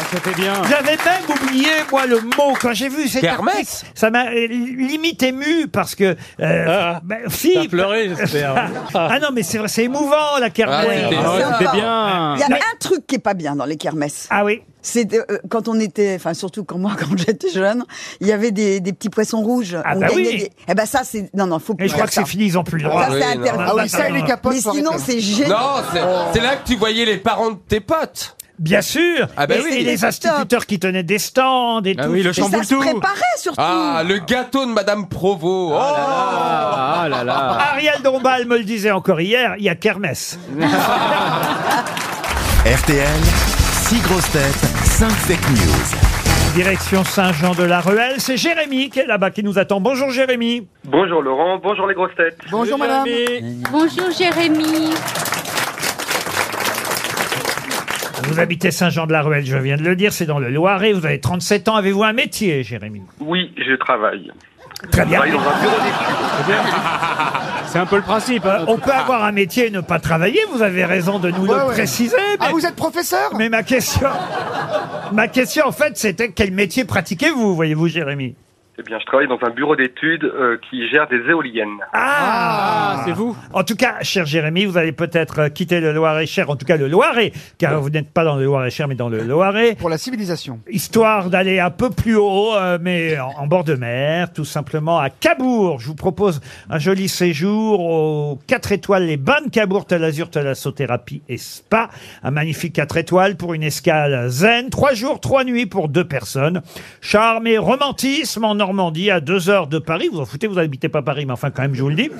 Speaker 7: Ah, C'était bien.
Speaker 2: J'avais même oublié, moi, le mot quand j'ai vu cette
Speaker 3: Kermesse.
Speaker 2: article, Ça m'a euh, limite ému parce que. euh,
Speaker 5: Ah,
Speaker 2: bah, si.
Speaker 5: t'as pleuré, j'espère.
Speaker 2: ah non, mais c'est vrai, c'est émouvant, la kermesse.
Speaker 3: Ah,
Speaker 7: Ah, C'était bien.
Speaker 6: Il y a un truc qui est pas bien dans les kermesses.
Speaker 2: Ah oui.
Speaker 6: C'est euh, quand on était, enfin surtout quand moi, quand j'étais jeune, il y avait des, des petits poissons rouges.
Speaker 2: Ah
Speaker 6: On
Speaker 2: bah
Speaker 6: gagnait
Speaker 2: oui.
Speaker 6: des- Eh ben ça c'est non non faut plus.
Speaker 2: Et je crois
Speaker 6: faire
Speaker 2: que
Speaker 6: ça.
Speaker 2: c'est fini, ils n'ont plus le droit.
Speaker 6: Ça c'est
Speaker 3: oui, non.
Speaker 6: interdit.
Speaker 4: Ah oui, ça et les capotes.
Speaker 6: Mais
Speaker 4: faut
Speaker 6: sinon
Speaker 4: arrêter.
Speaker 6: c'est génial.
Speaker 3: Non, c'est c'est là que tu voyais les parents de tes potes.
Speaker 2: Bien sûr.
Speaker 3: Ah bah
Speaker 2: et,
Speaker 3: oui.
Speaker 2: ben et les instituteurs qui tenaient des stands et
Speaker 7: Ah
Speaker 2: tout.
Speaker 7: oui, le
Speaker 2: Et
Speaker 6: Ça se
Speaker 7: chamboule-tout.
Speaker 6: préparait surtout.
Speaker 3: Ah, le gâteau de Madame Provost. Oh
Speaker 7: Ah là là.
Speaker 2: Ariel Dombal me le disait encore hier, il y a kermesse.
Speaker 1: RTL, 6 grosses têtes, 5 fake news.
Speaker 2: Direction Saint-Jean-de-la-Ruelle, c'est Jérémy qui est là-bas qui nous attend. Bonjour Jérémy.
Speaker 10: Bonjour Laurent, bonjour les grosses têtes.
Speaker 4: Bonjour madame.
Speaker 16: Bonjour Jérémy.
Speaker 2: Vous habitez Saint-Jean-de-la-Ruelle, je viens de le dire, c'est dans le Loiret. Vous avez 37 ans, avez-vous un métier, Jérémy
Speaker 10: Oui, je travaille.
Speaker 2: Très
Speaker 10: Je
Speaker 2: bien.
Speaker 10: travaille dans un bureau d'études.
Speaker 7: C'est un peu le principe. hein.
Speaker 2: Euh, On peut avoir un métier et ne pas travailler, vous avez raison de nous
Speaker 4: Ouais,
Speaker 2: le
Speaker 4: ouais.
Speaker 2: préciser.
Speaker 4: Ah,
Speaker 2: Mais,
Speaker 4: vous êtes professeur
Speaker 2: mais ma question, ma question en fait, c'était quel métier pratiquez-vous, voyez-vous, Jérémy
Speaker 17: Eh bien, je travaille dans un bureau d'études euh, qui gère des éoliennes.
Speaker 2: Ah, c'est vous. En tout cas, cher Jérémy, vous allez peut-être euh, quitter le Loir-et-Cher, en tout cas le Loiret, car vous n'êtes pas dans le Loir-et-Cher, mais dans le Loiret. Pour la civilisation. Histoire d'aller un peu plus haut, euh, mais en, en bord de mer, tout simplement à Cabourg. Je vous propose un joli séjour aux 4 étoiles, les bonnes Cabourg, Telazur, Thalassothérapie et Spa. Un magnifique 4 étoiles pour une escale zen. 3 jours, 3 nuits pour deux personnes. Charme et romantisme en Normandie, à 2 heures de Paris. Vous en foutez, vous habitez pas Paris, mais enfin, quand même, je vous le dis.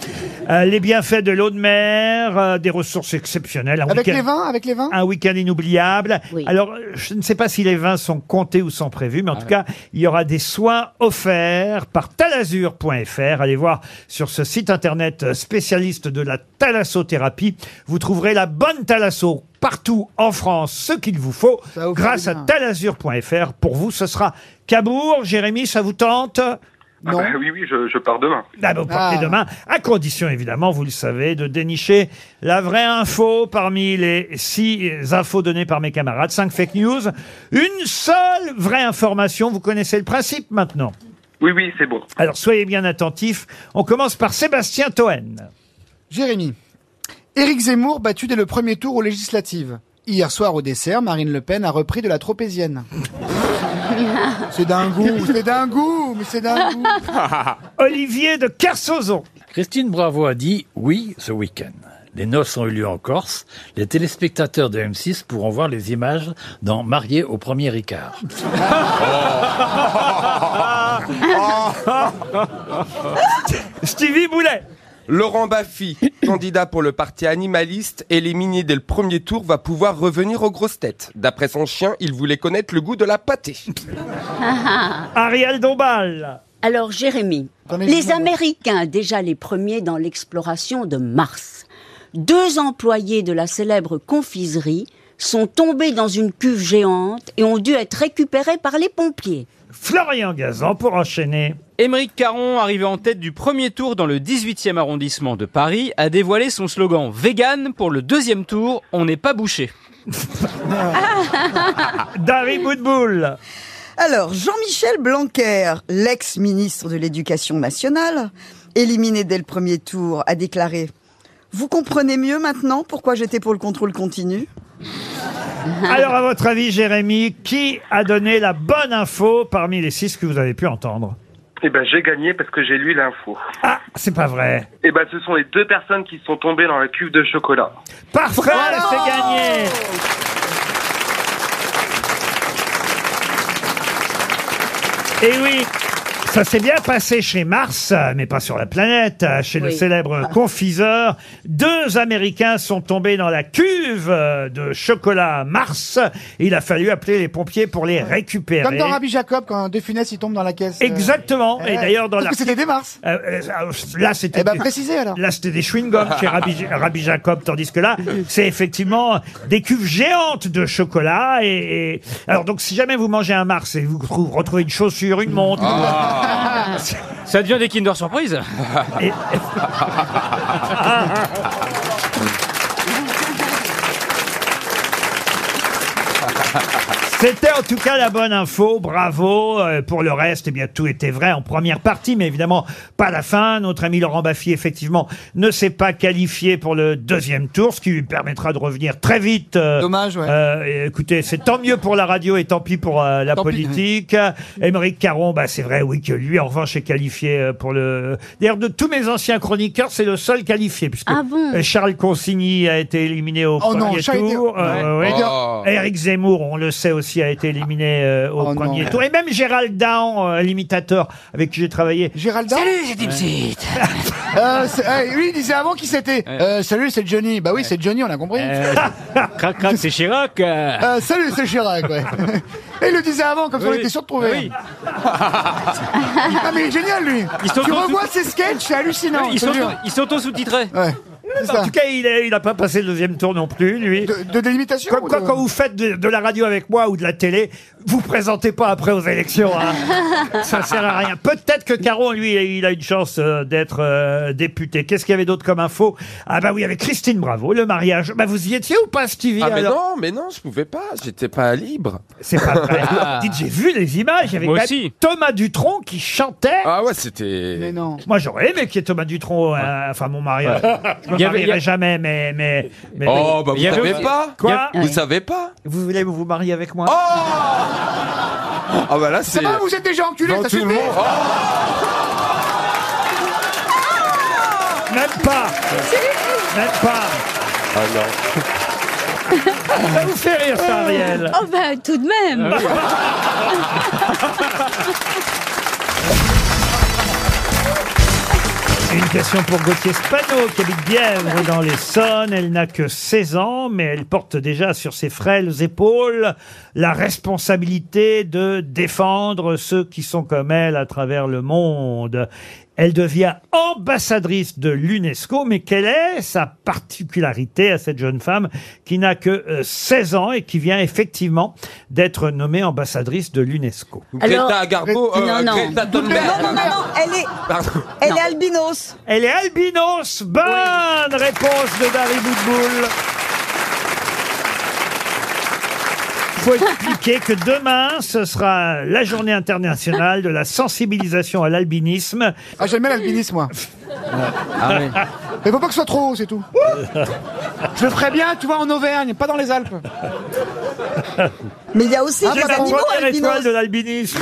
Speaker 2: Euh, les bienfaits de l'eau de mer, euh, des ressources exceptionnelles. Un
Speaker 4: Avec
Speaker 2: week-end-
Speaker 4: les vins, avec les vins
Speaker 2: un week-end inoubliable.
Speaker 4: Oui.
Speaker 2: Alors, euh, je ne sais pas si les vins sont comptés ou sont prévus, mais en tout cas, il y aura des soins offerts par talazur.fr. Allez voir sur ce site internet spécialiste de la thalassothérapie. Vous trouverez la bonne thalasso partout en France, ce qu'il vous faut,
Speaker 4: Ça ouvre
Speaker 2: grâce à
Speaker 4: bien.
Speaker 2: talazur.fr. Pour vous, ce sera Cabourg. Jérémy, ça vous tente
Speaker 17: Ah bah oui, oui, je, je pars demain.
Speaker 2: ah, bah, vous partez demain, à condition évidemment, vous le savez, de dénicher la vraie info parmi les six euh, infos données par mes camarades, cinq fake news, une seule vraie information, vous connaissez le principe maintenant.
Speaker 17: Oui, oui, c'est bon.
Speaker 2: Alors soyez bien attentifs, on commence par Sébastien Toen.
Speaker 4: Jérémy. Éric Zemmour battu dès le premier tour aux législatives. Hier soir au dessert, Marine Le Pen a repris de la tropézienne. c'est d'un goût, c'est d'un goût, mais c'est d'un goût.
Speaker 2: Olivier de Kersauzon.
Speaker 5: Christine Bravo a dit oui ce week-end. Les noces ont eu lieu en Corse. Les téléspectateurs de M6 pourront voir les images dans Marié au premier Ricard.
Speaker 2: Ah.
Speaker 3: Ah.
Speaker 2: Stevie Boulet.
Speaker 3: Laurent Baffy, candidat pour le parti animaliste, éliminé dès le premier tour, va pouvoir revenir aux grosses têtes. D'après son chien, il voulait connaître le goût de la pâtée.
Speaker 2: Ariel Dombal.
Speaker 8: Ah. Alors, Jérémy, les Américains, déjà les premiers dans l'exploration de Mars, deux employés de la célèbre confiserie sont tombés dans une cuve géante et ont dû être récupérés par les pompiers.
Speaker 2: Florian Gazan pour enchaîner.
Speaker 7: Émeric Caron, arrivé en tête du premier tour dans le 18e arrondissement de Paris, a dévoilé son slogan Vegan pour le deuxième tour, on n'est pas bouché.
Speaker 17: Oh.
Speaker 4: Ah.
Speaker 2: Dari Boudboul.
Speaker 6: Alors, Jean-Michel Blanquer, l'ex-ministre de l'Éducation nationale, éliminé dès le premier tour, a déclaré Vous comprenez mieux maintenant pourquoi j'étais pour le contrôle continu
Speaker 2: Alors à votre avis, Jérémy, qui a donné la bonne info parmi les six que vous avez pu entendre
Speaker 17: Eh ben, j'ai gagné parce que j'ai lu l'info.
Speaker 2: Ah, c'est pas vrai.
Speaker 17: Eh ben, ce sont les deux personnes qui sont tombées dans la cuve de chocolat.
Speaker 2: Parfait, c'est
Speaker 3: Ah,
Speaker 2: gagné. Et Eh oui. Ça s'est bien passé chez Mars, mais pas sur la planète, chez le
Speaker 18: Oui.
Speaker 4: Ah.
Speaker 2: célèbre confiseur. Deux Américains sont tombés dans la cuve euh, de chocolat Mars. Il a fallu appeler les pompiers pour les récupérer.
Speaker 4: Comme dans Rabbi Jacob quand De Funès il tombe dans la caisse. euh.
Speaker 2: Exactement. Et
Speaker 4: Ouais.
Speaker 2: d'ailleurs, dans
Speaker 4: Parce que
Speaker 2: l'article-
Speaker 4: c'était des mars.
Speaker 2: Euh, euh, euh, là, c'était.
Speaker 4: Eh ben,
Speaker 2: des-
Speaker 4: précisez, alors.
Speaker 2: Là, c'était des chewing-gums chez Rabbi, Rabbi Jacob, tandis que là, c'est effectivement des cuves géantes de chocolat. Et, et- alors, donc, si jamais vous mangez un Mars et vous trou- retrouvez une chaussure, une montre.
Speaker 7: Ah. Ça devient des Kinder Surprise
Speaker 2: Et- C'était en tout cas la bonne info, bravo. Euh, pour le reste, eh bien, tout était vrai en première partie, mais évidemment pas la fin. Notre ami Laurent Baffy, effectivement, ne s'est pas qualifié pour le deuxième tour, ce qui lui permettra de revenir très vite. Dommage, ouais. écoutez, c'est tant mieux pour la radio et tant pis pour euh, la politique. Émeric Caron, bah, c'est vrai, oui, que lui, en revanche, est qualifié euh, pour le... D'ailleurs, de tous mes anciens chroniqueurs, c'est le seul qualifié, puisque
Speaker 18: Ah bon
Speaker 2: euh, Charles Consigny a été éliminé au
Speaker 4: Oh non,
Speaker 2: premier
Speaker 4: Charles était-
Speaker 2: tour. Euh,
Speaker 4: Ouais.
Speaker 2: oui.
Speaker 4: Oh.
Speaker 2: Eric Zemmour, on le sait aussi, a été éliminé euh, au premier tour. Et même Gérald Daon, euh, l'imitateur avec qui j'ai travaillé.
Speaker 4: Gérald Daon Salut,
Speaker 2: j'étais
Speaker 4: Euh, c'est- euh, lui, il disait avant qui c'était. Euh, salut, c'est Johnny. Bah oui, c'est Johnny, on a compris.
Speaker 7: Euh, Crac crac, c'est Chirac
Speaker 4: Euh, salut, c'est Chirac, ouais. Et il le disait avant, comme ça on
Speaker 7: Oui.
Speaker 4: était sûr de trouver.
Speaker 7: Oui.
Speaker 4: Ah, mais il est génial, lui.
Speaker 7: Ils sont
Speaker 4: tu
Speaker 7: tous-
Speaker 4: revois ses sketchs, c'est hallucinant.
Speaker 7: Ils
Speaker 4: je te
Speaker 7: sont,
Speaker 4: jure.
Speaker 7: ils sont tous sous-titrés.
Speaker 2: bah, En tout cas, il n'a il a pas passé le deuxième tour non plus, lui. De, délimitation Comme quoi, quand vous faites de, de la radio avec moi ou de la télé, vous présentez pas après aux élections. hein. Ça sert à rien. Peut-être que Caron, lui, il a une chance euh, d'être euh, député. Qu'est-ce qu'il y avait d'autre comme info Ah bah oui, avec Christine Bravo, le mariage. Bah vous y étiez ou pas, Stevie
Speaker 3: Ah mais
Speaker 2: alors
Speaker 3: non, mais non, je pouvais pas, j'étais pas libre.
Speaker 2: C'est pas vrai. Dites, j'ai vu les images. Il y avait
Speaker 3: Ah. Moi
Speaker 2: quand même
Speaker 3: aussi.
Speaker 2: Thomas Dutronc qui chantait.
Speaker 3: Ah ouais, c'était. Mais
Speaker 4: non.
Speaker 2: Moi, j'aurais aimé qu'il y ait Thomas Dutronc, euh, enfin mon mariage.
Speaker 3: Ouais.
Speaker 2: Je me
Speaker 3: Il y avait- il y
Speaker 2: marierai
Speaker 3: a-
Speaker 2: jamais, mais. mais, mais
Speaker 3: Oh, bah vous savez pas
Speaker 2: Quoi
Speaker 3: Vous savez pas
Speaker 2: Vous voulez vous marier avec moi
Speaker 3: Ah bah là, c'est.
Speaker 4: Ça va, vous êtes déjà enculé,
Speaker 3: Dans
Speaker 4: ça
Speaker 3: tout le
Speaker 4: suffit
Speaker 3: monde.
Speaker 2: Même pas Même pas
Speaker 3: Ah non.
Speaker 2: Ça vous fait rire, ça, Ariel Ah
Speaker 16: Oh bah
Speaker 8: ben,
Speaker 16: tout de même
Speaker 2: Une question pour Gauthier Spano, qui habite Bièvre dans l'Essonne. Elle n'a que 16 ans, mais elle porte déjà sur ses frêles épaules la responsabilité de défendre ceux qui sont comme elle à travers le monde. Elle devient ambassadrice de l'UNESCO, mais quelle est sa particularité à cette jeune femme qui n'a que euh, 16 ans et qui vient effectivement d'être nommée ambassadrice de l'UNESCO
Speaker 3: Greta Garbo, euh,
Speaker 6: non, non.
Speaker 3: Greta Thunberg.
Speaker 6: Non, non, non, non, elle est, elle est albinos.
Speaker 2: Elle est albinos. Bonne réponse de Dari Boudboul. faut expliquer que demain, ce sera la journée internationale de la sensibilisation à l'albinisme.
Speaker 4: Ah, j'aime bien l'albinisme, moi.
Speaker 2: Ah oui.
Speaker 4: Mais faut pas que ce soit trop haut, c'est tout. Je le ferais bien, tu vois, en Auvergne, pas dans les Alpes. Ah,
Speaker 6: Mais il y a aussi
Speaker 2: C'est
Speaker 6: des
Speaker 2: la
Speaker 6: animaux
Speaker 2: première étoile
Speaker 6: albinos.
Speaker 2: de l'albinisme.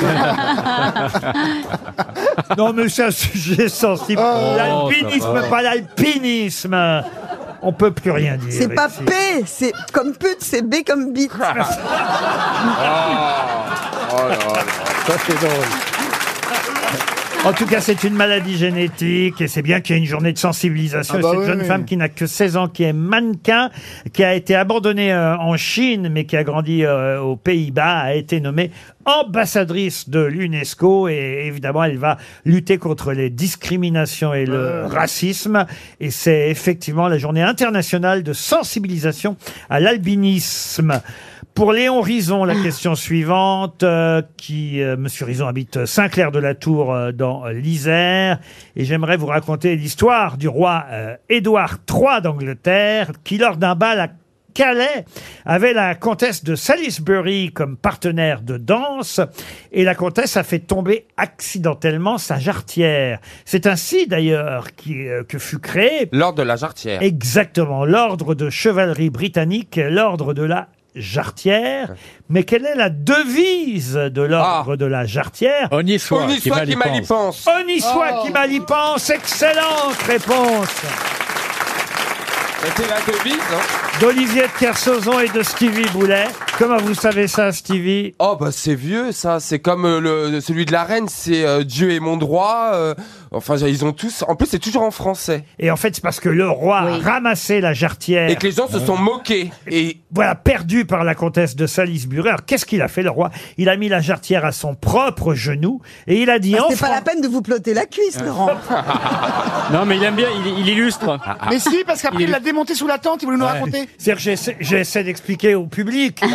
Speaker 2: non, mais c'est un sujet sensible.
Speaker 6: Oh,
Speaker 2: l'albinisme,
Speaker 6: ça va.
Speaker 2: pas l'alpinisme. On peut plus rien dire.
Speaker 6: C'est pas
Speaker 2: ici.
Speaker 6: P, c'est comme pute, c'est B comme bite.
Speaker 2: Ah.
Speaker 3: Oh,
Speaker 2: En tout cas, c'est une maladie génétique et c'est bien qu'il y ait une journée de sensibilisation.
Speaker 4: Ah bah
Speaker 2: Cette
Speaker 4: oui,
Speaker 2: jeune
Speaker 4: oui.
Speaker 2: femme qui n'a que 16 ans, qui est mannequin, qui a été abandonnée euh, en Chine mais qui a grandi euh, aux Pays-Bas, a été nommée ambassadrice de l'UNESCO et évidemment, elle va lutter contre les discriminations et le
Speaker 4: Ah.
Speaker 2: racisme. Et c'est effectivement la journée internationale de sensibilisation à l'albinisme. Pour Léon Rison, la question suivante, euh, qui, euh, Monsieur Rison habite Saint-Clair-de-la-Tour euh, dans euh, l'Isère, et j'aimerais vous raconter l'histoire du roi euh, Édouard III d'Angleterre, qui lors d'un bal à Calais avait la comtesse de Salisbury comme partenaire de danse et la comtesse a fait tomber accidentellement sa jarretière. C'est ainsi d'ailleurs qui- euh, que fut créé
Speaker 3: Lors de la jarretière.
Speaker 2: Exactement. L'ordre de chevalerie britannique, l'ordre de la jarretière. Mais quelle est la devise de l'ordre de la jarretière On y
Speaker 3: soit, Ah. On y qui soit, mal y qui mal y pense. pense.
Speaker 2: On y soit,
Speaker 3: Oh.
Speaker 2: qui mal y pense. Excellente réponse
Speaker 3: C'était Bah, la devise, hein
Speaker 2: d'Olivier de Kersauzon et de Stevie Boulet. Comment vous savez ça, Stevie
Speaker 3: Oh bah c'est vieux ça, c'est comme euh, le, celui de la reine, c'est euh, Dieu est mon droit. euh, enfin j'ai- ils ont tous, en plus c'est toujours en français.
Speaker 2: Et en fait, c'est parce que le roi a ramassé la jarretière. Euh.
Speaker 3: Et que les gens se sont moqués. Et
Speaker 2: Voilà, perdu par la comtesse de Salisbury. Alors, qu'est-ce qu'il a fait, le roi Il a mis la jarretière à son propre genou et il a dit Euh. en
Speaker 6: C'est Bah, pas
Speaker 2: Fran-
Speaker 6: la peine de vous plotter la cuisse, Laurent.
Speaker 7: Non, mais il aime bien, il, il illustre.
Speaker 4: Mais si, parce qu'après, il l'a démonté sous la tente, il voulait nous raconter.
Speaker 2: Ah.
Speaker 4: Ah,
Speaker 2: C'est-à-dire que j'essaie- j'essaie d'expliquer au public
Speaker 7: ouais,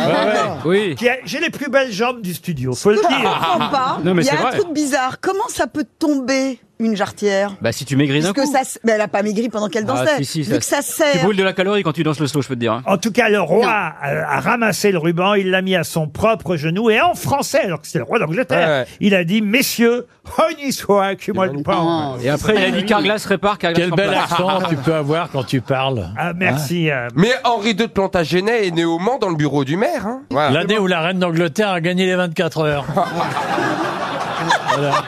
Speaker 7: oui.
Speaker 2: qu'il y a- j'ai les plus belles jambes du studio, faut le
Speaker 6: Je
Speaker 2: dire.
Speaker 6: comprends pas.
Speaker 7: Non, mais
Speaker 6: Il y a
Speaker 7: c'est
Speaker 6: un
Speaker 7: vrai.
Speaker 6: truc bizarre. Comment ça peut tomber une jarretière
Speaker 7: Bah si tu maigris d'un
Speaker 6: Parce
Speaker 7: coup.
Speaker 6: que ça, se- mais elle a pas maigri pendant qu'elle dansait.
Speaker 7: Ah, si, si,
Speaker 6: Vu que ça sert.
Speaker 7: Tu brûles de la calorie quand tu danses le slow, je peux te dire. hein.
Speaker 4: Ah,
Speaker 2: En tout cas, le roi a, a ramassé le ruban, il l'a mis à son propre genou et en français, alors que c'est le roi d'Angleterre,
Speaker 7: Ouais, ouais.
Speaker 2: il a dit Messieurs, on y soit, que moi le pain.
Speaker 7: Et après, il a
Speaker 5: Ah,
Speaker 2: Ah,
Speaker 7: dit Carglass répare, Carglass
Speaker 5: Quel bel
Speaker 7: remplace.
Speaker 5: accent tu peux avoir quand tu parles. hein
Speaker 2: Ah, merci. euh,
Speaker 3: Mais Henri II de Plantagenet est né au Mans dans le bureau du maire. Hein. Voilà.
Speaker 5: L'année où la reine d'Angleterre a gagné les 24 heures. Voilà.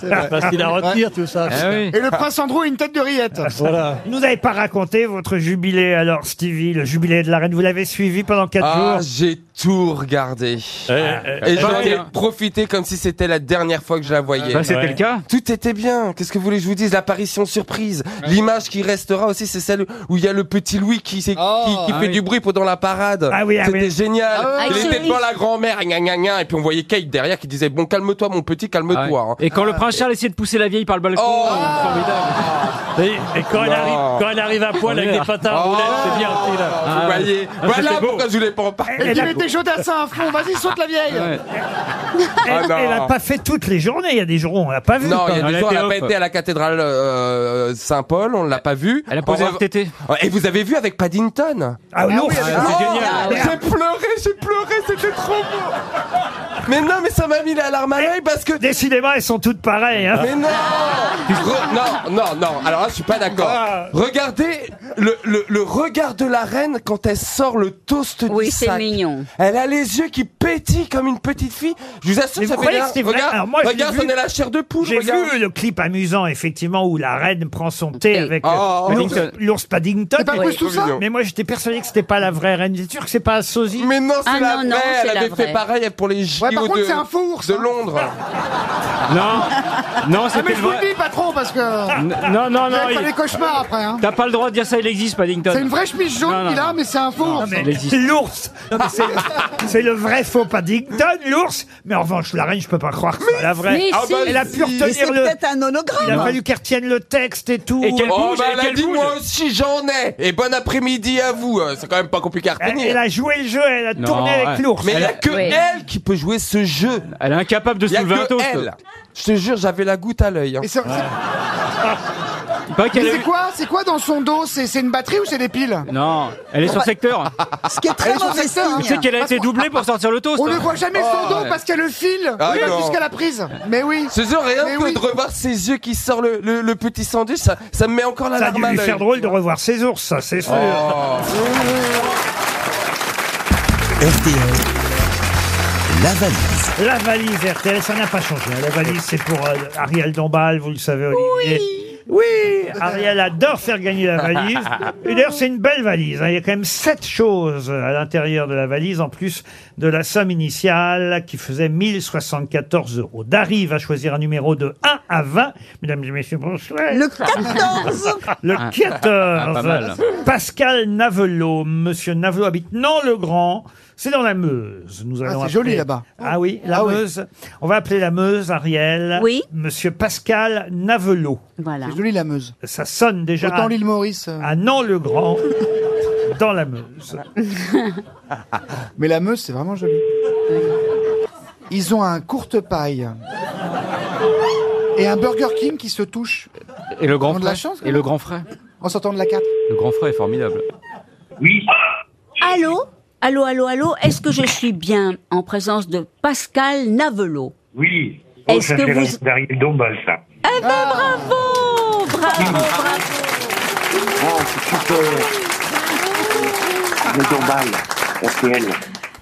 Speaker 5: C'est facile à retenir tout ça.
Speaker 4: Et le prince Andrew a une tête de rillette.
Speaker 5: Voilà.
Speaker 2: Vous nous avez pas raconté votre jubilé alors, Stevie, le jubilé de la reine. Vous l'avez suivi pendant quatre
Speaker 3: Ah,
Speaker 2: jours.
Speaker 3: j'ai tout regardé.
Speaker 7: Ah.
Speaker 5: eh,
Speaker 3: et
Speaker 5: eh,
Speaker 3: j'en
Speaker 5: eh,
Speaker 3: ai
Speaker 5: eh.
Speaker 3: profité comme si c'était la dernière fois que je la voyais.
Speaker 7: Bah, c'était le cas.
Speaker 3: Tout était bien. Qu'est-ce que vous voulez que je vous dise L'apparition surprise. L'image qui restera aussi, c'est celle où il y a le petit Louis qui, s'est- qui, qui
Speaker 7: Ah
Speaker 3: fait
Speaker 7: oui.
Speaker 3: du bruit pendant la parade.
Speaker 2: Ah oui, ah
Speaker 3: c'était
Speaker 2: oui.
Speaker 3: génial.
Speaker 2: Oh. Ah
Speaker 3: il
Speaker 2: oui.
Speaker 3: était devant la grand-mère, gna, gna, gna, et puis on voyait Kate derrière qui disait bon calme-toi mon petit, calme-toi. voir. hein.
Speaker 7: Ah
Speaker 3: Oh,
Speaker 7: Et quand le
Speaker 2: Ah.
Speaker 7: prince Charles essayait de pousser la vieille par le balcon, euh, formidable.
Speaker 5: Et, quand, elle
Speaker 3: Non.
Speaker 5: arrive, quand elle arrive à poil avec des patins à
Speaker 3: Oh.
Speaker 5: roulettes, c'est bien aussi là.
Speaker 3: Ah.
Speaker 5: Ah,
Speaker 3: Vous voyez, voilà pourquoi je voulais pas en parler.
Speaker 4: Et tu mettais Jodassin à fond, vas-y, saute la vieille Ah,
Speaker 3: Ah
Speaker 2: Elle
Speaker 3: non.
Speaker 2: elle a pas fait toutes les journées. Il y a des jours où on l'a pas vue.
Speaker 3: Non,
Speaker 2: quand
Speaker 3: il y a
Speaker 2: même.
Speaker 3: des jours, elle n'a pas été à la cathédrale euh, Saint-Paul, on ne l'a pas vue. Elle a
Speaker 7: posé un
Speaker 3: tété. Et vous avez vu avec Paddington
Speaker 2: Ah,
Speaker 3: non,
Speaker 2: oui, avec-
Speaker 3: c'est
Speaker 2: Ah,
Speaker 3: génial.
Speaker 2: merde.
Speaker 3: J'ai pleuré, j'ai pleuré, c'était trop beau. Mais non, mais ça m'a mis la larme à l'œil parce que.
Speaker 2: Décidément, elles sont toutes pareilles. hein.
Speaker 3: Mais non Re- Non, non, non, alors là, je suis pas d'accord.
Speaker 2: Ah.
Speaker 3: Regardez le, le- le regard de la reine quand elle sort le toast du
Speaker 8: Oui, c'est
Speaker 3: sac.
Speaker 8: mignon.
Speaker 3: Elle a les yeux qui pétillent comme une petite fille. Je vous assure,
Speaker 2: Mais
Speaker 3: ça
Speaker 2: vous
Speaker 3: fait
Speaker 2: croyez que
Speaker 3: l'air-
Speaker 2: c'est vrai
Speaker 3: Regarde,
Speaker 2: Alors moi, je l'ai
Speaker 3: regarde,
Speaker 2: vu-
Speaker 3: on a la chair de poule.
Speaker 2: J'ai
Speaker 3: regarde.
Speaker 2: vu le clip amusant, effectivement, où la reine prend son thé avec euh,
Speaker 3: Oh, oh,
Speaker 2: l'ours-
Speaker 3: Paddington.
Speaker 2: l'ours Paddington.
Speaker 4: C'est pas Bruce Toussaint Trop mignon.
Speaker 2: Mais moi, j'étais persuadé que c'était pas la vraie reine. J'étais sûr que c'est pas un sosie.
Speaker 3: Mais non, c'est
Speaker 2: Ah
Speaker 3: la
Speaker 2: non,
Speaker 3: vraie.
Speaker 2: non, c'est
Speaker 3: Elle
Speaker 2: la
Speaker 3: avait
Speaker 2: vraie.
Speaker 3: fait pareil pour les JO
Speaker 4: Ouais, par contre,
Speaker 3: de,
Speaker 4: c'est un faux ours,
Speaker 3: de
Speaker 4: hein.
Speaker 3: Londres.
Speaker 7: Non, non,
Speaker 4: Ah,
Speaker 7: Oh, c'était
Speaker 4: mais
Speaker 7: le
Speaker 4: je vous
Speaker 7: vrai.
Speaker 4: le dis, patron, parce que.
Speaker 7: non, non, non,
Speaker 4: Vous allez faire
Speaker 7: il-
Speaker 4: des cauchemars après, hein.
Speaker 7: T'as pas le droit de dire ça, il existe, Paddington.
Speaker 4: C'est une vraie chemise jaune
Speaker 7: Non, non,
Speaker 4: qu'il a,
Speaker 7: non.
Speaker 4: mais c'est un faux.
Speaker 2: mais
Speaker 7: il existe.
Speaker 2: L'ours Non, mais c'est- C'est le vrai faux Paddington, l'ours Mais en revanche, la reine, je peux pas croire que c'est la vraie.
Speaker 6: Mais
Speaker 2: Ah
Speaker 6: si.
Speaker 2: bah, elle a pu
Speaker 6: Mais c'est
Speaker 2: retenir le...
Speaker 6: peut-être un
Speaker 2: Il a
Speaker 6: hologramme.
Speaker 2: fallu qu'elle retienne le texte et tout.
Speaker 3: oh, bah, elle a dit moi aussi j'en ai. Et bon après-midi à vous. Euh, C'est quand même pas compliqué à
Speaker 2: Elle,
Speaker 3: retenir.
Speaker 2: elle a joué le jeu, elle a
Speaker 7: Non,
Speaker 2: tourné avec
Speaker 7: Ah, ouais.
Speaker 2: l'ours.
Speaker 3: Mais il n'y a
Speaker 7: Elle-
Speaker 3: que
Speaker 8: Oui.
Speaker 3: elle qui peut jouer ce jeu.
Speaker 7: Elle est incapable de
Speaker 3: Il n'y a
Speaker 7: soulever un
Speaker 3: que
Speaker 7: toast.
Speaker 3: elle. Je te jure, j'avais la goutte à l'œil. hein.
Speaker 4: Mais c'est c'est-
Speaker 7: Il paraît
Speaker 4: mais
Speaker 7: qu'elle a
Speaker 4: c'est
Speaker 7: eu-
Speaker 4: quoi, c'est quoi dans son dos C'est c'est une batterie ou c'est des piles
Speaker 7: Non, elle est sur secteur.
Speaker 6: Ce qui est très
Speaker 4: Elle est sur
Speaker 6: mauvais
Speaker 4: secteur,
Speaker 6: signe.
Speaker 7: Tu sais qu'elle a été doublée pour sortir le toast. hein.
Speaker 4: On ne voit jamais son dos
Speaker 3: Oh, ouais.
Speaker 4: parce qu'elle le file
Speaker 3: Ah,
Speaker 4: oui,
Speaker 3: non.
Speaker 4: jusqu'à la prise. Mais oui.
Speaker 3: Ce jeu, rien
Speaker 4: Mais
Speaker 3: que
Speaker 4: oui.
Speaker 3: de revoir ses yeux qui sort le, le- le petit sandwich, ça, ça me met encore la
Speaker 2: Ça a dû
Speaker 3: larme à
Speaker 2: lui
Speaker 3: l'œil.
Speaker 2: faire drôle de revoir ses ours, ça, c'est sûr.
Speaker 3: Oh.
Speaker 1: RTL, la valise.
Speaker 2: La valise RTL, ça n'a pas changé. hein. La valise, c'est pour euh, Ariel Dombal, vous le savez, Olivier. Oui, Ariel adore faire gagner la valise. Et d'ailleurs, c'est une belle valise. hein. Il y a quand même sept choses à l'intérieur de la valise, en plus de la somme initiale qui faisait 1074 euros. Dari va choisir un numéro de 1 à 20. Mesdames et messieurs, bonsoir.
Speaker 6: Le 14
Speaker 3: Ah.
Speaker 2: Le 14.
Speaker 7: Ah, pas mal.
Speaker 2: Pascal Navelot. Monsieur Navelot habite Nant-le-Grand. C'est dans la Meuse. Nous allons
Speaker 4: c'est
Speaker 2: appeler-
Speaker 4: joli, là-bas.
Speaker 2: Ah oui, la
Speaker 4: Ah oui.
Speaker 2: Meuse. On va appeler la Meuse, Ariel.
Speaker 8: Oui.
Speaker 2: Monsieur Pascal Navelot.
Speaker 8: Voilà.
Speaker 4: C'est joli la Meuse.
Speaker 2: Ça sonne déjà
Speaker 4: Autant
Speaker 2: à,
Speaker 4: l'île Maurice. euh.
Speaker 2: à Nant-le-Grand. Dans la Meuse.
Speaker 4: Mais la Meuse, c'est vraiment joli. Ils ont un courte paille. Et un Burger King qui se touche
Speaker 7: Oh. Et le grand
Speaker 4: Ils ont de
Speaker 7: frère.
Speaker 4: la chance, quand
Speaker 7: Et le grand frère.
Speaker 4: en sortant de la carte.
Speaker 7: Le grand frère est formidable.
Speaker 8: Allô Allô, allô, allô Est-ce que je suis bien en présence de Pascal Navelot
Speaker 18: Oui. Oh,
Speaker 8: Est-ce que vous-
Speaker 18: D'Ariel Dombal, ça.
Speaker 8: Eh ben, bravo Bravo, bravo
Speaker 18: Oh, c'est super. Ariel Dombal, RTL.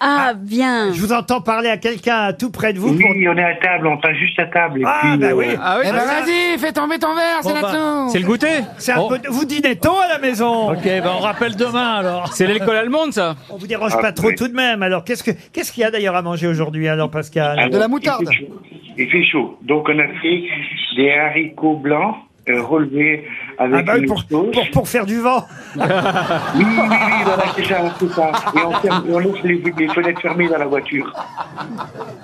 Speaker 8: Ah, bien
Speaker 2: Je vous entends parler à quelqu'un tout près de vous. pour-
Speaker 18: Oui, on est à table, on passe juste à table. Et
Speaker 2: Ah,
Speaker 18: puis,
Speaker 2: bah
Speaker 18: euh,
Speaker 2: oui.
Speaker 7: Ah oui,
Speaker 4: Eh ben vas-y, fais tomber ton verre, Ah, c'est
Speaker 5: Bon, bah,
Speaker 4: là-dessous.
Speaker 7: c'est le goûter.
Speaker 2: C'est un
Speaker 7: Oh,
Speaker 2: peu- Vous dînez tôt à la maison.
Speaker 5: Ok, ben on rappelle demain alors.
Speaker 7: C'est l'école allemande, ça.
Speaker 2: On vous dérange
Speaker 18: Ah,
Speaker 2: pas trop
Speaker 18: oui.
Speaker 2: tout de même. Alors, qu'est-ce que qu'est-ce qu'il y a d'ailleurs à manger aujourd'hui, alors, Pascal
Speaker 18: alors,
Speaker 4: de la
Speaker 18: Il
Speaker 4: moutarde.
Speaker 18: fait, chaud. Il fait chaud. Donc, on a fait des haricots blancs euh, relevés avec
Speaker 2: Ah bah oui,
Speaker 18: une
Speaker 2: pour,
Speaker 18: sauce.
Speaker 2: pour, pour faire du vent.
Speaker 18: Oui, oui, oui, voilà, c'est ça, c'est ça. Et on, ferme- on laisse les, les fenêtres fermées dans la voiture.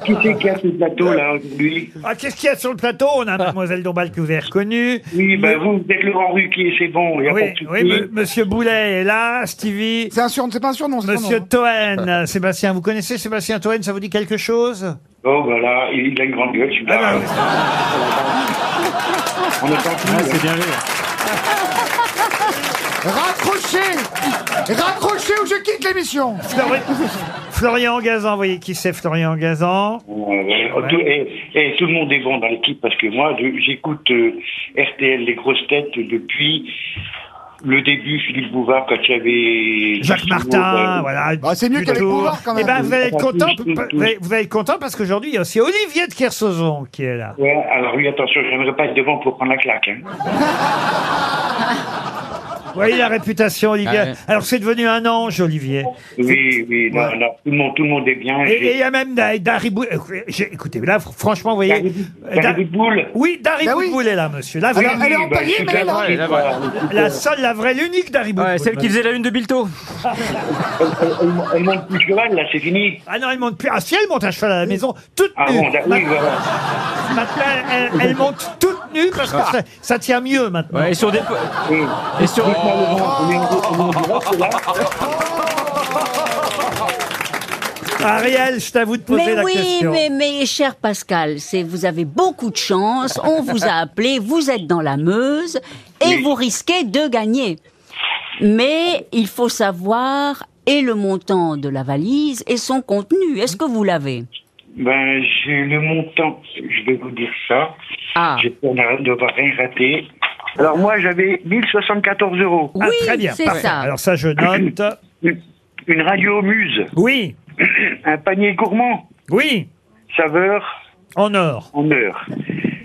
Speaker 18: Qui c'est qui a ce plateau, là, aujourd'hui
Speaker 2: Ah, qu'est-ce qu'il y a sur le plateau On a Mademoiselle Dombal que vous avez reconnue.
Speaker 18: Oui, ben vous, vous êtes Laurent Ruquier, c'est bon, il n'y a
Speaker 2: Oui,
Speaker 18: pas de
Speaker 2: oui,
Speaker 18: souci.
Speaker 2: me- Monsieur Boulet est là, Stevie.
Speaker 4: C'est un surnom, c'est pas un surnom, c'est son
Speaker 2: Monsieur
Speaker 4: nom.
Speaker 2: Toen, Sébastien, vous connaissez Sébastien Toen Ça vous dit quelque chose
Speaker 18: Oh, voilà, il, il a une grande gueule, super.
Speaker 2: Ah, bah oui.
Speaker 18: On est hein.
Speaker 7: Ah,
Speaker 18: tranquille.
Speaker 7: c'est bien vu.
Speaker 4: Raccrochez Raccrochez ou je quitte l'émission
Speaker 2: Flori- Florian Gazan, vous voyez qui c'est Florian Gazan
Speaker 18: Ouais, ouais. euh, Tout, et, et tout le monde est bon dans l'équipe parce que moi, je- j'écoute euh, RTL, les grosses têtes, depuis le début, Philippe Bouvard, quand il y avait... ben,
Speaker 2: Jacques Martin, voilà.
Speaker 4: Bah, c'est mieux
Speaker 2: du
Speaker 4: qu'avec
Speaker 2: tour.
Speaker 4: Bouvard, quand même.
Speaker 2: Eh ben, vous allez
Speaker 18: Ah,
Speaker 2: être content,
Speaker 18: Tout, tout, tout.
Speaker 2: vous allez- vous allez être content parce qu'aujourd'hui, il y a aussi Olivier de Kersauzon qui est là.
Speaker 18: Ouais, alors oui, attention, j'aimerais pas être devant pour prendre la claque. hein.
Speaker 2: Vous voyez la réputation, Olivier.
Speaker 18: Ah ouais.
Speaker 2: Alors c'est devenu un ange, Olivier.
Speaker 18: Oui, oui, non, non, tout, le monde, tout le monde est bien.
Speaker 2: Et et
Speaker 18: j'ai-
Speaker 2: il y a même Da- Dari Bou- euh, j'ai- Écoutez, là, fr- franchement, vous voyez. euh,
Speaker 18: Dari Boudboul.
Speaker 2: Oui, Dari
Speaker 18: Bah oui.
Speaker 2: Boudboul est là, monsieur. Là,
Speaker 18: Ah,
Speaker 2: vous-
Speaker 18: bah, elle est en Bah, panier, c'est mais elle est là. vrai, elle est là, voilà.
Speaker 2: La seule, la vraie, l'unique Dari Boudboul.
Speaker 7: Ouais, celle qui faisait la une de Bilto.
Speaker 18: Elle, elle- elle mon- elle monte plus de cheval, là, c'est fini.
Speaker 2: Ah non, elle monte plus. Ah si, elle monte à cheval à la maison, toute
Speaker 18: Ah
Speaker 2: nue.
Speaker 18: bon, da- oui,
Speaker 2: Maintenant-
Speaker 18: voilà.
Speaker 2: Maintenant, elle, elle monte toute nue parce que
Speaker 18: Ah.
Speaker 2: ça, ça tient mieux maintenant.
Speaker 7: Ouais, et sur des-
Speaker 18: Et,
Speaker 7: Et sur-
Speaker 18: dites-moi le vent, on est en- on est en direct, là.
Speaker 2: Ariel, je t'avoue de poser
Speaker 8: Mais
Speaker 2: la
Speaker 8: oui,
Speaker 2: question.
Speaker 8: mais, mais cher Pascal, c'est vous avez beaucoup de chance. On vous a appelé, vous êtes dans la Meuse et vous risquez de gagner. Mais il faut savoir et le montant de la valise et son contenu. Est-ce que vous l'avez
Speaker 18: Ben, j'ai le montant, je vais vous dire ça.
Speaker 8: Ah.
Speaker 4: Ah.
Speaker 18: J'ai peur de ne rien rater. Alors moi, j'avais 1074 euros.
Speaker 2: Ah, très bien, parfait. Alors ça, je note.
Speaker 18: Une, une radio muse.
Speaker 2: Oui.
Speaker 18: Un panier gourmand.
Speaker 2: Oui.
Speaker 18: Saveur.
Speaker 2: En or.
Speaker 18: En or.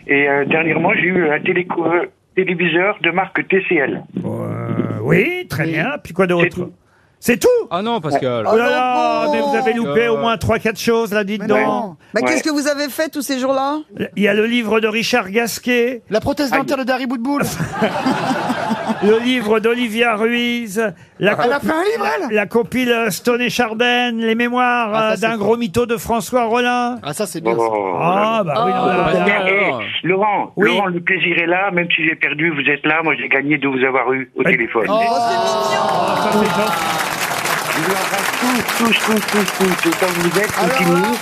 Speaker 18: Et euh, dernièrement, j'ai eu un téléco- euh, téléviseur de marque TCL.
Speaker 2: Euh, oui, très bien. Puis quoi d'autre C'est tout
Speaker 7: Ah non, Pascal.
Speaker 2: Oh là là, mais vous avez loupé au moins 3-4 choses, là, dites donc.
Speaker 6: Bah, Qu'est-ce que vous avez fait tous ces jours-là
Speaker 2: Il y a le livre de Richard Gasquet.
Speaker 4: La prothèse dentaire de Dari Boudboul.
Speaker 2: Le livre d'Olivia Ruiz. La
Speaker 4: Elle a
Speaker 2: copi-
Speaker 4: fait un livre, elle
Speaker 2: La compile euh, Stone et Chardenne, Les Mémoires
Speaker 4: Ah, ça,
Speaker 2: euh,
Speaker 4: c'est
Speaker 2: d'un
Speaker 4: fort.
Speaker 2: gros mytho de François Rollin.
Speaker 4: Ah, ça, c'est bien. ça.
Speaker 2: Ah, bah oui, non, là, là, là.
Speaker 18: Eh, Oh. Laurent, Laurent, le plaisir est là. Même si j'ai perdu, vous êtes là. Moi, j'ai gagné de vous avoir eu
Speaker 2: Eh,
Speaker 18: au téléphone.
Speaker 2: oh,
Speaker 18: Je vous embrasse tous, tous, tous, tous, tous. Autant que vous êtes, continuez.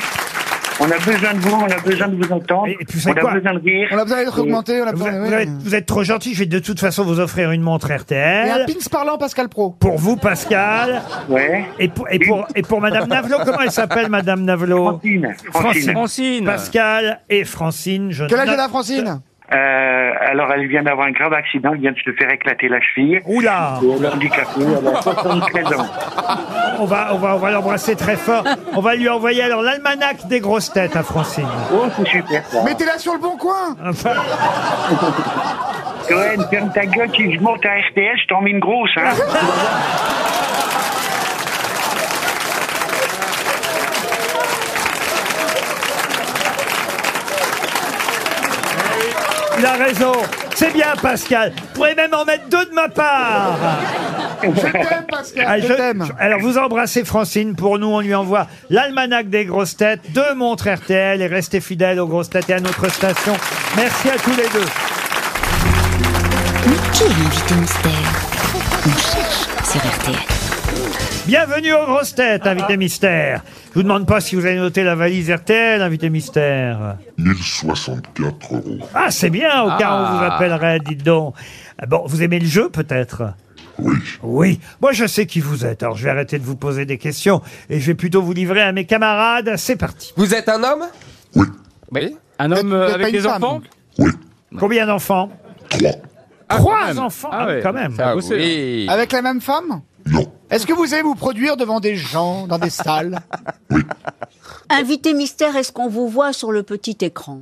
Speaker 18: On a besoin de vous, on a besoin de vous entendre. on
Speaker 2: savez
Speaker 18: a
Speaker 2: quoi
Speaker 18: besoin de rire.
Speaker 4: On a besoin d'être augmenté, on a
Speaker 2: Vous,
Speaker 4: besoin
Speaker 2: vous êtes, vous êtes trop gentil, je vais de toute façon vous offrir une montre
Speaker 4: Et un
Speaker 2: RTL.
Speaker 4: pins parlant Pascal Pro.
Speaker 2: Pour vous, Pascal.
Speaker 18: Ouais.
Speaker 2: Et pour, et pour, et pour Madame Navelot, comment elle s'appelle, Madame Navelot
Speaker 18: Francine. Francine. Francine.
Speaker 2: Pascal et Francine. Je
Speaker 4: Quel âge
Speaker 2: note-
Speaker 4: elle a, Francine
Speaker 18: Euh, alors, elle vient d'avoir un grave accident, elle vient de se faire éclater la cheville.
Speaker 2: Oula
Speaker 18: Et elle est handicapée, elle a 73 ans.
Speaker 2: On va, on va, on va l'embrasser très fort. On va lui envoyer alors l'almanach des grosses têtes à Francine.
Speaker 18: Oh, c'est super ça.
Speaker 4: Mettez-la sur le bon coin
Speaker 18: Cohen, ferme ta gueule, si je monte à RTS, je t'en mets une grosse, hein.
Speaker 2: Il a raison. C'est bien, Pascal. Vous pourrez même en mettre deux de ma part.
Speaker 4: Je t'aime, Pascal,
Speaker 2: Ah,
Speaker 4: je
Speaker 2: je-
Speaker 4: t'aime.
Speaker 2: je- alors, vous embrassez Francine. Pour nous, on lui envoie l'almanach des grosses têtes, deux montres RTL et restez fidèles aux grosses têtes et à notre station. Merci à tous les deux.
Speaker 11: Mais qui est l'invité mystère On cherche sur RTL.
Speaker 2: Bienvenue aux grosses têtes, invité mystère. Je vous demande pas si vous avez noté la valise RTL, invité mystère.
Speaker 19: 1064 euros.
Speaker 2: Ah, c'est bien, au cas où on
Speaker 19: Ah.
Speaker 2: vous appellerait, dites donc. Ah Bon, vous aimez le jeu, peut-être Oui. Oui. Moi, je sais qui vous êtes, alors je vais arrêter de vous poser des questions et je vais plutôt vous livrer à mes camarades. C'est parti.
Speaker 3: Vous êtes un homme
Speaker 7: Oui. Un homme euh, avec des enfants
Speaker 2: Combien d'enfants
Speaker 7: Ah, quand
Speaker 2: Trois
Speaker 7: même.
Speaker 2: enfants,
Speaker 7: Ah
Speaker 2: Ah oui,
Speaker 7: ouais.
Speaker 2: quand même.
Speaker 7: Ça a bossé.
Speaker 4: Avec la même femme Non. Est-ce que vous aimez vous produire devant des gens, dans des salles
Speaker 8: Invité mystère, est-ce qu'on vous voit sur le petit écran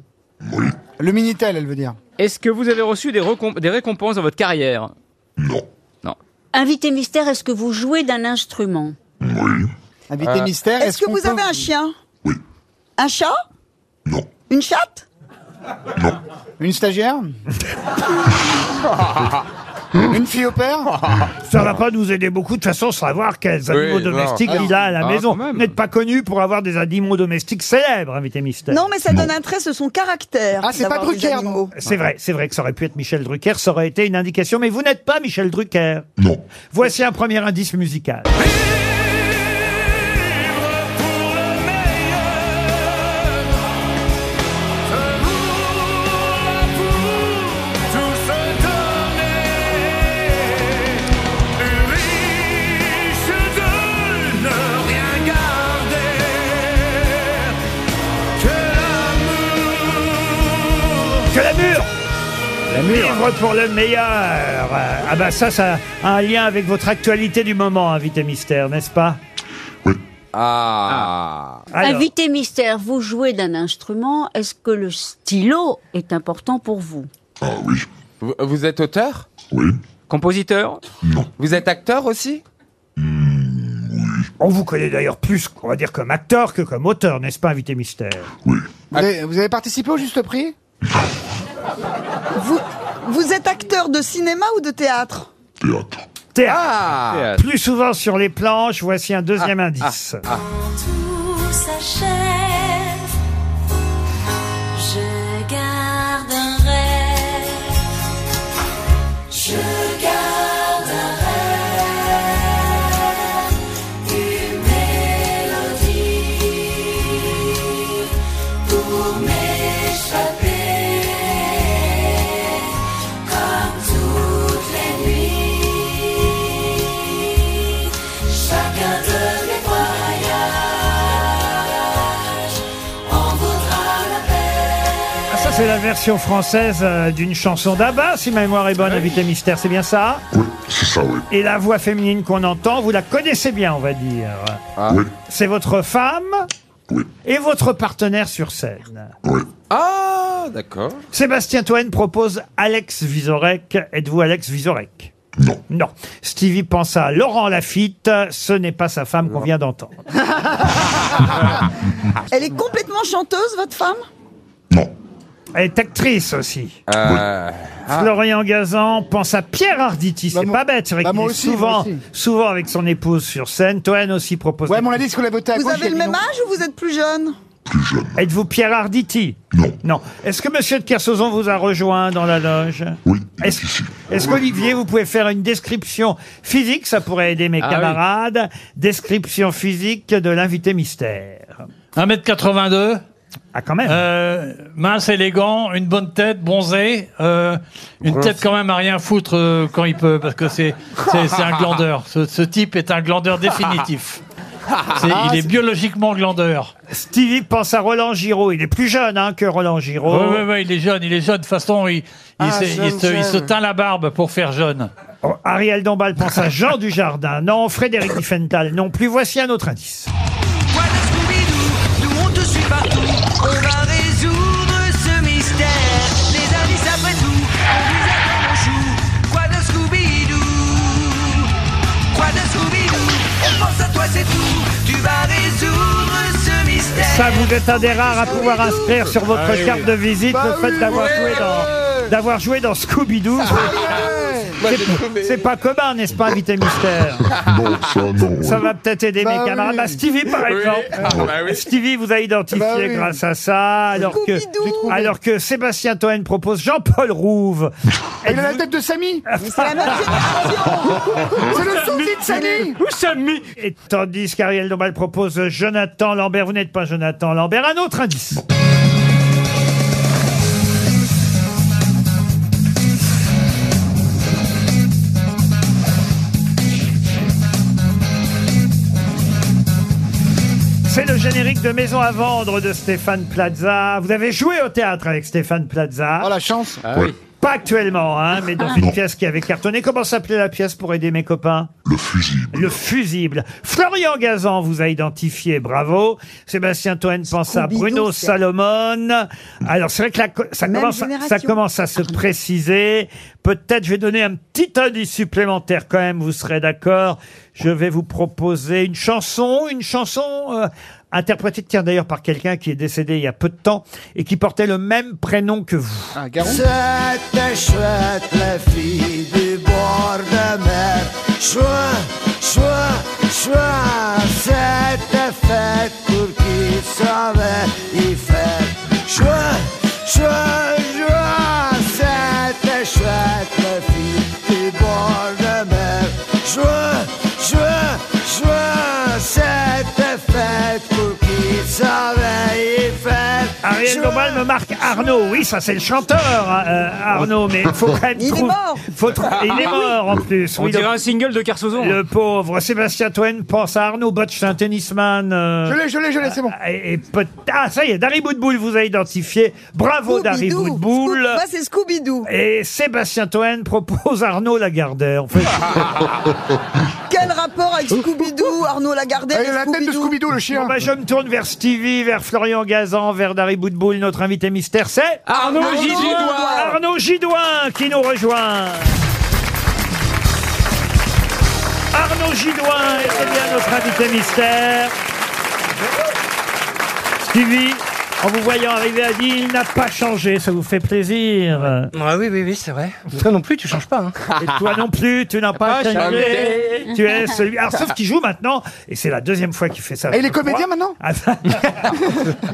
Speaker 4: Le Minitel, elle veut dire.
Speaker 7: Est-ce que vous avez reçu des, recom- des récompenses dans votre carrière
Speaker 8: Invité mystère, est-ce que vous jouez d'un instrument
Speaker 4: Invité
Speaker 7: Euh,
Speaker 4: mystère,
Speaker 6: Est-ce que
Speaker 4: qu'on
Speaker 6: vous
Speaker 4: peut-
Speaker 6: avez un chien Oui. Un chat Non. Une chatte
Speaker 4: Une stagiaire Mmh. Une fille au père
Speaker 2: Ça va pas nous aider beaucoup, de toute façon, savoir quels
Speaker 4: Oui,
Speaker 2: animaux
Speaker 4: non.
Speaker 2: domestiques
Speaker 4: Ah,
Speaker 2: il a à la
Speaker 4: ah,
Speaker 2: maison. Vous n'êtes pas connu pour avoir des animaux domestiques célèbres, invité mystère.
Speaker 6: Non, mais ça donne un trait sur son caractère.
Speaker 4: Ah, c'est pas
Speaker 6: d'avoir des
Speaker 4: Drucker,
Speaker 6: animaux.
Speaker 2: C'est vrai, c'est vrai que ça aurait pu être Michel Drucker, ça aurait été une indication, mais vous n'êtes pas Michel Drucker. Non. Voici un premier indice musical. Que la mûre Vivre pour le meilleur Euh, Ah bah ça, ça a un lien avec votre actualité du moment, invité mystère, n'est-ce pas
Speaker 3: Ah.
Speaker 2: Alors.
Speaker 8: Invité mystère, vous jouez d'un instrument, est-ce que le stylo est important pour vous
Speaker 3: Vous, vous êtes auteur
Speaker 7: Compositeur
Speaker 3: Vous êtes acteur aussi
Speaker 2: On vous connaît d'ailleurs plus, on va dire, comme acteur que comme auteur, n'est-ce pas, invité mystère
Speaker 4: Vous avez, vous avez participé au juste prix
Speaker 6: Vous, vous êtes acteur de cinéma ou de théâtre
Speaker 2: Théâtre.
Speaker 6: Ah.
Speaker 2: Théâtre. Plus souvent sur les planches, voici un deuxième indice.
Speaker 12: Tout s'achève. Je garde un rêve. Je garde un rêve. Une mélodie pour m'échapper. Comme toutes les nuits, chacun de mes voyages en vaudra la peine.
Speaker 2: Ah, ça, c'est la version française euh, d'une chanson d'Abba, si ma mémoire est bonne, invité mystère, c'est bien ça
Speaker 19: C'est ça, oui.
Speaker 2: Et la voix féminine qu'on entend, vous la connaissez bien, on va dire.
Speaker 12: Ah.
Speaker 19: Oui.
Speaker 2: C'est votre femme et votre partenaire sur scène.
Speaker 3: Ah, d'accord.
Speaker 2: Sébastien Toen propose Alex Vizorek. Êtes-vous Alex Vizorek Non. Non. Stevie pense à Laurent Lafitte. Ce n'est pas sa femme qu'on vient d'entendre.
Speaker 4: Ah.
Speaker 6: Elle est complètement chanteuse, votre femme
Speaker 2: Elle est actrice aussi.
Speaker 12: Euh.
Speaker 3: Ah,
Speaker 2: Florian Gazan pense à Pierre Arditi. C'est pas bête. C'est vrai qu'il
Speaker 4: Ah. Bah, moi
Speaker 2: est
Speaker 4: aussi,
Speaker 2: souvent,
Speaker 4: moi aussi.
Speaker 2: souvent avec son épouse sur scène. Toen aussi propose.
Speaker 4: Ouais, mais on a dit qu'on l'a voté à
Speaker 6: Vous
Speaker 4: gauche,
Speaker 6: avez
Speaker 4: il
Speaker 6: le
Speaker 4: a dit
Speaker 6: même
Speaker 4: non.
Speaker 6: âge ou vous êtes plus jeune
Speaker 2: Êtes-vous Pierre Arditi Non. Non. Est-ce que Monsieur de Kersauzon vous a rejoint dans la loge Oui. Est-ce est-ce qu'Olivier, vous pouvez faire une description physique Ça pourrait aider mes
Speaker 5: Ah oui.
Speaker 2: camarades. Description physique de l'invité mystère.
Speaker 5: 1m82.
Speaker 2: Ah, quand même.
Speaker 5: Euh, mince, élégant, une bonne tête, bronzé. euh, une
Speaker 2: Bronzé.
Speaker 5: tête quand même à rien foutre euh, quand il peut, parce que c'est c'est- c'est un glandeur. Ce, ce type est un glandeur définitif. C'est-
Speaker 2: Ah,
Speaker 5: il est biologiquement glandeur.
Speaker 2: Stevie pense à Roland Giraud. Il est plus jeune hein, que Roland Giraud.
Speaker 5: Oui, oui, oui, il est jeune, il est jeune. De toute façon, il, il
Speaker 2: Ah,
Speaker 5: s'est- il
Speaker 2: jeune,
Speaker 5: se, il se
Speaker 2: jeune.
Speaker 5: teint la barbe pour faire jeune.
Speaker 2: Oh, Ariel Dombal pense à Jean Dujardin. Non, Frédéric Diffenthal. Non plus. Voici un autre indice.
Speaker 12: Nous on te suit partout, on va résoudre ce mystère. Les indices après tout, on vous attend au chou. Quoi de Scooby-Doo Quoi de Scooby-Doo On pense à toi, c'est tout. Tu vas résoudre ce mystère.
Speaker 2: Ça, vous êtes un des rares à pouvoir inscrire sur votre
Speaker 12: Ah oui.
Speaker 2: carte de visite
Speaker 12: Bah
Speaker 2: le fait
Speaker 12: oui,
Speaker 2: d'avoir
Speaker 12: ouais.
Speaker 2: joué dans d'avoir joué dans Scooby-Doo. C'est- C'est pas commun, n'est-ce pas, invité mystère
Speaker 19: Non, ça, Ah non.
Speaker 2: Ça
Speaker 19: ouais.
Speaker 2: va peut-être aider
Speaker 19: Bah
Speaker 2: mes camarades.
Speaker 19: oui.
Speaker 2: Bah, Stevie, par
Speaker 19: Oui.
Speaker 2: exemple.
Speaker 19: Ah, bah oui.
Speaker 2: Stevie vous a identifié
Speaker 19: Bah oui.
Speaker 2: grâce à ça, alors que, alors que Sébastien Toen propose Jean-Paul Rouve.
Speaker 4: Il a la tête de Samy
Speaker 2: C'est la même
Speaker 4: C'est le sosie de Samy
Speaker 2: Où Ah, Et tandis qu'Ariel Dombal propose Jonathan Lambert. Vous n'êtes pas Jonathan Lambert. Un autre indice. C'est le générique de Maison à vendre de Stéphane Plaza. Vous avez joué au théâtre avec Stéphane Plaza. Oh la chance
Speaker 19: oui.
Speaker 2: Pas actuellement, hein, mais dans une pièce qui avait cartonné. Comment s'appelait la pièce pour aider mes copains Le fusible. Le fusible. Florian Gazan vous a identifié, bravo. Sébastien Toen pense à Bruno
Speaker 6: c'est-
Speaker 2: Salomon. Alors c'est vrai que la co- ça,
Speaker 6: Même
Speaker 2: commence, à- ça
Speaker 6: génération.
Speaker 2: commence à se préciser. Peut-être je vais donner un petit indice supplémentaire quand même, vous serez d'accord. Je vais vous proposer une chanson, une chanson euh, interprétée tiens d'ailleurs par quelqu'un qui est décédé il y a peu de temps et qui portait le même prénom que vous.
Speaker 4: Ah,
Speaker 12: C'était chouette, la fille du bord de mer. Chouette, chouette, chouette. C'était fête pour qui savait y faire. Chouette, chouette, chouette. C'était chouette, la fille du bord de mer. Chouette, chouette, chouette. C'était fête pour qui savait y faire.
Speaker 2: Ariel
Speaker 12: Chouette.
Speaker 2: Dombal me marque Arnaud. Oui, ça c'est le chanteur, hein, euh, Arnaud, mais faut quand même
Speaker 7: Il est
Speaker 2: trouver-
Speaker 7: mort.
Speaker 2: faut
Speaker 4: Ah,
Speaker 2: trou- Il est mort en plus.
Speaker 7: On
Speaker 2: Oui,
Speaker 7: dirait
Speaker 2: donc-
Speaker 7: un single de hein. Kersauzon.
Speaker 2: Le pauvre Sébastien Toen pense à Arnaud Botch, c'est un tennisman. euh,
Speaker 4: Je l'ai, je l'ai, je l'ai, c'est bon.
Speaker 2: Et, et peut- ah, ça y est, Dari Boudboul vous a identifié. Bravo, Dari Boudboul.
Speaker 6: Moi, c'est Scooby-Doo.
Speaker 2: Et Sébastien Toen propose Arnaud Lagardère. En fait,
Speaker 6: Quel rapport avec Scooby-Doo, Arnaud Lagardère et Scooby-Doo
Speaker 2: le chien. bah, je me tourne vers Stevie, vers Florian Gazan, vers Dari Boudboul. Notre invité mystère, c'est
Speaker 12: Arnaud Arnaud Gidouin. Gidouin.
Speaker 2: Arnaud Gidouin qui nous rejoint. Arnaud Gidoin était bien notre invité mystère. Stevie, en vous voyant arriver, a dit il n'a pas changé, ça vous fait plaisir.
Speaker 13: Ah oui, oui, oui, c'est vrai. Toi non plus, tu changes pas. hein.
Speaker 2: Et toi non plus, tu n'as pas
Speaker 13: Pas
Speaker 2: changé.
Speaker 13: changé.
Speaker 2: Tu es celui. Alors, sauf qu'il joue maintenant, et c'est la deuxième fois qu'il fait ça.
Speaker 4: Ah, il est
Speaker 2: je crois.
Speaker 4: comédien maintenant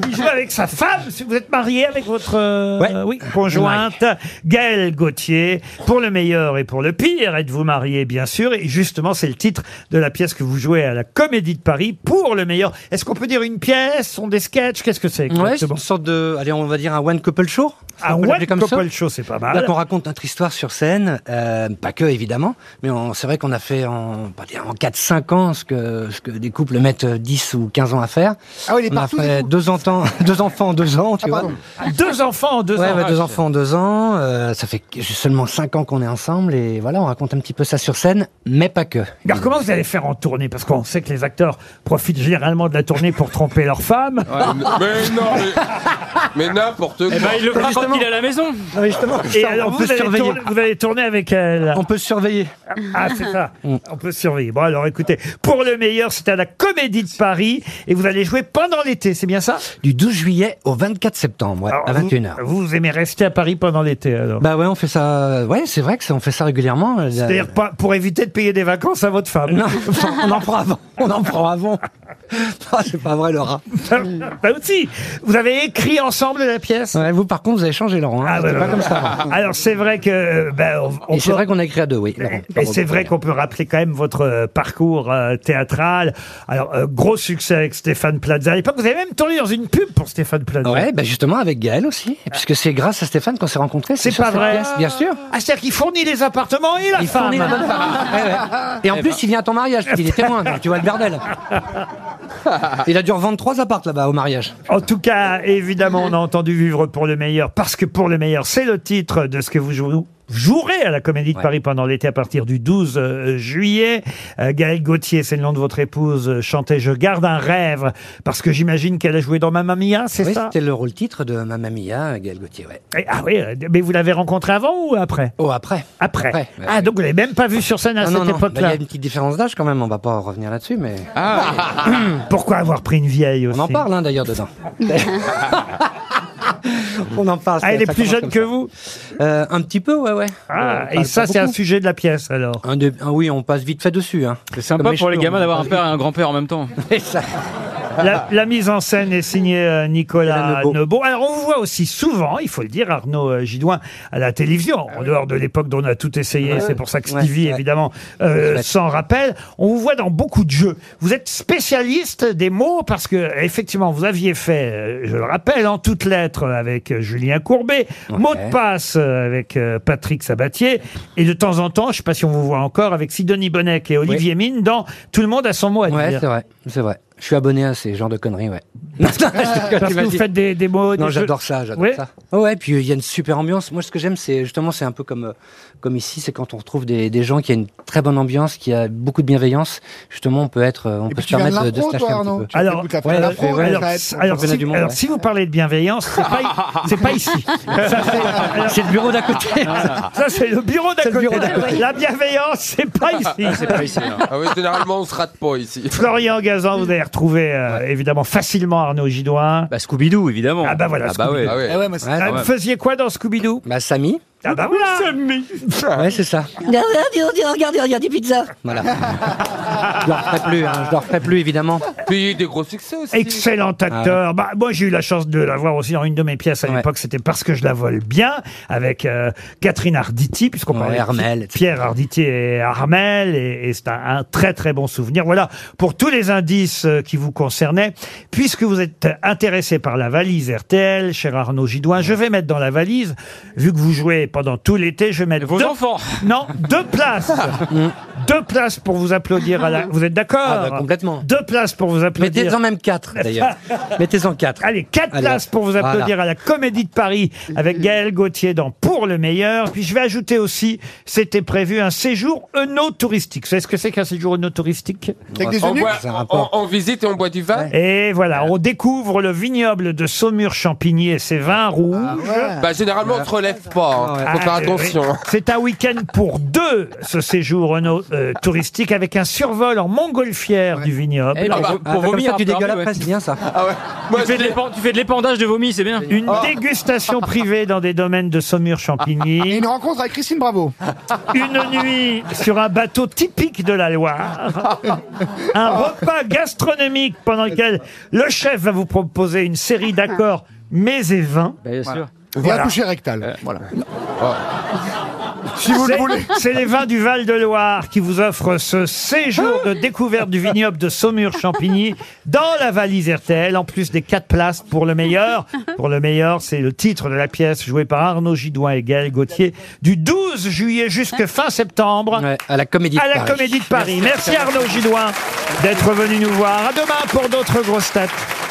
Speaker 2: Il joue avec sa femme. Si vous êtes marié avec votre euh, oui, conjointe, Gaëlle Gauthier. Pour le meilleur et pour le pire, êtes-vous marié, bien sûr. Et justement, c'est le titre de la pièce que vous jouez à la Comédie de Paris. Pour le meilleur. Est-ce qu'on peut dire une pièce Sont des sketchs Qu'est-ce que c'est
Speaker 13: Ouais, c'est
Speaker 2: exactement
Speaker 13: une sorte de, allez, on va dire un one couple show.
Speaker 2: Un
Speaker 13: On peut
Speaker 2: one
Speaker 13: l'appeler comme ça.
Speaker 2: couple show, c'est pas mal.
Speaker 13: Là, qu'on raconte notre histoire sur scène, euh, pas que évidemment, mais on- c'est vrai qu'on a fait en, pas dire en 4-5 ans ce que, ce que des couples mettent 10 ou 15 ans à faire.
Speaker 4: Ah oui, il est
Speaker 13: on
Speaker 4: partout, Ah,
Speaker 13: a fait deux, en temps- deux enfants en deux ans, tu vois.
Speaker 2: Ah, Deux enfants en deux
Speaker 13: Ouais,
Speaker 2: ans.
Speaker 13: ouais, deux
Speaker 2: Ah,
Speaker 13: enfants en deux ans. euh, ça fait que- seulement 5 ans qu'on est ensemble et voilà, on raconte un petit peu ça sur scène, mais pas que.
Speaker 2: Alors comment vous allez faire en tournée Parce qu'on sait que les acteurs profitent généralement de la tournée pour tromper leurs femmes.
Speaker 3: Ah, mais non, mais, mais n'importe
Speaker 7: Eh
Speaker 2: Eh
Speaker 7: ben,
Speaker 3: quoi.
Speaker 2: ben, à la maison.
Speaker 13: Ah justement.
Speaker 2: Et
Speaker 13: Ça,
Speaker 2: alors
Speaker 13: on
Speaker 2: vous
Speaker 13: peut
Speaker 2: allez,
Speaker 13: surveiller.
Speaker 2: tourner, vous allez tourner avec elle.
Speaker 13: On peut surveiller. Mm.
Speaker 2: Ah, c'est ça. On peut surveiller. Bon, alors écoutez, pour le meilleur, c'est à la Comédie de Paris et vous allez jouer pendant l'été, c'est bien ça
Speaker 13: Du 12 juillet au 24 septembre, ouais, à 21h.
Speaker 2: Vous, vous aimez rester à Paris pendant l'été alors
Speaker 13: Bah ouais, on fait ça. Ouais, c'est vrai que ça, on fait ça régulièrement. Euh,
Speaker 2: C'est-à-dire pas pour éviter de payer des vacances à votre femme.
Speaker 13: Non, on en prend avant. On en prend avant. Ah, c'est pas vrai, Laura.
Speaker 2: bah aussi, vous avez écrit ensemble la pièce.
Speaker 13: Ouais, vous par contre, vous avez changé, Laurent. hein.
Speaker 2: Ah,
Speaker 13: C'était
Speaker 2: ouais,
Speaker 13: pas
Speaker 2: ouais,
Speaker 13: comme
Speaker 2: ouais.
Speaker 13: ça. avant.
Speaker 2: Alors c'est vrai que euh, ben, on- on
Speaker 13: Et c'est
Speaker 2: peut-
Speaker 13: vrai qu'on a écrit à deux, oui. Laurent.
Speaker 2: Et
Speaker 13: Pardon.
Speaker 2: c'est vrai qu'on peut rappeler quand même votre euh, parcours euh, théâtral. Alors, euh, gros succès avec Stéphane Plaza. À l'époque, vous avez même tourné dans une pub pour Stéphane Plaza.
Speaker 13: Ouais, bah justement avec Gaël aussi, puisque c'est grâce à Stéphane qu'on s'est rencontrés.
Speaker 2: C'est
Speaker 13: sur
Speaker 2: pas
Speaker 13: cette
Speaker 2: vrai.
Speaker 13: pièce, bien sûr.
Speaker 2: Ah, c'est-à-dire qu'il fournit les appartements et la
Speaker 13: Il
Speaker 2: femme.
Speaker 13: fournit la bonne femme. Ouais, ouais. Et en plus, il vient à ton mariage, parce qu'il est témoin, donc tu vois le bordel. Il a dû revendre trois appartes là-bas au mariage.
Speaker 2: En tout cas, évidemment, on a entendu vivre pour le meilleur, parce que pour le meilleur, c'est le titre de ce que vous jouez- jouerez à la Comédie de Paris pendant l'été à partir du 12 euh, juillet. Euh, Gaëlle Gauthier, c'est le nom de votre épouse, euh, chantait Je garde un rêve, parce que j'imagine qu'elle a joué dans Mamma Mia, c'est
Speaker 13: Oui,
Speaker 2: ça
Speaker 13: c'était le rôle titre de Mamma Mia, Gaël Gauthier, ouais.
Speaker 2: Et- Ah oui, euh, mais vous l'avez rencontrée avant ou après
Speaker 13: Oh, après.
Speaker 2: Après.
Speaker 13: Après, ouais,
Speaker 2: ah, donc vous l'avez même pas vue sur scène à
Speaker 13: Non,
Speaker 2: cette
Speaker 13: non, non. Bah, Il y
Speaker 2: époque-là.
Speaker 13: a une petite différence d'âge quand même, on va pas revenir là-dessus, mais.
Speaker 2: Pourquoi avoir pris une vieille aussi
Speaker 13: On en parle hein, d'ailleurs dedans. on en parle.
Speaker 2: Ah, elle
Speaker 13: ça
Speaker 2: est plus
Speaker 13: commence
Speaker 2: jeune
Speaker 13: comme
Speaker 2: que
Speaker 13: ça.
Speaker 2: vous
Speaker 13: Euh, Un petit peu, ouais, ouais. Euh,
Speaker 2: Ah,
Speaker 13: pas-
Speaker 2: et ça,
Speaker 13: pas
Speaker 2: c'est un
Speaker 13: beaucoup.
Speaker 2: sujet de la pièce, alors.
Speaker 13: Un des- ah oui, on passe vite fait dessus. Hein.
Speaker 7: C'est sympa
Speaker 13: Comme
Speaker 7: pour les
Speaker 13: cheveux,
Speaker 7: gamins
Speaker 13: on
Speaker 7: d'avoir un
Speaker 13: passe
Speaker 7: père et un grand-père en même temps.
Speaker 13: vite. Ça-
Speaker 2: La, la mise en scène est signée euh, Nicolas
Speaker 13: Nicolas Nebo.
Speaker 2: Nebo. Alors, on vous voit aussi souvent, il faut le dire, Arnaud euh, Gidoin, à la télévision, en dehors de l'époque dont on a tout essayé.
Speaker 13: Ouais.
Speaker 2: C'est pour ça que
Speaker 13: Ouais,
Speaker 2: Stevie,
Speaker 13: ouais.
Speaker 2: évidemment, euh,
Speaker 13: Ouais.
Speaker 2: s'en rappelle. On vous voit dans beaucoup de jeux. Vous êtes spécialiste des mots parce que, effectivement, vous aviez fait, euh, je le rappelle, en toutes lettres euh, avec euh, Julien Courbet, mot de passe euh, avec euh, Patrick Sabatier, et de temps en temps, je sais pas si on vous voit encore, avec Sidonie Bonnec et Olivier Mine dans Tout le monde a son mot à
Speaker 13: Ouais,
Speaker 2: dire.
Speaker 13: c'est vrai, c'est vrai. Je suis abonné à ces genres de conneries, ouais.
Speaker 2: Parce que vous faites des, des mots.
Speaker 13: Non,
Speaker 2: des jeux-
Speaker 13: j'adore ça, j'adore
Speaker 2: Oui.
Speaker 13: ça. Oh ouais, puis euh, il y a une super ambiance. Moi, ce que j'aime, c'est justement, c'est un peu comme euh, comme ici, c'est quand on retrouve des, des gens qui ont une très bonne ambiance, qui a beaucoup de bienveillance. Justement, on peut être, euh, on
Speaker 4: Et
Speaker 13: peut
Speaker 4: puis
Speaker 13: se
Speaker 4: tu viens de
Speaker 13: permettre de, de se
Speaker 4: l'impro,
Speaker 13: lâcher
Speaker 4: toi,
Speaker 13: un petit
Speaker 4: Arnaud.
Speaker 13: peu.
Speaker 4: Tu
Speaker 2: Alors,
Speaker 4: écoutes la
Speaker 13: ouais, ouais,
Speaker 4: l'impro, ça
Speaker 2: Alors,
Speaker 4: va être-
Speaker 2: si- alors,
Speaker 13: championnat
Speaker 2: si,
Speaker 13: du monde,
Speaker 2: alors,
Speaker 13: ouais.
Speaker 2: si vous parlez de bienveillance, c'est pas, i- c'est pas ici. Ça, c'est, alors,
Speaker 13: C'est le bureau d'à côté.
Speaker 2: ça, c'est le bureau d'à
Speaker 13: C'est le
Speaker 2: côté.
Speaker 13: bureau d'à côté.
Speaker 2: La bienveillance, c'est pas ici.
Speaker 7: C'est pas ici. hein.
Speaker 3: Ah oui, généralement, on se rate pas ici.
Speaker 2: Florian Gazan, vous allez retrouver euh, évidemment facilement Arnaud Gidoin.
Speaker 7: Bah Scooby-Doo, évidemment.
Speaker 2: Ah bah voilà,
Speaker 7: Ah bah ouais.
Speaker 3: Ah ouais.
Speaker 4: Ah ouais, moi, c'est-
Speaker 13: Ouais.
Speaker 2: Ah,
Speaker 7: quand
Speaker 2: vous
Speaker 7: même.
Speaker 2: faisiez quoi dans Scooby-Doo
Speaker 13: Bah, Samy.
Speaker 2: Ah bah voilà
Speaker 13: Ouais, c'est ça.
Speaker 14: Regardez, regardez, regardez, regardez, pizza.
Speaker 13: Voilà. je leur ferai plus, hein, je leur ferai plus évidemment.
Speaker 3: Puis il y a eu des gros succès aussi.
Speaker 2: Excellent
Speaker 7: Ah,
Speaker 3: Ah,
Speaker 2: acteur. Bah, moi, j'ai eu la chance de l'avoir aussi dans une de mes pièces à
Speaker 13: Ouais.
Speaker 2: l'époque. C'était parce que je la vole bien avec euh, Catherine Arditi, puisqu'on
Speaker 13: Ouais,
Speaker 2: parlait de
Speaker 13: Armel,
Speaker 2: Pi-
Speaker 13: etc.
Speaker 2: Pierre Arditi et Armel, et, et c'est un, un très très bon souvenir. Voilà pour tous les indices euh, qui vous concernaient. Puisque vous êtes intéressé par la valise RTL, cher Arnaud Gidoin, je vais mettre dans la valise, vu que vous jouez pendant tout l'été, je vais mettre
Speaker 7: Vos
Speaker 2: deux-
Speaker 7: enfants.
Speaker 2: Non, deux places, deux places pour vous applaudir. À la... Vous êtes d'accord
Speaker 13: Ah bah, complètement.
Speaker 2: Deux places pour vous applaudir.
Speaker 13: Mettez-en même quatre d'ailleurs. Mettez-en quatre.
Speaker 2: Allez, quatre
Speaker 13: Allez,
Speaker 2: places pour vous
Speaker 13: voilà.
Speaker 2: applaudir à la Comédie de Paris avec Gaël Gauthier dans Pour le meilleur. Puis je vais ajouter aussi, c'était prévu un séjour œnotouristique. Vous savez ce que c'est qu'un séjour œnotouristique
Speaker 4: Avec des
Speaker 3: On,
Speaker 4: eunuques
Speaker 3: boit-
Speaker 13: c'est un
Speaker 3: on-
Speaker 13: rapport.
Speaker 3: on- on visite et on boit du vin.
Speaker 2: Et voilà, on découvre le vignoble de Saumur-Champigny et ses vins rouges.
Speaker 4: Ah ouais.
Speaker 3: Bah, généralement, on se relève pas. hein.
Speaker 13: ouais.
Speaker 2: Ah, oui.
Speaker 4: hein.
Speaker 2: C'est un week-end pour deux, ce séjour Renault euh, touristique, avec un survol en montgolfière du vignoble.
Speaker 7: Eh, pour- Ah, pour bah, vomir comme ça, un tu peu, dégueules ouais. après, c'est bien,
Speaker 13: ça.
Speaker 7: tu, fais de l'épan- tu fais de l'épandage de vomi, c'est bien.
Speaker 2: Une
Speaker 4: Ah.
Speaker 2: dégustation privée dans des domaines de Saumur-Champigny.
Speaker 4: Et Ah, une rencontre avec Christine Bravo.
Speaker 2: Une nuit sur un bateau typique de la Loire. Un
Speaker 4: Ah.
Speaker 2: repas gastronomique pendant lequel le chef va vous proposer une série d'accords mets et vins.
Speaker 7: bien sûr. Euh,
Speaker 4: Et un toucher rectal.
Speaker 2: voilà.
Speaker 7: Oh.
Speaker 4: Si vous le
Speaker 2: C'est-
Speaker 4: voulez.
Speaker 2: C'est les vins du Val-de-Loire qui vous offrent ce séjour de découverte du vignoble de Saumur-Champigny dans la valise RTL, en plus des quatre places pour le meilleur. Pour le meilleur, c'est le titre de la pièce jouée par Arnaud Gidoin et Gaël Gauthier du 12 juillet jusqu'à fin septembre.
Speaker 13: à la Comédie de
Speaker 2: à la
Speaker 13: Paris.
Speaker 2: Comédie de Paris. Merci,
Speaker 13: Merci.
Speaker 2: Arnaud Gidoin d'être venu nous voir. À demain pour d'autres grosses têtes.